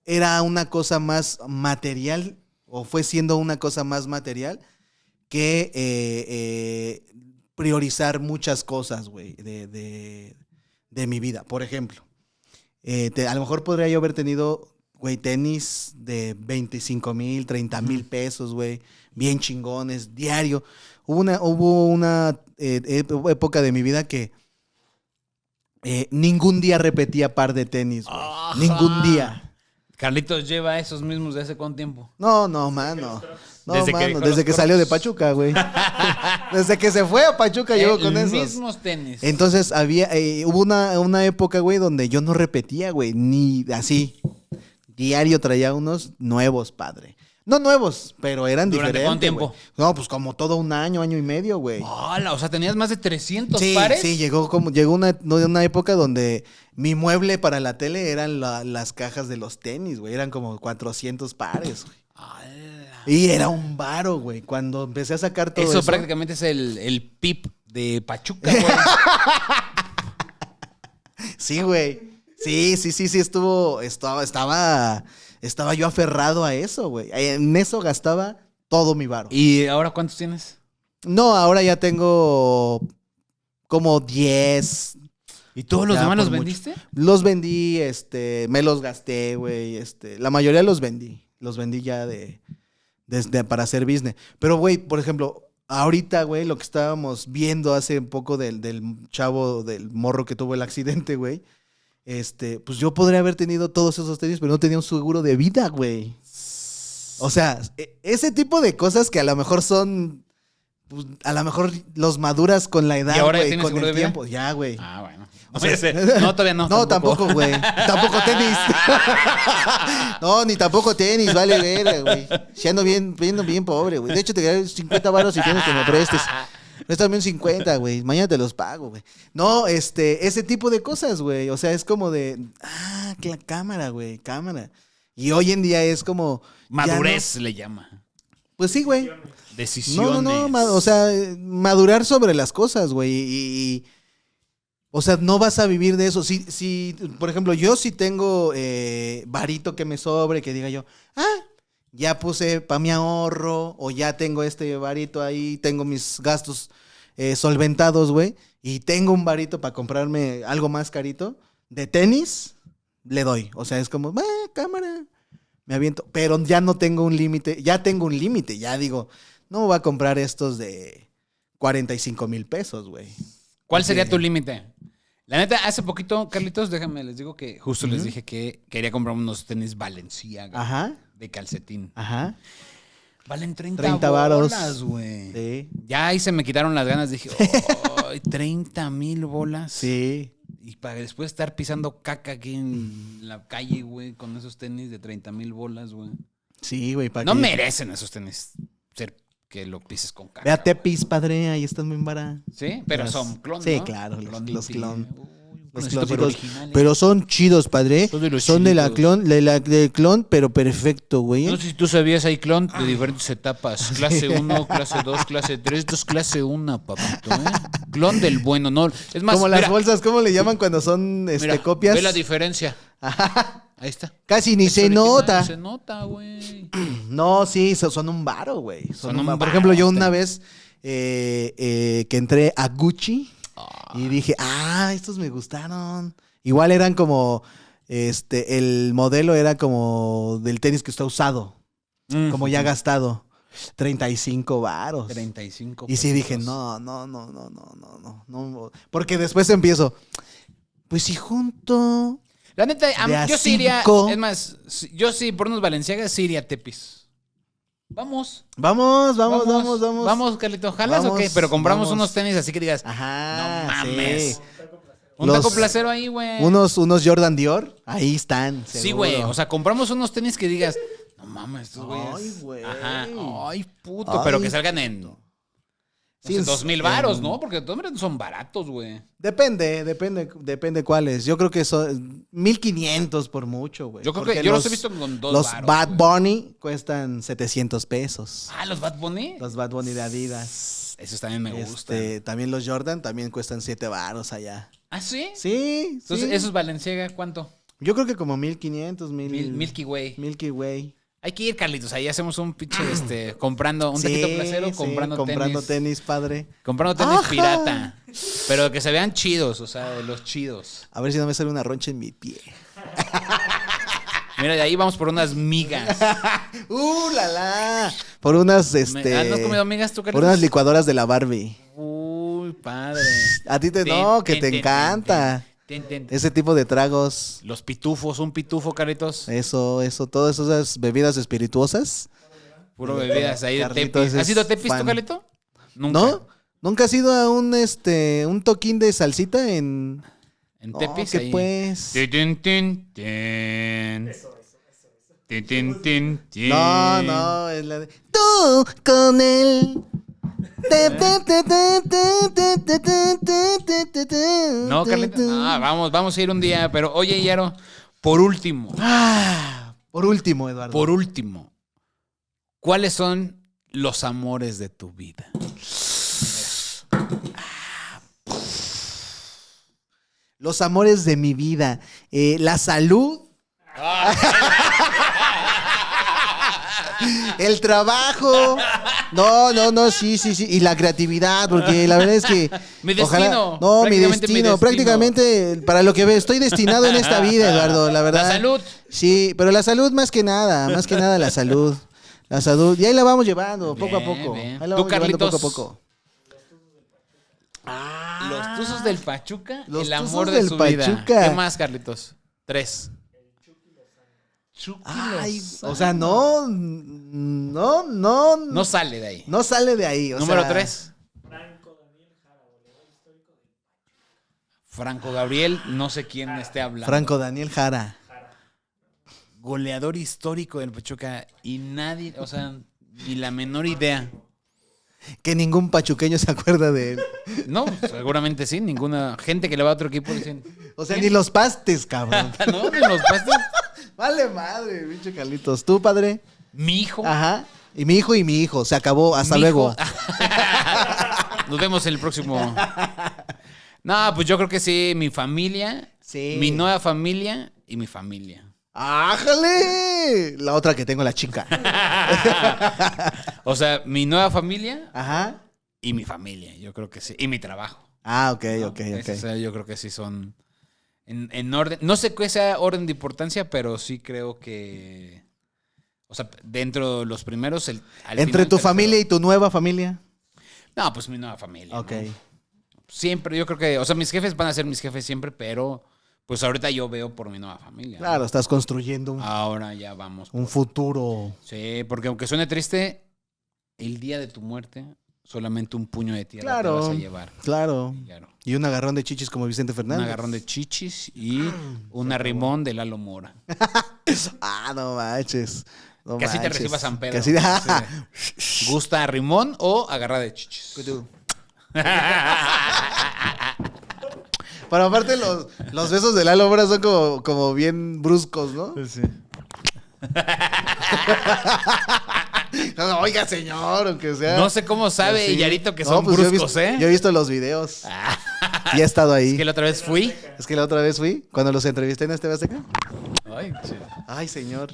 [SPEAKER 1] era una cosa más material, o fue siendo una cosa más material, que eh, eh, priorizar muchas cosas, güey, de, de- de mi vida. Por ejemplo, eh, te- a lo mejor podría yo haber tenido, güey, tenis de 25 mil, 30 mil pesos, güey, bien chingones, diario. Hubo una, hubo una eh, ep- época de mi vida que eh, ningún día repetía par de tenis, güey.
[SPEAKER 2] Ajá.
[SPEAKER 1] Ningún día.
[SPEAKER 2] Carlitos lleva esos mismos de hace cuánto tiempo.
[SPEAKER 1] No, no, mano. No,
[SPEAKER 2] Desde que
[SPEAKER 1] mano,
[SPEAKER 2] dejó
[SPEAKER 1] desde
[SPEAKER 2] los
[SPEAKER 1] que salió de
[SPEAKER 2] Crocs.
[SPEAKER 1] Pachuca,
[SPEAKER 2] [LAUGHS]
[SPEAKER 1] güey. desde que se fue a Pachuca llegó con
[SPEAKER 2] los
[SPEAKER 1] esos.
[SPEAKER 2] mismos tenis.
[SPEAKER 1] Entonces había, eh, hubo una, una época, güey, donde yo no repetía, güey, ni así. Diario traía unos nuevos, padre. No nuevos, pero eran
[SPEAKER 2] ¿Durante
[SPEAKER 1] diferentes.
[SPEAKER 2] cuánto tiempo?
[SPEAKER 1] güey. No, pues como todo un año, año y medio, güey.
[SPEAKER 2] Hola, o sea, tenías más de 300
[SPEAKER 1] Sí,
[SPEAKER 2] pares.
[SPEAKER 1] sí, llegó como, llegó una, no, una época donde mi mueble para la tele eran la- las cajas de los tenis, güey. Eran como 400 pares, güey.
[SPEAKER 2] Ala.
[SPEAKER 1] Y era un varo, güey. Cuando empecé a sacar todo
[SPEAKER 2] Eso,
[SPEAKER 1] eso.
[SPEAKER 2] prácticamente es el, el pip de
[SPEAKER 1] [LAUGHS]
[SPEAKER 2] Pachuca, güey.
[SPEAKER 1] Sí, güey. Sí, sí, sí, sí, estuvo, estaba, estaba, estaba yo aferrado a eso, güey. En eso gastaba todo mi varo.
[SPEAKER 2] ¿Y ahora cuántos tienes?
[SPEAKER 1] No, ahora ya tengo como 10.
[SPEAKER 2] ¿Y todos los
[SPEAKER 1] Ya,
[SPEAKER 2] demás
[SPEAKER 1] por
[SPEAKER 2] los
[SPEAKER 1] mucho.
[SPEAKER 2] vendiste?
[SPEAKER 1] Los vendí, este, me los gasté, güey, este, la mayoría los vendí. Los vendí ya de, desde para hacer business. Pero, güey, por ejemplo, ahorita, güey, lo que estábamos viendo hace un poco del, del chavo, del morro que tuvo el accidente, güey. Este, pues yo podría haber tenido todos esos tenis, pero no tenía un seguro de vida, güey. O sea, e- ese tipo de cosas que a lo mejor son. pues, a lo mejor los maduras con la edad,
[SPEAKER 2] ¿Y ahora ya
[SPEAKER 1] güey,
[SPEAKER 2] tienes
[SPEAKER 1] con
[SPEAKER 2] seguro
[SPEAKER 1] el
[SPEAKER 2] de vida?
[SPEAKER 1] tiempo. Ya, güey.
[SPEAKER 2] Ah, bueno.
[SPEAKER 1] O sea, [LAUGHS]
[SPEAKER 2] Oye, no, todavía no.
[SPEAKER 1] No, tampoco, güey. Tampoco
[SPEAKER 2] [LAUGHS]
[SPEAKER 1] tenis. no, ni tampoco tenis, vale verga, güey. Ya ando bien, viendo bien pobre, güey. De hecho, te quedaré 50 varos si tienes que me prestes. Préstame un 50, güey. Mañana te los pago, güey. No, este, ese tipo de cosas, güey. O sea, es como de, ah, que la cámara, güey, cámara. Y hoy en día es como... ya no-
[SPEAKER 2] Madurez le llama.
[SPEAKER 1] pues sí, güey.
[SPEAKER 2] Decisiones.
[SPEAKER 1] No, no, no, ma- o sea, eh, madurar sobre las cosas, güey. Y, y- o sea, no vas a vivir de eso. Si, si, por ejemplo, yo sí tengo eh, varito que me sobre, que diga yo, ah, ya puse para mi ahorro, o ya tengo este varito ahí, tengo mis gastos eh, solventados, güey, y tengo un varito para comprarme algo más carito, de tenis, le doy. O sea, es como, "Ah, cámara, me aviento. Pero ya no tengo un límite, ya tengo un límite, ya digo, no me voy a comprar estos de 45 mil pesos, güey.
[SPEAKER 2] ¿Cuál sería tu límite? La neta, hace poquito, Carlitos, déjame, les digo que justo les dije que quería comprar unos tenis Valenciaga
[SPEAKER 1] Ajá,
[SPEAKER 2] de calcetín.
[SPEAKER 1] ajá.
[SPEAKER 2] Valen 30,
[SPEAKER 1] 30 varos.
[SPEAKER 2] bolas, güey.
[SPEAKER 1] Sí,
[SPEAKER 2] Ya ahí se me quitaron las
[SPEAKER 1] [LAUGHS]
[SPEAKER 2] ganas. Dije, "Ay, 30 mil bolas.
[SPEAKER 1] sí.
[SPEAKER 2] Y para después estar pisando caca aquí en la calle, güey, con esos tenis de 30 mil bolas, güey.
[SPEAKER 1] Sí, güey, para
[SPEAKER 2] No
[SPEAKER 1] que-
[SPEAKER 2] merecen esos tenis. ser que lo pises con caca.
[SPEAKER 1] Ve a
[SPEAKER 2] güey.
[SPEAKER 1] Tepis, padre, ahí estás muy vara.
[SPEAKER 2] Sí, pero
[SPEAKER 1] Las-
[SPEAKER 2] son clones.
[SPEAKER 1] sí, claro, los- los clon. Los
[SPEAKER 2] pero
[SPEAKER 1] cloncitos.
[SPEAKER 2] originales.
[SPEAKER 1] Pero son chidos, padre.
[SPEAKER 2] Son de los
[SPEAKER 1] Son de la
[SPEAKER 2] chidos.
[SPEAKER 1] clon, de la, del clon, pero perfecto, güey. ¿eh?
[SPEAKER 2] No sé si tú sabías, hay clon de
[SPEAKER 1] [LAUGHS]
[SPEAKER 2] diferentes etapas. Clase 1, clase 2, clase 3, dos clase 1, papito. ¿eh? Clon del bueno, no. Es más,
[SPEAKER 1] Como las
[SPEAKER 2] mira,
[SPEAKER 1] bolsas, ¿cómo le llaman cuando son este,
[SPEAKER 2] mira,
[SPEAKER 1] copias?
[SPEAKER 2] Ve la diferencia. Ahí está.
[SPEAKER 1] Casi ni
[SPEAKER 2] Es
[SPEAKER 1] se
[SPEAKER 2] original,
[SPEAKER 1] nota.
[SPEAKER 2] Se nota, güey.
[SPEAKER 1] No, sí, so- son un varo, güey. Son,
[SPEAKER 2] Son
[SPEAKER 1] un
[SPEAKER 2] un
[SPEAKER 1] varo. Por
[SPEAKER 2] varo,
[SPEAKER 1] ejemplo, yo
[SPEAKER 2] este.
[SPEAKER 1] una vez eh, eh, que entré a Gucci y dije, ah, estos me gustaron. Igual eran como, este, el modelo era como del tenis que está usado, como
[SPEAKER 2] Mm.
[SPEAKER 1] ya gastado. 35 varos.
[SPEAKER 2] 35.
[SPEAKER 1] Y sí dije,
[SPEAKER 2] pesos.
[SPEAKER 1] no, no, no, no, no, no, no, no. Porque después empiezo, pues si junto...
[SPEAKER 2] La neta, a
[SPEAKER 1] De a
[SPEAKER 2] mí- yo sí iría.
[SPEAKER 1] cinco.
[SPEAKER 2] Es más, sí- yo sí, por unos Valenciagas, sí iría a Tepis. Vamos.
[SPEAKER 1] Vamos, vamos, vamos, vamos.
[SPEAKER 2] Vamos, Carlito. ¿Jalas o
[SPEAKER 1] Vamos,
[SPEAKER 2] qué? Pero compramos
[SPEAKER 1] vamos.
[SPEAKER 2] unos tenis así que digas,
[SPEAKER 1] Ajá.
[SPEAKER 2] No mames.
[SPEAKER 1] sí.
[SPEAKER 2] un
[SPEAKER 1] Los-
[SPEAKER 2] taco placero ahí, güey.
[SPEAKER 1] Unos, unos Jordan Dior, ahí están.
[SPEAKER 2] Sí,
[SPEAKER 1] seguro.
[SPEAKER 2] güey. O sea, compramos unos tenis que digas, no mames, tú, güey.
[SPEAKER 1] Ay, güey.
[SPEAKER 2] Ajá. Ay, puto.
[SPEAKER 1] Ay.
[SPEAKER 2] Pero que salgan en.
[SPEAKER 1] Sí, en-
[SPEAKER 2] dos mil varos,
[SPEAKER 1] en-
[SPEAKER 2] ¿no? Porque de todas maneras son baratos, güey.
[SPEAKER 1] Depende, depende, depende cuáles. Yo creo que son 1500 por mucho, güey.
[SPEAKER 2] Yo creo
[SPEAKER 1] Porque
[SPEAKER 2] que yo los he visto con dos
[SPEAKER 1] Los
[SPEAKER 2] varos,
[SPEAKER 1] Bad
[SPEAKER 2] güey.
[SPEAKER 1] Bunny cuestan 700 pesos.
[SPEAKER 2] Ah, los Bad Bunny.
[SPEAKER 1] Los Bad Bunny de Adidas.
[SPEAKER 2] Esos también me gustan.
[SPEAKER 1] Este, también los Jordan también cuestan 7 varos allá.
[SPEAKER 2] ¿Ah, sí?
[SPEAKER 1] Sí,
[SPEAKER 2] Entonces,
[SPEAKER 1] sí.
[SPEAKER 2] esos Valenciaga, ¿cuánto?
[SPEAKER 1] Yo creo que como 1500, mil,
[SPEAKER 2] Mil, Milky Way.
[SPEAKER 1] Milky Way.
[SPEAKER 2] Hay que ir, Carlitos. Ahí hacemos un pinche, este, comprando un
[SPEAKER 1] Ah. Sí,
[SPEAKER 2] taquito placero,
[SPEAKER 1] sí,
[SPEAKER 2] comprando,
[SPEAKER 1] comprando
[SPEAKER 2] tenis.
[SPEAKER 1] tenis, padre.
[SPEAKER 2] Comprando tenis
[SPEAKER 1] Ajá.
[SPEAKER 2] pirata. Pero que se vean chidos, o sea, de los chidos.
[SPEAKER 1] A ver si no me sale una roncha en mi pie.
[SPEAKER 2] Mira, de ahí vamos por unas migas. ah,
[SPEAKER 1] ¡Uh, la la! Por unas,
[SPEAKER 2] Me-
[SPEAKER 1] este...
[SPEAKER 2] ¿Ah, ¿No has comido migas tú,
[SPEAKER 1] por
[SPEAKER 2] Carlitos?
[SPEAKER 1] unas licuadoras de la Barbie.
[SPEAKER 2] Uy, padre.
[SPEAKER 1] A ti te...
[SPEAKER 2] Ten,
[SPEAKER 1] Este, no, que
[SPEAKER 2] ten,
[SPEAKER 1] te
[SPEAKER 2] ten,
[SPEAKER 1] encanta.
[SPEAKER 2] ten, ten, ten, ten.
[SPEAKER 1] Ese tipo de tragos.
[SPEAKER 2] Los pitufos, un pitufo,
[SPEAKER 1] Eh,
[SPEAKER 2] Carlitos.
[SPEAKER 1] Eso, eso. Todas esas bebidas espirituosas.
[SPEAKER 2] Puro bebidas ahí de
[SPEAKER 1] eh, Carlitos
[SPEAKER 2] tepis. ¿Has
[SPEAKER 1] es
[SPEAKER 2] ido a tepis tú,
[SPEAKER 1] fan.
[SPEAKER 2] Carlito? Nunca.
[SPEAKER 1] ¿No? ¿Nunca has ido a un, este... Un toquín de salsita en...
[SPEAKER 2] En
[SPEAKER 1] No,
[SPEAKER 2] tepis
[SPEAKER 1] ¿qué
[SPEAKER 2] ahí.
[SPEAKER 1] pues?
[SPEAKER 2] Tin, tin, tin, tin. Tin, tin, tin, tin.
[SPEAKER 1] No, no. Es la de... Tú con él...
[SPEAKER 2] No,
[SPEAKER 1] No,
[SPEAKER 2] Carlitos. Ah, vamos, vamos a ir un día. Pero oye, Yaro, por último,
[SPEAKER 1] Ah, por último, Eduardo.
[SPEAKER 2] por último, ¿cuáles son los amores de tu vida?
[SPEAKER 1] Los amores de mi vida. Eh, la salud. El trabajo. No, no, no, sí, sí, sí. Y la creatividad, porque la verdad es que.
[SPEAKER 2] Mi destino,
[SPEAKER 1] no, mi
[SPEAKER 2] prácticamente mi
[SPEAKER 1] destino,
[SPEAKER 2] destino.
[SPEAKER 1] Prácticamente para lo que ve- estoy destinado en esta vida, Eduardo, la verdad.
[SPEAKER 2] La salud.
[SPEAKER 1] Sí, pero la salud más que nada, más que nada la salud. La salud. Y ahí la vamos llevando, poco a
[SPEAKER 2] Bien,
[SPEAKER 1] poco.
[SPEAKER 2] bien.
[SPEAKER 1] Ahí la
[SPEAKER 2] ¿Tú,
[SPEAKER 1] vamos llevando poco a
[SPEAKER 2] Carlitos?
[SPEAKER 1] poco.
[SPEAKER 2] Los tuzos del Pachuca,
[SPEAKER 1] Ah. Los
[SPEAKER 2] el
[SPEAKER 1] Tuzos
[SPEAKER 2] amor de
[SPEAKER 1] del
[SPEAKER 2] su
[SPEAKER 1] Pachuca.
[SPEAKER 2] vida. ¿Qué más, Carlitos? Tres. Chucky
[SPEAKER 1] Ay,
[SPEAKER 2] Lozano.
[SPEAKER 1] o sea, no, no, no,
[SPEAKER 2] No
[SPEAKER 1] no,
[SPEAKER 2] sale de ahí.
[SPEAKER 1] sale de ahí. o
[SPEAKER 2] Número
[SPEAKER 1] sea,
[SPEAKER 2] tres. Franco Gabriel, no sé quién esté hablando.
[SPEAKER 1] Franco Daniel Jara.
[SPEAKER 2] Goleador histórico del Pachuca y nadie, o sea, ni la menor idea.
[SPEAKER 1] Que ningún pachuqueño se acuerda de él.
[SPEAKER 2] No, seguramente sí, ninguna gente que le va a otro equipo dicen. "Ah,
[SPEAKER 1] O sea, ni los pastes,
[SPEAKER 2] [LAUGHS]
[SPEAKER 1] cabrón.
[SPEAKER 2] No, ni los pastos.
[SPEAKER 1] Vale madre, pinche Carlitos. Tú, padre.
[SPEAKER 2] Mi hijo.
[SPEAKER 1] Ajá. Y mi hijo y mi hijo. Se acabó. Hasta
[SPEAKER 2] Mi
[SPEAKER 1] luego.
[SPEAKER 2] hijo. Ah, Nos vemos en el próximo. No, pues yo creo que sí, mi familia,
[SPEAKER 1] Sí.
[SPEAKER 2] mi nueva familia y mi familia.
[SPEAKER 1] ¡Ájale! La otra que tengo, la chica.
[SPEAKER 2] O sea, mi nueva familia
[SPEAKER 1] Ajá.
[SPEAKER 2] y mi familia, yo creo que sí. Y mi trabajo.
[SPEAKER 1] Ah, ok,
[SPEAKER 2] ¿no?
[SPEAKER 1] ok,
[SPEAKER 2] Es-
[SPEAKER 1] ok.
[SPEAKER 2] o sea, yo creo que sí son en, en orden. No sé cuál sea orden de importancia, pero sí creo que. O sea, dentro de los primeros. El, al
[SPEAKER 1] Entre
[SPEAKER 2] final,
[SPEAKER 1] tu
[SPEAKER 2] tercero.
[SPEAKER 1] familia y tu nueva familia.
[SPEAKER 2] No, pues mi nueva familia. ¿no?
[SPEAKER 1] Ok.
[SPEAKER 2] Siempre, yo creo que. O sea, mis jefes van a ser mis jefes siempre, pero. Pues ahorita yo veo por mi nueva familia. ¿no?
[SPEAKER 1] Claro, estás construyendo un,
[SPEAKER 2] Ahora ya vamos.
[SPEAKER 1] un futuro.
[SPEAKER 2] Sí, porque aunque suene triste, el día de tu muerte, solamente un puño de tierra
[SPEAKER 1] Claro.
[SPEAKER 2] te vas a llevar.
[SPEAKER 1] Claro.
[SPEAKER 2] Claro.
[SPEAKER 1] Y un agarrón de chichis como Vicente
[SPEAKER 2] Un
[SPEAKER 1] Fernández.
[SPEAKER 2] agarrón de chichis y un arrimón de Lalo Mora.
[SPEAKER 1] Ah, no manches. No
[SPEAKER 2] que así te
[SPEAKER 1] manches.
[SPEAKER 2] reciba San Pedro.
[SPEAKER 1] Que así- ah,
[SPEAKER 2] Sí. ¿Gusta a rimón o agarra de chichis?
[SPEAKER 1] Pues Pero aparte los, los besos de Lalo Obra son como, como bien bruscos, ¿no? Oiga, señor, aunque sea.
[SPEAKER 2] No sé cómo sabe
[SPEAKER 1] Sí.
[SPEAKER 2] Yarito que
[SPEAKER 1] No,
[SPEAKER 2] son
[SPEAKER 1] pues yo he
[SPEAKER 2] bruscos,
[SPEAKER 1] visto-
[SPEAKER 2] ¿eh? Ah,
[SPEAKER 1] Yo he visto los videos. Y he estado ahí.
[SPEAKER 2] [LAUGHS] Es que la otra vez fui.
[SPEAKER 1] otra vez fui, cuando los entrevisté en este Azteca.
[SPEAKER 2] Ay,
[SPEAKER 1] Ay,
[SPEAKER 2] [LAUGHS]
[SPEAKER 1] señor.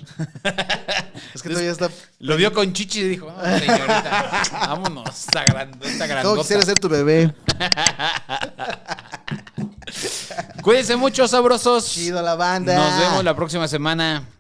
[SPEAKER 1] es que todavía está.
[SPEAKER 2] Lo vio con chichi y dijo, "No, señorita, [LAUGHS] vámonos, está grande, está
[SPEAKER 1] ¿Cómo
[SPEAKER 2] grandota".
[SPEAKER 1] quisiera ser tu bebé?
[SPEAKER 2] Cuídense mucho, sabrosos.
[SPEAKER 1] Chido la banda.
[SPEAKER 2] Nos vemos la próxima semana.